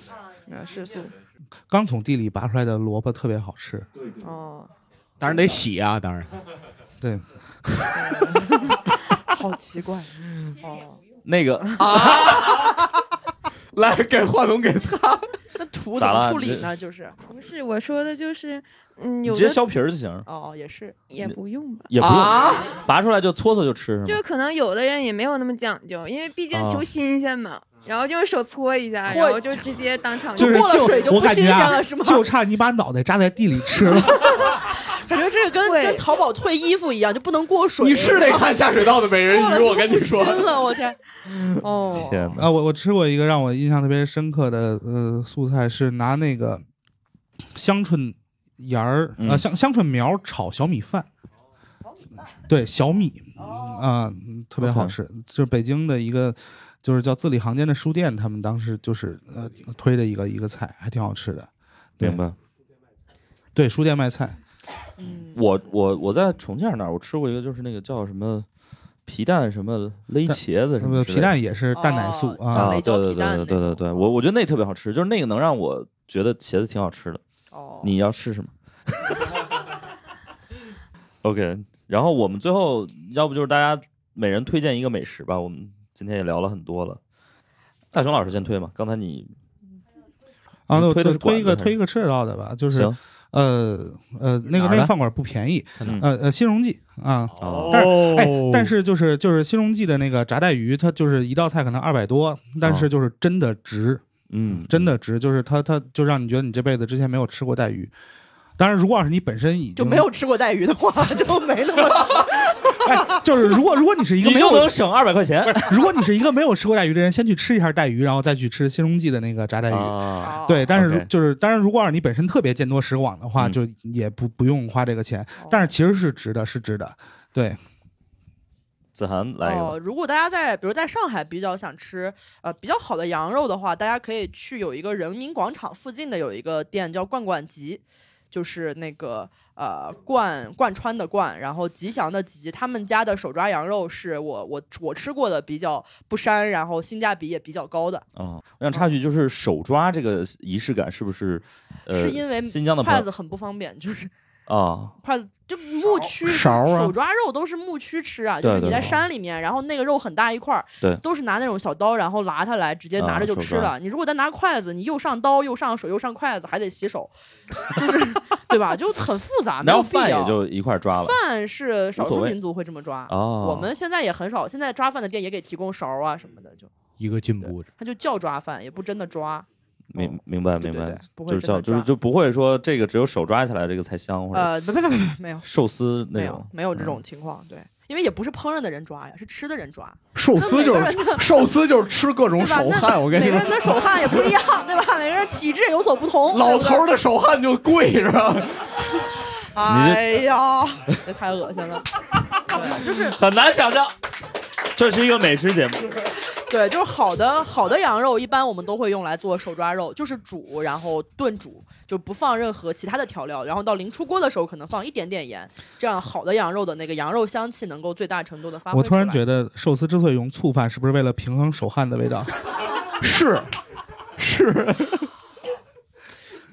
S3: 啊是素，
S4: 刚从地里拔出来的萝卜特别好吃，
S3: 哦，
S2: 当然得洗啊，当然。
S4: 对，
S3: 好奇怪，
S1: 嗯
S3: 哦，
S1: 那个
S2: 啊，来给话筒给他，
S3: 那土处怎
S1: 咋
S3: 么
S1: 了
S3: 处理
S1: 你
S3: 呢？就是
S12: 不是我说的，就是嗯，
S1: 你
S12: 有
S1: 直接
S12: 的
S1: 削皮儿就行
S3: 哦，也是，
S12: 也不用吧，
S1: 也不用、
S3: 啊
S1: 拔出来就搓搓就吃是
S12: 就
S1: 吗？
S12: 可能有的人也没有那么讲究，因为毕竟
S1: 啊
S12: 求新鲜嘛。然后就是手搓一下，
S3: 搓
S12: 然后就直接当场
S4: 就是就我感觉啊，
S3: 吗
S4: 就差你把脑袋扎在地里吃了。
S3: 感觉这个跟跟淘宝退衣服一样，就不能过水。
S4: 你是得看下水道的美人鱼
S3: 过了就
S4: 我跟你说
S3: 不行了，我天，哦，
S1: 天
S4: 啊，我我吃过一个让我印象特别深刻的呃素菜，是拿那个香椿芽儿、
S1: 嗯
S4: 呃香香椿苗炒小米饭。对小米，啊、嗯特别好
S1: OK
S4: 吃。就是北京的一个，就是叫字里行间的书店，他们当时就是呃推的一个一个菜，还挺好吃的。对
S1: 明白。
S4: 对，书店卖菜，
S1: 我我我在重庆那儿，我吃过一个，就是那个叫什么皮蛋什么勒茄子什么
S4: 呃
S1: 之类的，
S4: 皮蛋也是蛋奶素、啊。
S1: 对对对对对对对，我我觉得那特别好吃，就是那个能让我觉得茄子挺好吃的。
S3: 哦，
S1: 你要试试吗 ？OK，然后我们最后要不就是大家每人推荐一个美食吧，我们今天也聊了很多了。大雄老师先推吧，刚才你
S4: 啊，那我
S1: 推的是馆
S4: 推一个
S1: 子还是
S4: 推一个吃得到的吧，就是
S1: 行
S4: 呃呃那
S1: 哪
S4: 个那
S1: 儿的
S4: 个饭馆不便宜
S1: 嗯，
S4: 呃呃新荣记啊
S1: 哦，
S4: 但是哎但是就是就是新荣记的那个炸带鱼，它就是一道菜可能二百多，但是就是真的值，
S1: 哦嗯，
S4: 真的值，就是它它就让你觉得你这辈子之前没有吃过带鱼。当然，如果要是你本身已经
S3: 就没有吃过带鱼 的话，就没那么。
S4: 哎就是如果如果你是一个
S1: 你
S4: 没
S1: 就
S4: 有
S1: 能省二百块钱，
S4: 不是如果你是一个没有吃过带鱼的人，先去吃一下带鱼，然后再去吃新荣记的那个炸带鱼。
S3: 哦
S1: 啊
S4: 对，但是如
S1: OK 嗯
S4: 就是当然，如果要是你本身特别见多识广的话，就也不不用花这个钱，
S3: 哦
S4: 但是其实是值的，是值的。对，
S1: 子涵来一个吧。
S3: 哦，如果大家在比如在上海比较想吃呃比较好的羊肉的话，大家可以去有一个人民广场附近的有一个店叫罐罐集，就是那个呃贯贯穿的贯，然后吉祥的吉，他们家的手抓羊肉是我我我吃过的比较不膻，然后性价比也比较高的。
S1: 啊、我想插一句，就是手抓这个仪式感是不是？呃，
S3: 是因为
S1: 新疆的朋
S3: 筷
S1: 友
S3: 子很不方便，就是
S1: 啊，
S3: 筷子就牧区
S1: 勺儿啊
S3: 手抓肉都是牧区吃啊，就
S1: 对
S3: 是你
S1: 对
S3: 在
S1: 对
S3: 山里面，然后那个肉很大一块儿，
S1: 对
S3: 都是拿那种小刀，然后拿它来直接拿
S1: 啊
S3: 着就
S1: 手
S3: 吃
S1: 抓
S3: 了。你如果再拿筷子，你又上刀又上手又上筷子，还得洗手，就是对吧？就很复杂，啊没
S1: 然
S3: 有
S1: 后
S3: 必
S1: 饭也
S3: 要。
S1: 就一块儿抓了。
S3: 饭是少
S1: 无所
S3: 数
S1: 谓
S3: 民族会这么抓，
S1: 哦
S3: 我们现在也很少，现在抓饭的店也给提供勺儿啊什么的，就
S2: 一个进步。
S3: 它就叫抓饭，也不真的抓。
S1: 明明白明
S3: 哦对
S1: 白，
S3: 不会
S1: 就是
S3: 真
S1: 叫
S3: 的
S1: 就是
S3: 抓
S1: 就不会说这个只有手抓起来这个才香，或者
S3: 呃，不不不不，没有
S1: 寿司那
S3: 没
S1: 种
S3: 有没有这种情况，对，因为也不是烹饪的人抓呀，是吃的人抓。
S2: 寿司就
S3: 那
S2: 是
S3: 每个人的
S2: 寿司就是吃各种
S3: 对吧
S2: 手
S3: 那
S2: 汗，我跟你
S3: 每
S2: 说，
S3: 个人的手汗也不一样， 对吧？每个人体质也有所不同。
S2: 老
S3: 对不对
S2: 头儿的手汗就贵是吧？
S3: 哎呀，这太恶心了。就是
S1: 很难想象，这是一个美食 节目。
S3: 对，就是好的好的羊肉，一般我们都会用来做手抓肉，就是煮，然后炖煮，就不放任何其他的调料，然后到临出锅的时候可能放一点点盐，这样好的羊肉的那个羊肉香气能够最大程度的发挥
S4: 我突然
S3: 得
S4: 觉得寿司之所以用醋饭，是不是为了平衡手汗的味道？
S2: 是，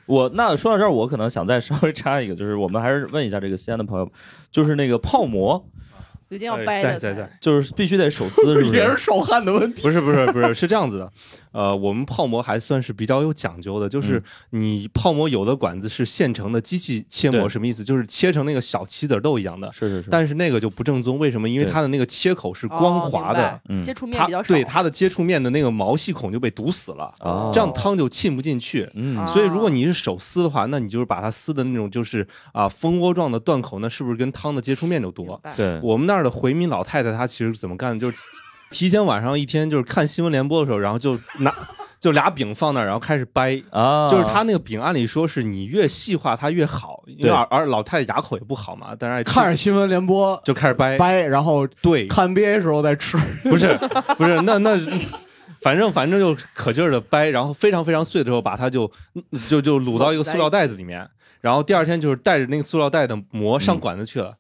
S1: 我那说到这儿，我可能想再稍微插一个，就是我们还是问一下这个西安的朋友，就是那个泡馍，
S3: 一定要
S1: 哎
S3: 掰着才。
S6: 哎在，
S1: 就是必须得手撕，是不
S6: 也
S1: 是
S6: 是？
S2: 手汗的问
S6: 题。不是不是不是，是这样子的，呃，我们泡馍还算是比较有讲究的，就是你泡馍有的馆子是现成的机器切
S1: 嗯对
S6: 馍，什么意思？就是切成那个小棋子豆一样的，
S1: 是是是。
S6: 但是那个就不正宗，为什么？因为
S1: 对
S6: 它的那个切口是光滑的
S3: 哦，明白嗯接触面
S6: 它
S3: 比较少
S6: 对它的接触面的那个毛细孔就被堵死了，
S1: 哦
S6: 这样汤就沁不进去。
S3: 哦
S1: 嗯
S6: 所以如果你是手撕的话，那你就是把它撕的那种就是啊蜂窝状的断口，那是不是跟汤的接触面就多？
S1: 对
S6: 我们那儿的回民老太太她其实怎么干的，就是提前晚上一天就是看新闻联播的时候，然后就拿就俩饼放那儿，然后开始掰
S1: 啊
S6: 就是她那个饼，按理说是你越细化它越好，因为
S2: 对
S6: 而而老太太牙口也不好嘛，但是
S2: 看着新闻联播
S6: 就开始掰
S2: 掰，然后
S6: 对
S2: 看 NBA 时候再吃，
S6: 不是不是那那。反正反正就可劲儿的掰，然后非常非常碎的时候，把它就就就卤到一个塑料袋子里面，然后第二天就是带着那个塑料袋的膜上馆子去了，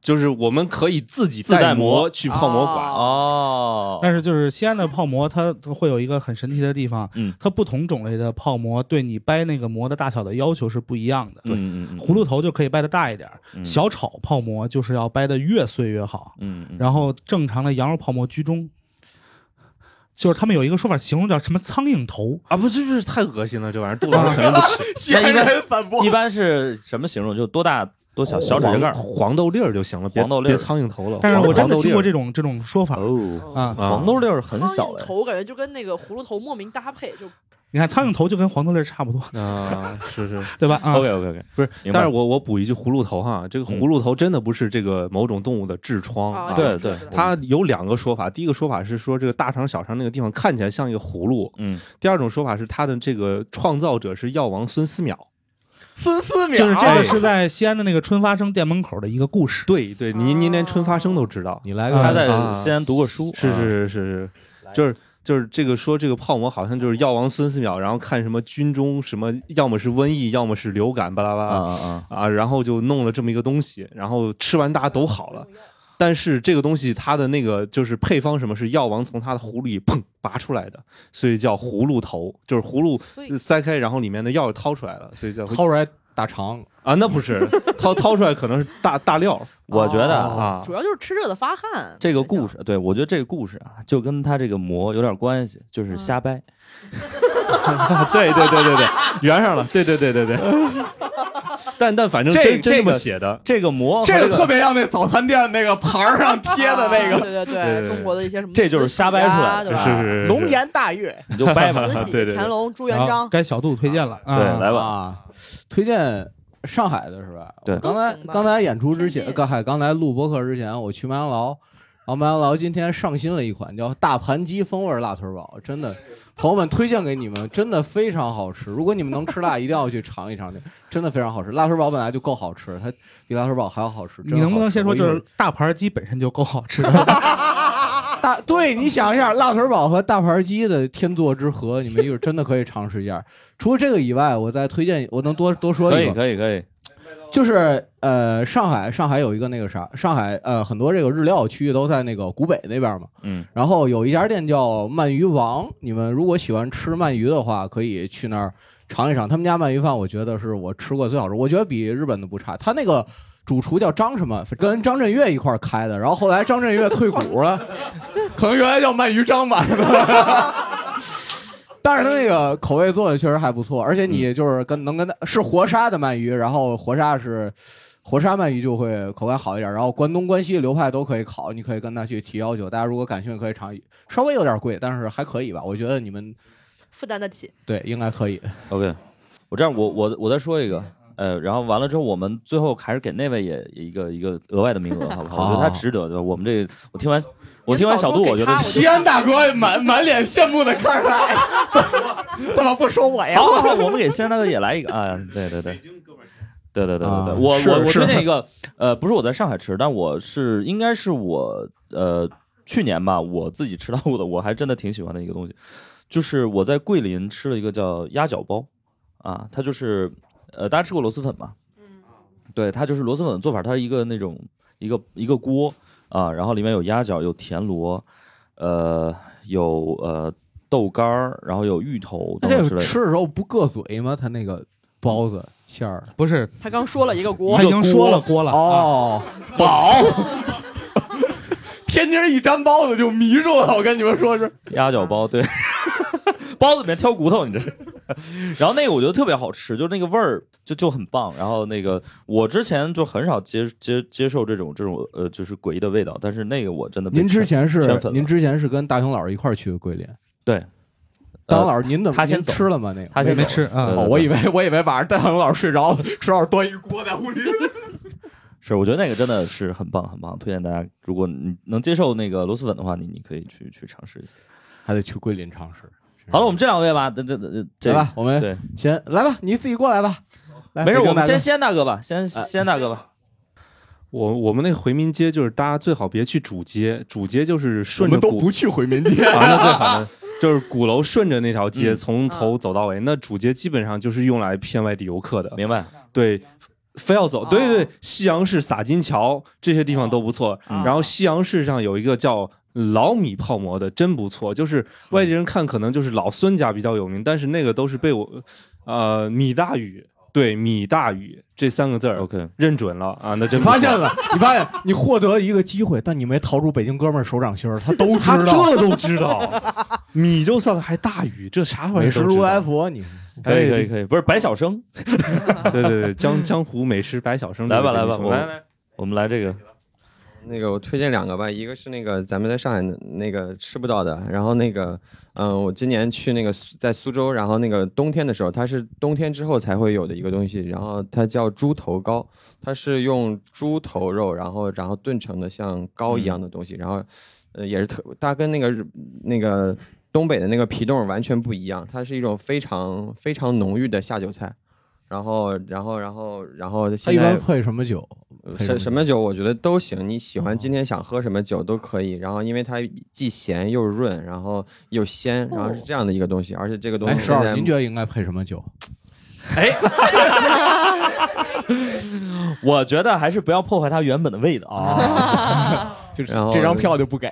S6: 就是我们可以自己
S1: 嗯自带
S6: 膜
S1: 膜
S6: 去泡馍馆
S1: 哦
S4: 但是就是西安的泡馍，它它会有一个很神奇的地方，
S1: 嗯，
S4: 它不同种类的泡馍对你掰那个馍的大小的要求是不一样的。
S1: 对嗯嗯嗯
S4: 葫芦头就可以掰的大一点儿，
S1: 嗯
S4: 小炒泡馍就是 要掰的越碎越好，
S1: 嗯嗯
S4: 然后正常的羊肉泡馍居中。就是他们有一个说法形容叫什么苍蝇头啊
S6: 啊，不是，就是太恶心了，这玩意儿肚子肯定不 吃。
S1: 那一般一般是什么形容？就多大多小小指甲盖儿？
S6: 哦黄黄豆粒儿就行了，别
S1: 黄豆粒儿
S6: 别苍蝇头了。
S4: 但是我真
S6: 黄
S4: 的
S6: 豆粒
S4: 听
S6: 儿哦
S4: 过这种这种说法啊，
S1: 黄豆粒儿很小哎，
S3: 头感觉就跟那个葫芦头莫名搭配，就
S4: 你看苍蝇头就跟黄豆粒儿差不多
S6: 啊， 是是，
S4: 对吧啊
S1: OK，OK，OK，
S6: 不是
S1: 明，白嗯
S6: 但是我我补一句葫芦头哈，这个葫芦头真的不是这个某种动物的痔疮
S1: 哦
S6: 啊，
S1: 对对对
S6: 它有两个说法，第一个说法是说这个大肠小肠那个地方看起来像一个葫芦，
S1: 嗯，
S6: 第二种说法是它的这个创造者是药王孙思邈，
S17: 孙思邈
S1: 啊
S4: 就是这个是在西安的那个春发生店门口的一个故事。
S6: 对对，
S3: 啊
S6: 您您连春发生都知道，
S2: 你
S4: 来个他在
S1: 西安读过书，
S6: 啊
S1: 啊
S6: 是是是是是，就是。就是这个说这个泡馍好像就是药王孙思邈，然后看什么军中什么，要么是瘟疫，要么是流感，巴拉巴拉
S1: 啊
S6: 啊然后就弄了这么一个东西，然后吃完大家都好了，但是这个东西它的那个就是配方什么是药王从他的葫芦里砰拔出来的，所以叫葫芦头，就是葫芦塞开，然后里面的药掏出来了，所以叫
S2: 掏出来大肠
S6: 啊，那不是掏掏出来可能是大大料，
S1: 我觉得
S6: 啊，
S3: 主要就是吃热的发汗。
S1: 这个故事，对我觉得这个故事啊，就跟他这个膜有点关系，就是 瞎掰。
S6: 对对对对对，圆上了，对对对对 对。但但反正
S1: 这
S6: 真真
S1: 这
S6: 这么
S1: 个
S6: 写的，
S1: 这个膜
S17: 这个特别像那早餐店那个牌儿上贴的那
S3: 啊
S17: 个，
S3: 对对
S6: 对对
S3: 对，中国的一些什么，啊
S1: 这就是瞎掰出来
S3: 对
S1: 的
S3: 吧？
S6: 是是是
S17: 龙颜大悦，
S1: 你就掰吧
S3: 慈禧
S1: 对对对
S3: 乾隆、朱元
S4: 然后
S3: 璋，
S4: 该小度推荐了啊，
S1: 对，来吧，
S2: 啊，推荐上海的是吧？
S1: 对
S2: 我刚才刚才演出之前，刚才刚才录播客之前，我去麦当劳，然后麦当劳今天上新了一款叫大盘鸡风味辣腿堡，真的，朋友们推荐给你们，真的非常好吃。如果你们能吃辣，一定要去尝一尝，这真的非常好吃。辣腿堡本来就够好吃，它比辣腿堡还要好吃。真
S4: 你能不
S2: 好
S4: 能
S2: 吃
S4: 先说，
S2: 我一会
S4: 就
S2: 儿
S4: 是大盘鸡本身就够好吃的？
S2: 大对，你想一下，辣腿堡和大盘鸡的天作之合，你们一会儿真的可以尝试一下。除了这个以外，我再推荐，我能多多说
S1: 可
S2: 一
S1: 以
S2: 个，
S1: 可以可以，
S2: 就是呃，上海上海有一个那个啥，上海呃很多这个日料区域都在那个古北那边嘛，
S1: 嗯，
S2: 然后有一家店叫鳗鱼王，你们如果喜欢吃鳗鱼的话，可以去那儿尝一尝。他们家鳗鱼饭，我觉得是我吃过最好吃，我觉得比日本的不差。他那个主厨叫张什么，跟张震岳一块儿开的，然后后来张震岳退股了， 可能原来叫鳗鱼张吧。 但是他那个口味做的确实还不错，而且
S4: 嗯
S2: 你就是跟能跟他是活杀的鳗鱼，然后活杀是活杀鳗鱼就会口感好一点，然后关东、关西流派都可以烤，你可以跟他去提要求。大家如果感兴趣可以尝，稍微有点贵，但是还可以吧，我觉得 你们
S3: 负担得起。
S2: 对应该可以。
S1: OK，我这样，我我我再说一个，呃，然后完了之后，我们最后还是给那位也也一个一个额外的名额，好 不好？我觉得他值得，对吧？我们这个，我听完我听完小度，我觉得
S17: 西安大哥满满脸羡慕的看着他，怎么怎么不说我呀？
S1: 好好好，我们给西安大哥也来一个啊！对对对，对对对对对，
S2: 啊
S1: 我
S2: 是
S1: 我我
S2: 是
S1: 推荐一个，呃，不是我在上海吃，但我是应该是我呃去年吧，我自己吃到过的，我还真的挺喜欢的一个东西，就是我在桂林吃了一个叫鸭脚包，啊，它就是呃大家吃过螺蛳粉吗？对，它就是螺蛳粉的做法，它是一个那种一个一个锅啊，然后里面有鸭脚，有田螺，呃，有呃豆干儿，然后有芋头
S2: 那
S1: 等等
S2: 这
S1: 之类
S2: 个
S1: 的。
S2: 吃的时候不硌嘴吗？他那个包子馅儿
S4: 不是，
S3: 他刚说了一个锅，
S4: 他已经说了锅了啊
S2: 哦，
S17: 饱，天津人一沾包子就迷住了，我跟你们说是。
S1: 鸭脚包，对， 包子里面挑骨头，你这是。然后那个我觉得特别好吃，就是那个味儿就就很棒。然后那个我之前就很少接接接受这种这种呃就是诡异的味道，但是那个我真的被
S2: 您之前
S1: 圈
S2: 是
S1: 圈粉了
S2: 您之前是跟大雄老师一块儿去的桂林，
S1: 对。
S6: 呃
S2: 大雄老师您怎么
S1: 他先
S2: 您
S1: 走
S2: 吃了吗？那个
S1: 他先
S2: 没
S1: 走
S2: 吃
S1: 对对
S2: 哦
S1: 对
S2: 我以为我以为晚上大雄老师睡着了，石老师端一锅在屋里。
S1: 是，我觉得那个真的是很棒很棒，推荐大家，如果你能接受那个螺蛳粉的话，你你可以去去尝试一下。
S2: 还得去桂林尝试。
S1: 好了，我们这两位吧，这这这这
S2: 来吧我们
S1: 对，
S2: 先来吧，你自己过来吧。来
S1: 没事，
S2: 北京
S1: 我们
S2: 大哥啊
S1: 先先大哥吧，先先大哥吧。
S6: 我我们那回民街就是大家最好别去主街，主街就是顺
S17: 我们
S6: 着
S17: 都
S6: 鼓
S17: 不去回民街
S6: 啊，那最 好的就是鼓楼顺着那条街
S1: 嗯
S6: 从头走到
S2: 嗯
S6: 尾，那主街基本上就是用来骗外地游客的。
S1: 明白？
S6: 对。非要
S2: 哦
S6: 走，对对，对，西洋市、洒金桥这些地方都不错。
S2: 嗯啊
S6: 然后西洋市上有一个叫老米泡馍的，真不错。就是外地人看可能就是老孙家比较有名，但是那个都是被我，呃，米大宇，对米大宇这三个字儿
S1: ，OK，
S6: 认准了啊，那真
S2: 你
S6: 不错
S2: 发现了，你发现你获得一个机会，但你没逃出北京哥们儿手掌心儿，他都知
S6: 他
S2: 道，
S6: 这都知道，米就算了，还大宇，这啥玩意
S2: 美
S6: 儿
S2: 食
S6: 都知
S2: 如
S6: 道？
S2: 来佛，哎你
S6: 可以可以可
S1: 以，不是白小生，
S6: 对对对，江江湖美食白小生，
S1: 来吧来吧，
S6: 来来
S1: 我，我们来这个，
S5: 那个我推荐两个吧，一个是那个咱们在上海的那个吃不到的，然后那个，嗯、我今年去那个苏在苏州，然后那个冬天的时候，它是冬天之后才会有的一个东西，然后它叫猪头糕，它是用猪头肉，然后然后炖成的像糕一样
S6: 嗯
S5: 的东西，然后，呃，也是特，它跟那个日那个东北的那个皮冻完全不一样，它是一种非常非常浓郁的下酒菜，然后然后然后然后
S2: 他
S5: 现
S2: 一
S5: 在呃
S2: 般配什么哦酒？配
S5: 什什么酒我觉得都行，你喜欢今天想喝什么酒都可以。然后因为它既咸又润，然后又鲜，然后是这样的一个东西。而且这个东
S2: 哦哎，
S5: 西
S2: 十
S5: 现
S2: 二，
S5: 在
S2: 您觉得应该配什么酒？
S1: 我觉得还是不要破坏它原本的味道啊，
S2: 就是
S5: 然后
S1: 这张
S2: 票 就不给，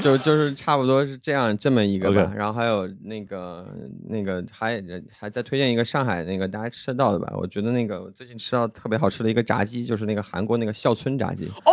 S5: 就就是差不多是这样这么一个吧。
S1: OK
S5: 然后还有那个那个还还再推荐一个上海那个大家吃得到的吧，我觉得那个我最近吃到特别好吃的一个炸鸡，就是那个韩国那个孝村炸鸡。
S2: 哦，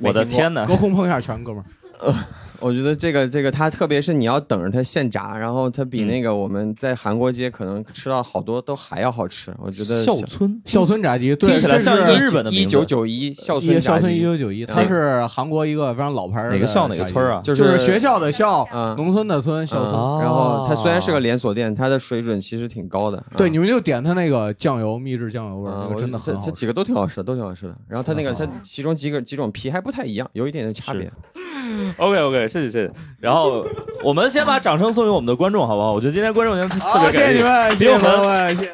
S5: 我的天哪
S2: 隔空碰一下拳，哥们儿。
S5: 我觉得这个这个它，特别是你要等着它现炸，然后它
S2: 嗯
S5: 比那个我们在韩国街可能吃到好多都还要好吃。我觉得
S2: 孝村孝村炸鸡对听起来像一个日本的
S5: 一
S2: 名字
S5: 九九一孝村
S2: 一
S5: 炸
S2: 孝
S5: 鸡
S2: 村一九九一，它是韩国一个非常老牌儿的
S5: 哪个校哪个
S2: 炸鸡
S5: 村儿啊
S2: 就
S5: 就是
S2: 是学校的校，农村的村，孝村。
S5: 嗯然后它虽然是个连锁店，它的水准其实挺高的。嗯
S2: 对，你们就点它那个酱油秘制酱油味儿，
S5: 啊，
S2: 那个
S5: 我
S2: 真的
S5: 这
S2: 很好
S5: 这
S2: 吃。
S5: 几个都挺好吃的，都挺好吃的。然后它那个
S2: 真
S5: 它
S2: 的好
S5: 其中几个几种皮还不太一样，有一点点差别。
S1: OK OK，谢谢谢谢。然后哦我们先把掌声送给我们的观众，好不好？我觉得今天观众已经特
S2: 啊
S1: 别感比我们
S2: 们，谢谢。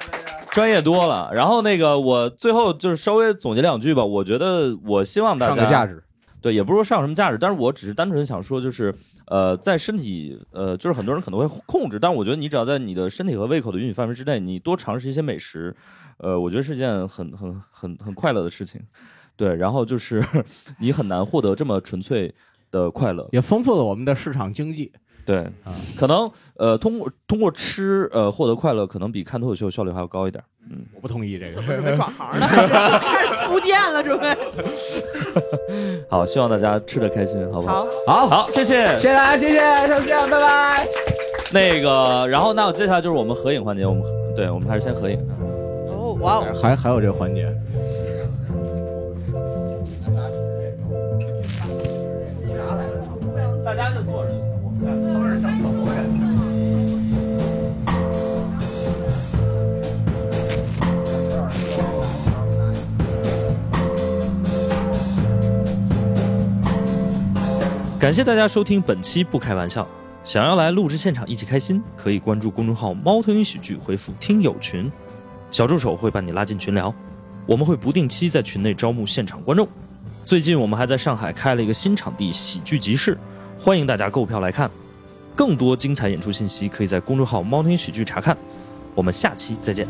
S1: 专业多了。然后那个我最后就是稍微总结两句吧，我觉得我希望大家
S2: 上个价值。
S1: 对，也不是说上什么价值，但是我只是单纯想说，就是呃，在身体呃，就是很多人可能会控制，但我觉得你只要在你的身体和胃口的允许范围之内，你多尝试一些美食，呃，我觉得是件很很很很快乐的事情。对，然后就是 你很难获得这么纯粹的快乐，
S2: 也丰富了我们的市场经济。
S1: 对，可能呃，通过通过吃呃获得快乐，可能比看脱口秀效率还要高一点。嗯，
S2: 我不同意这个。
S3: 准备转行 了，
S4: 啊
S3: 开始开始铺垫了，准备。
S1: 好，希望大家吃的开心，好不好？
S2: 好，
S1: 好，谢谢，
S2: 谢谢大家，谢谢，下次见，拜拜。
S1: 那个，然后那接下来就是我们合影环节，我们合对，我们还是先合影。
S3: 哦，哇哦，
S2: 还还有这个环节，
S1: 大家就坐着就行，我们
S19: 他们是想走的
S1: 感谢大家收听本期《不开玩笑》。想要来录制现场一起开心，可以关注公众号“猫头鹰喜剧”，回复“听友群”，小助手会把你拉进群聊。我们会不定期在群内招募现场观众。最近我们还在上海开了一个新场地——喜剧集市，欢迎大家购票来看。更多精彩演出信息可以在公众号“猫头鹰喜剧”查看。我们下期再见。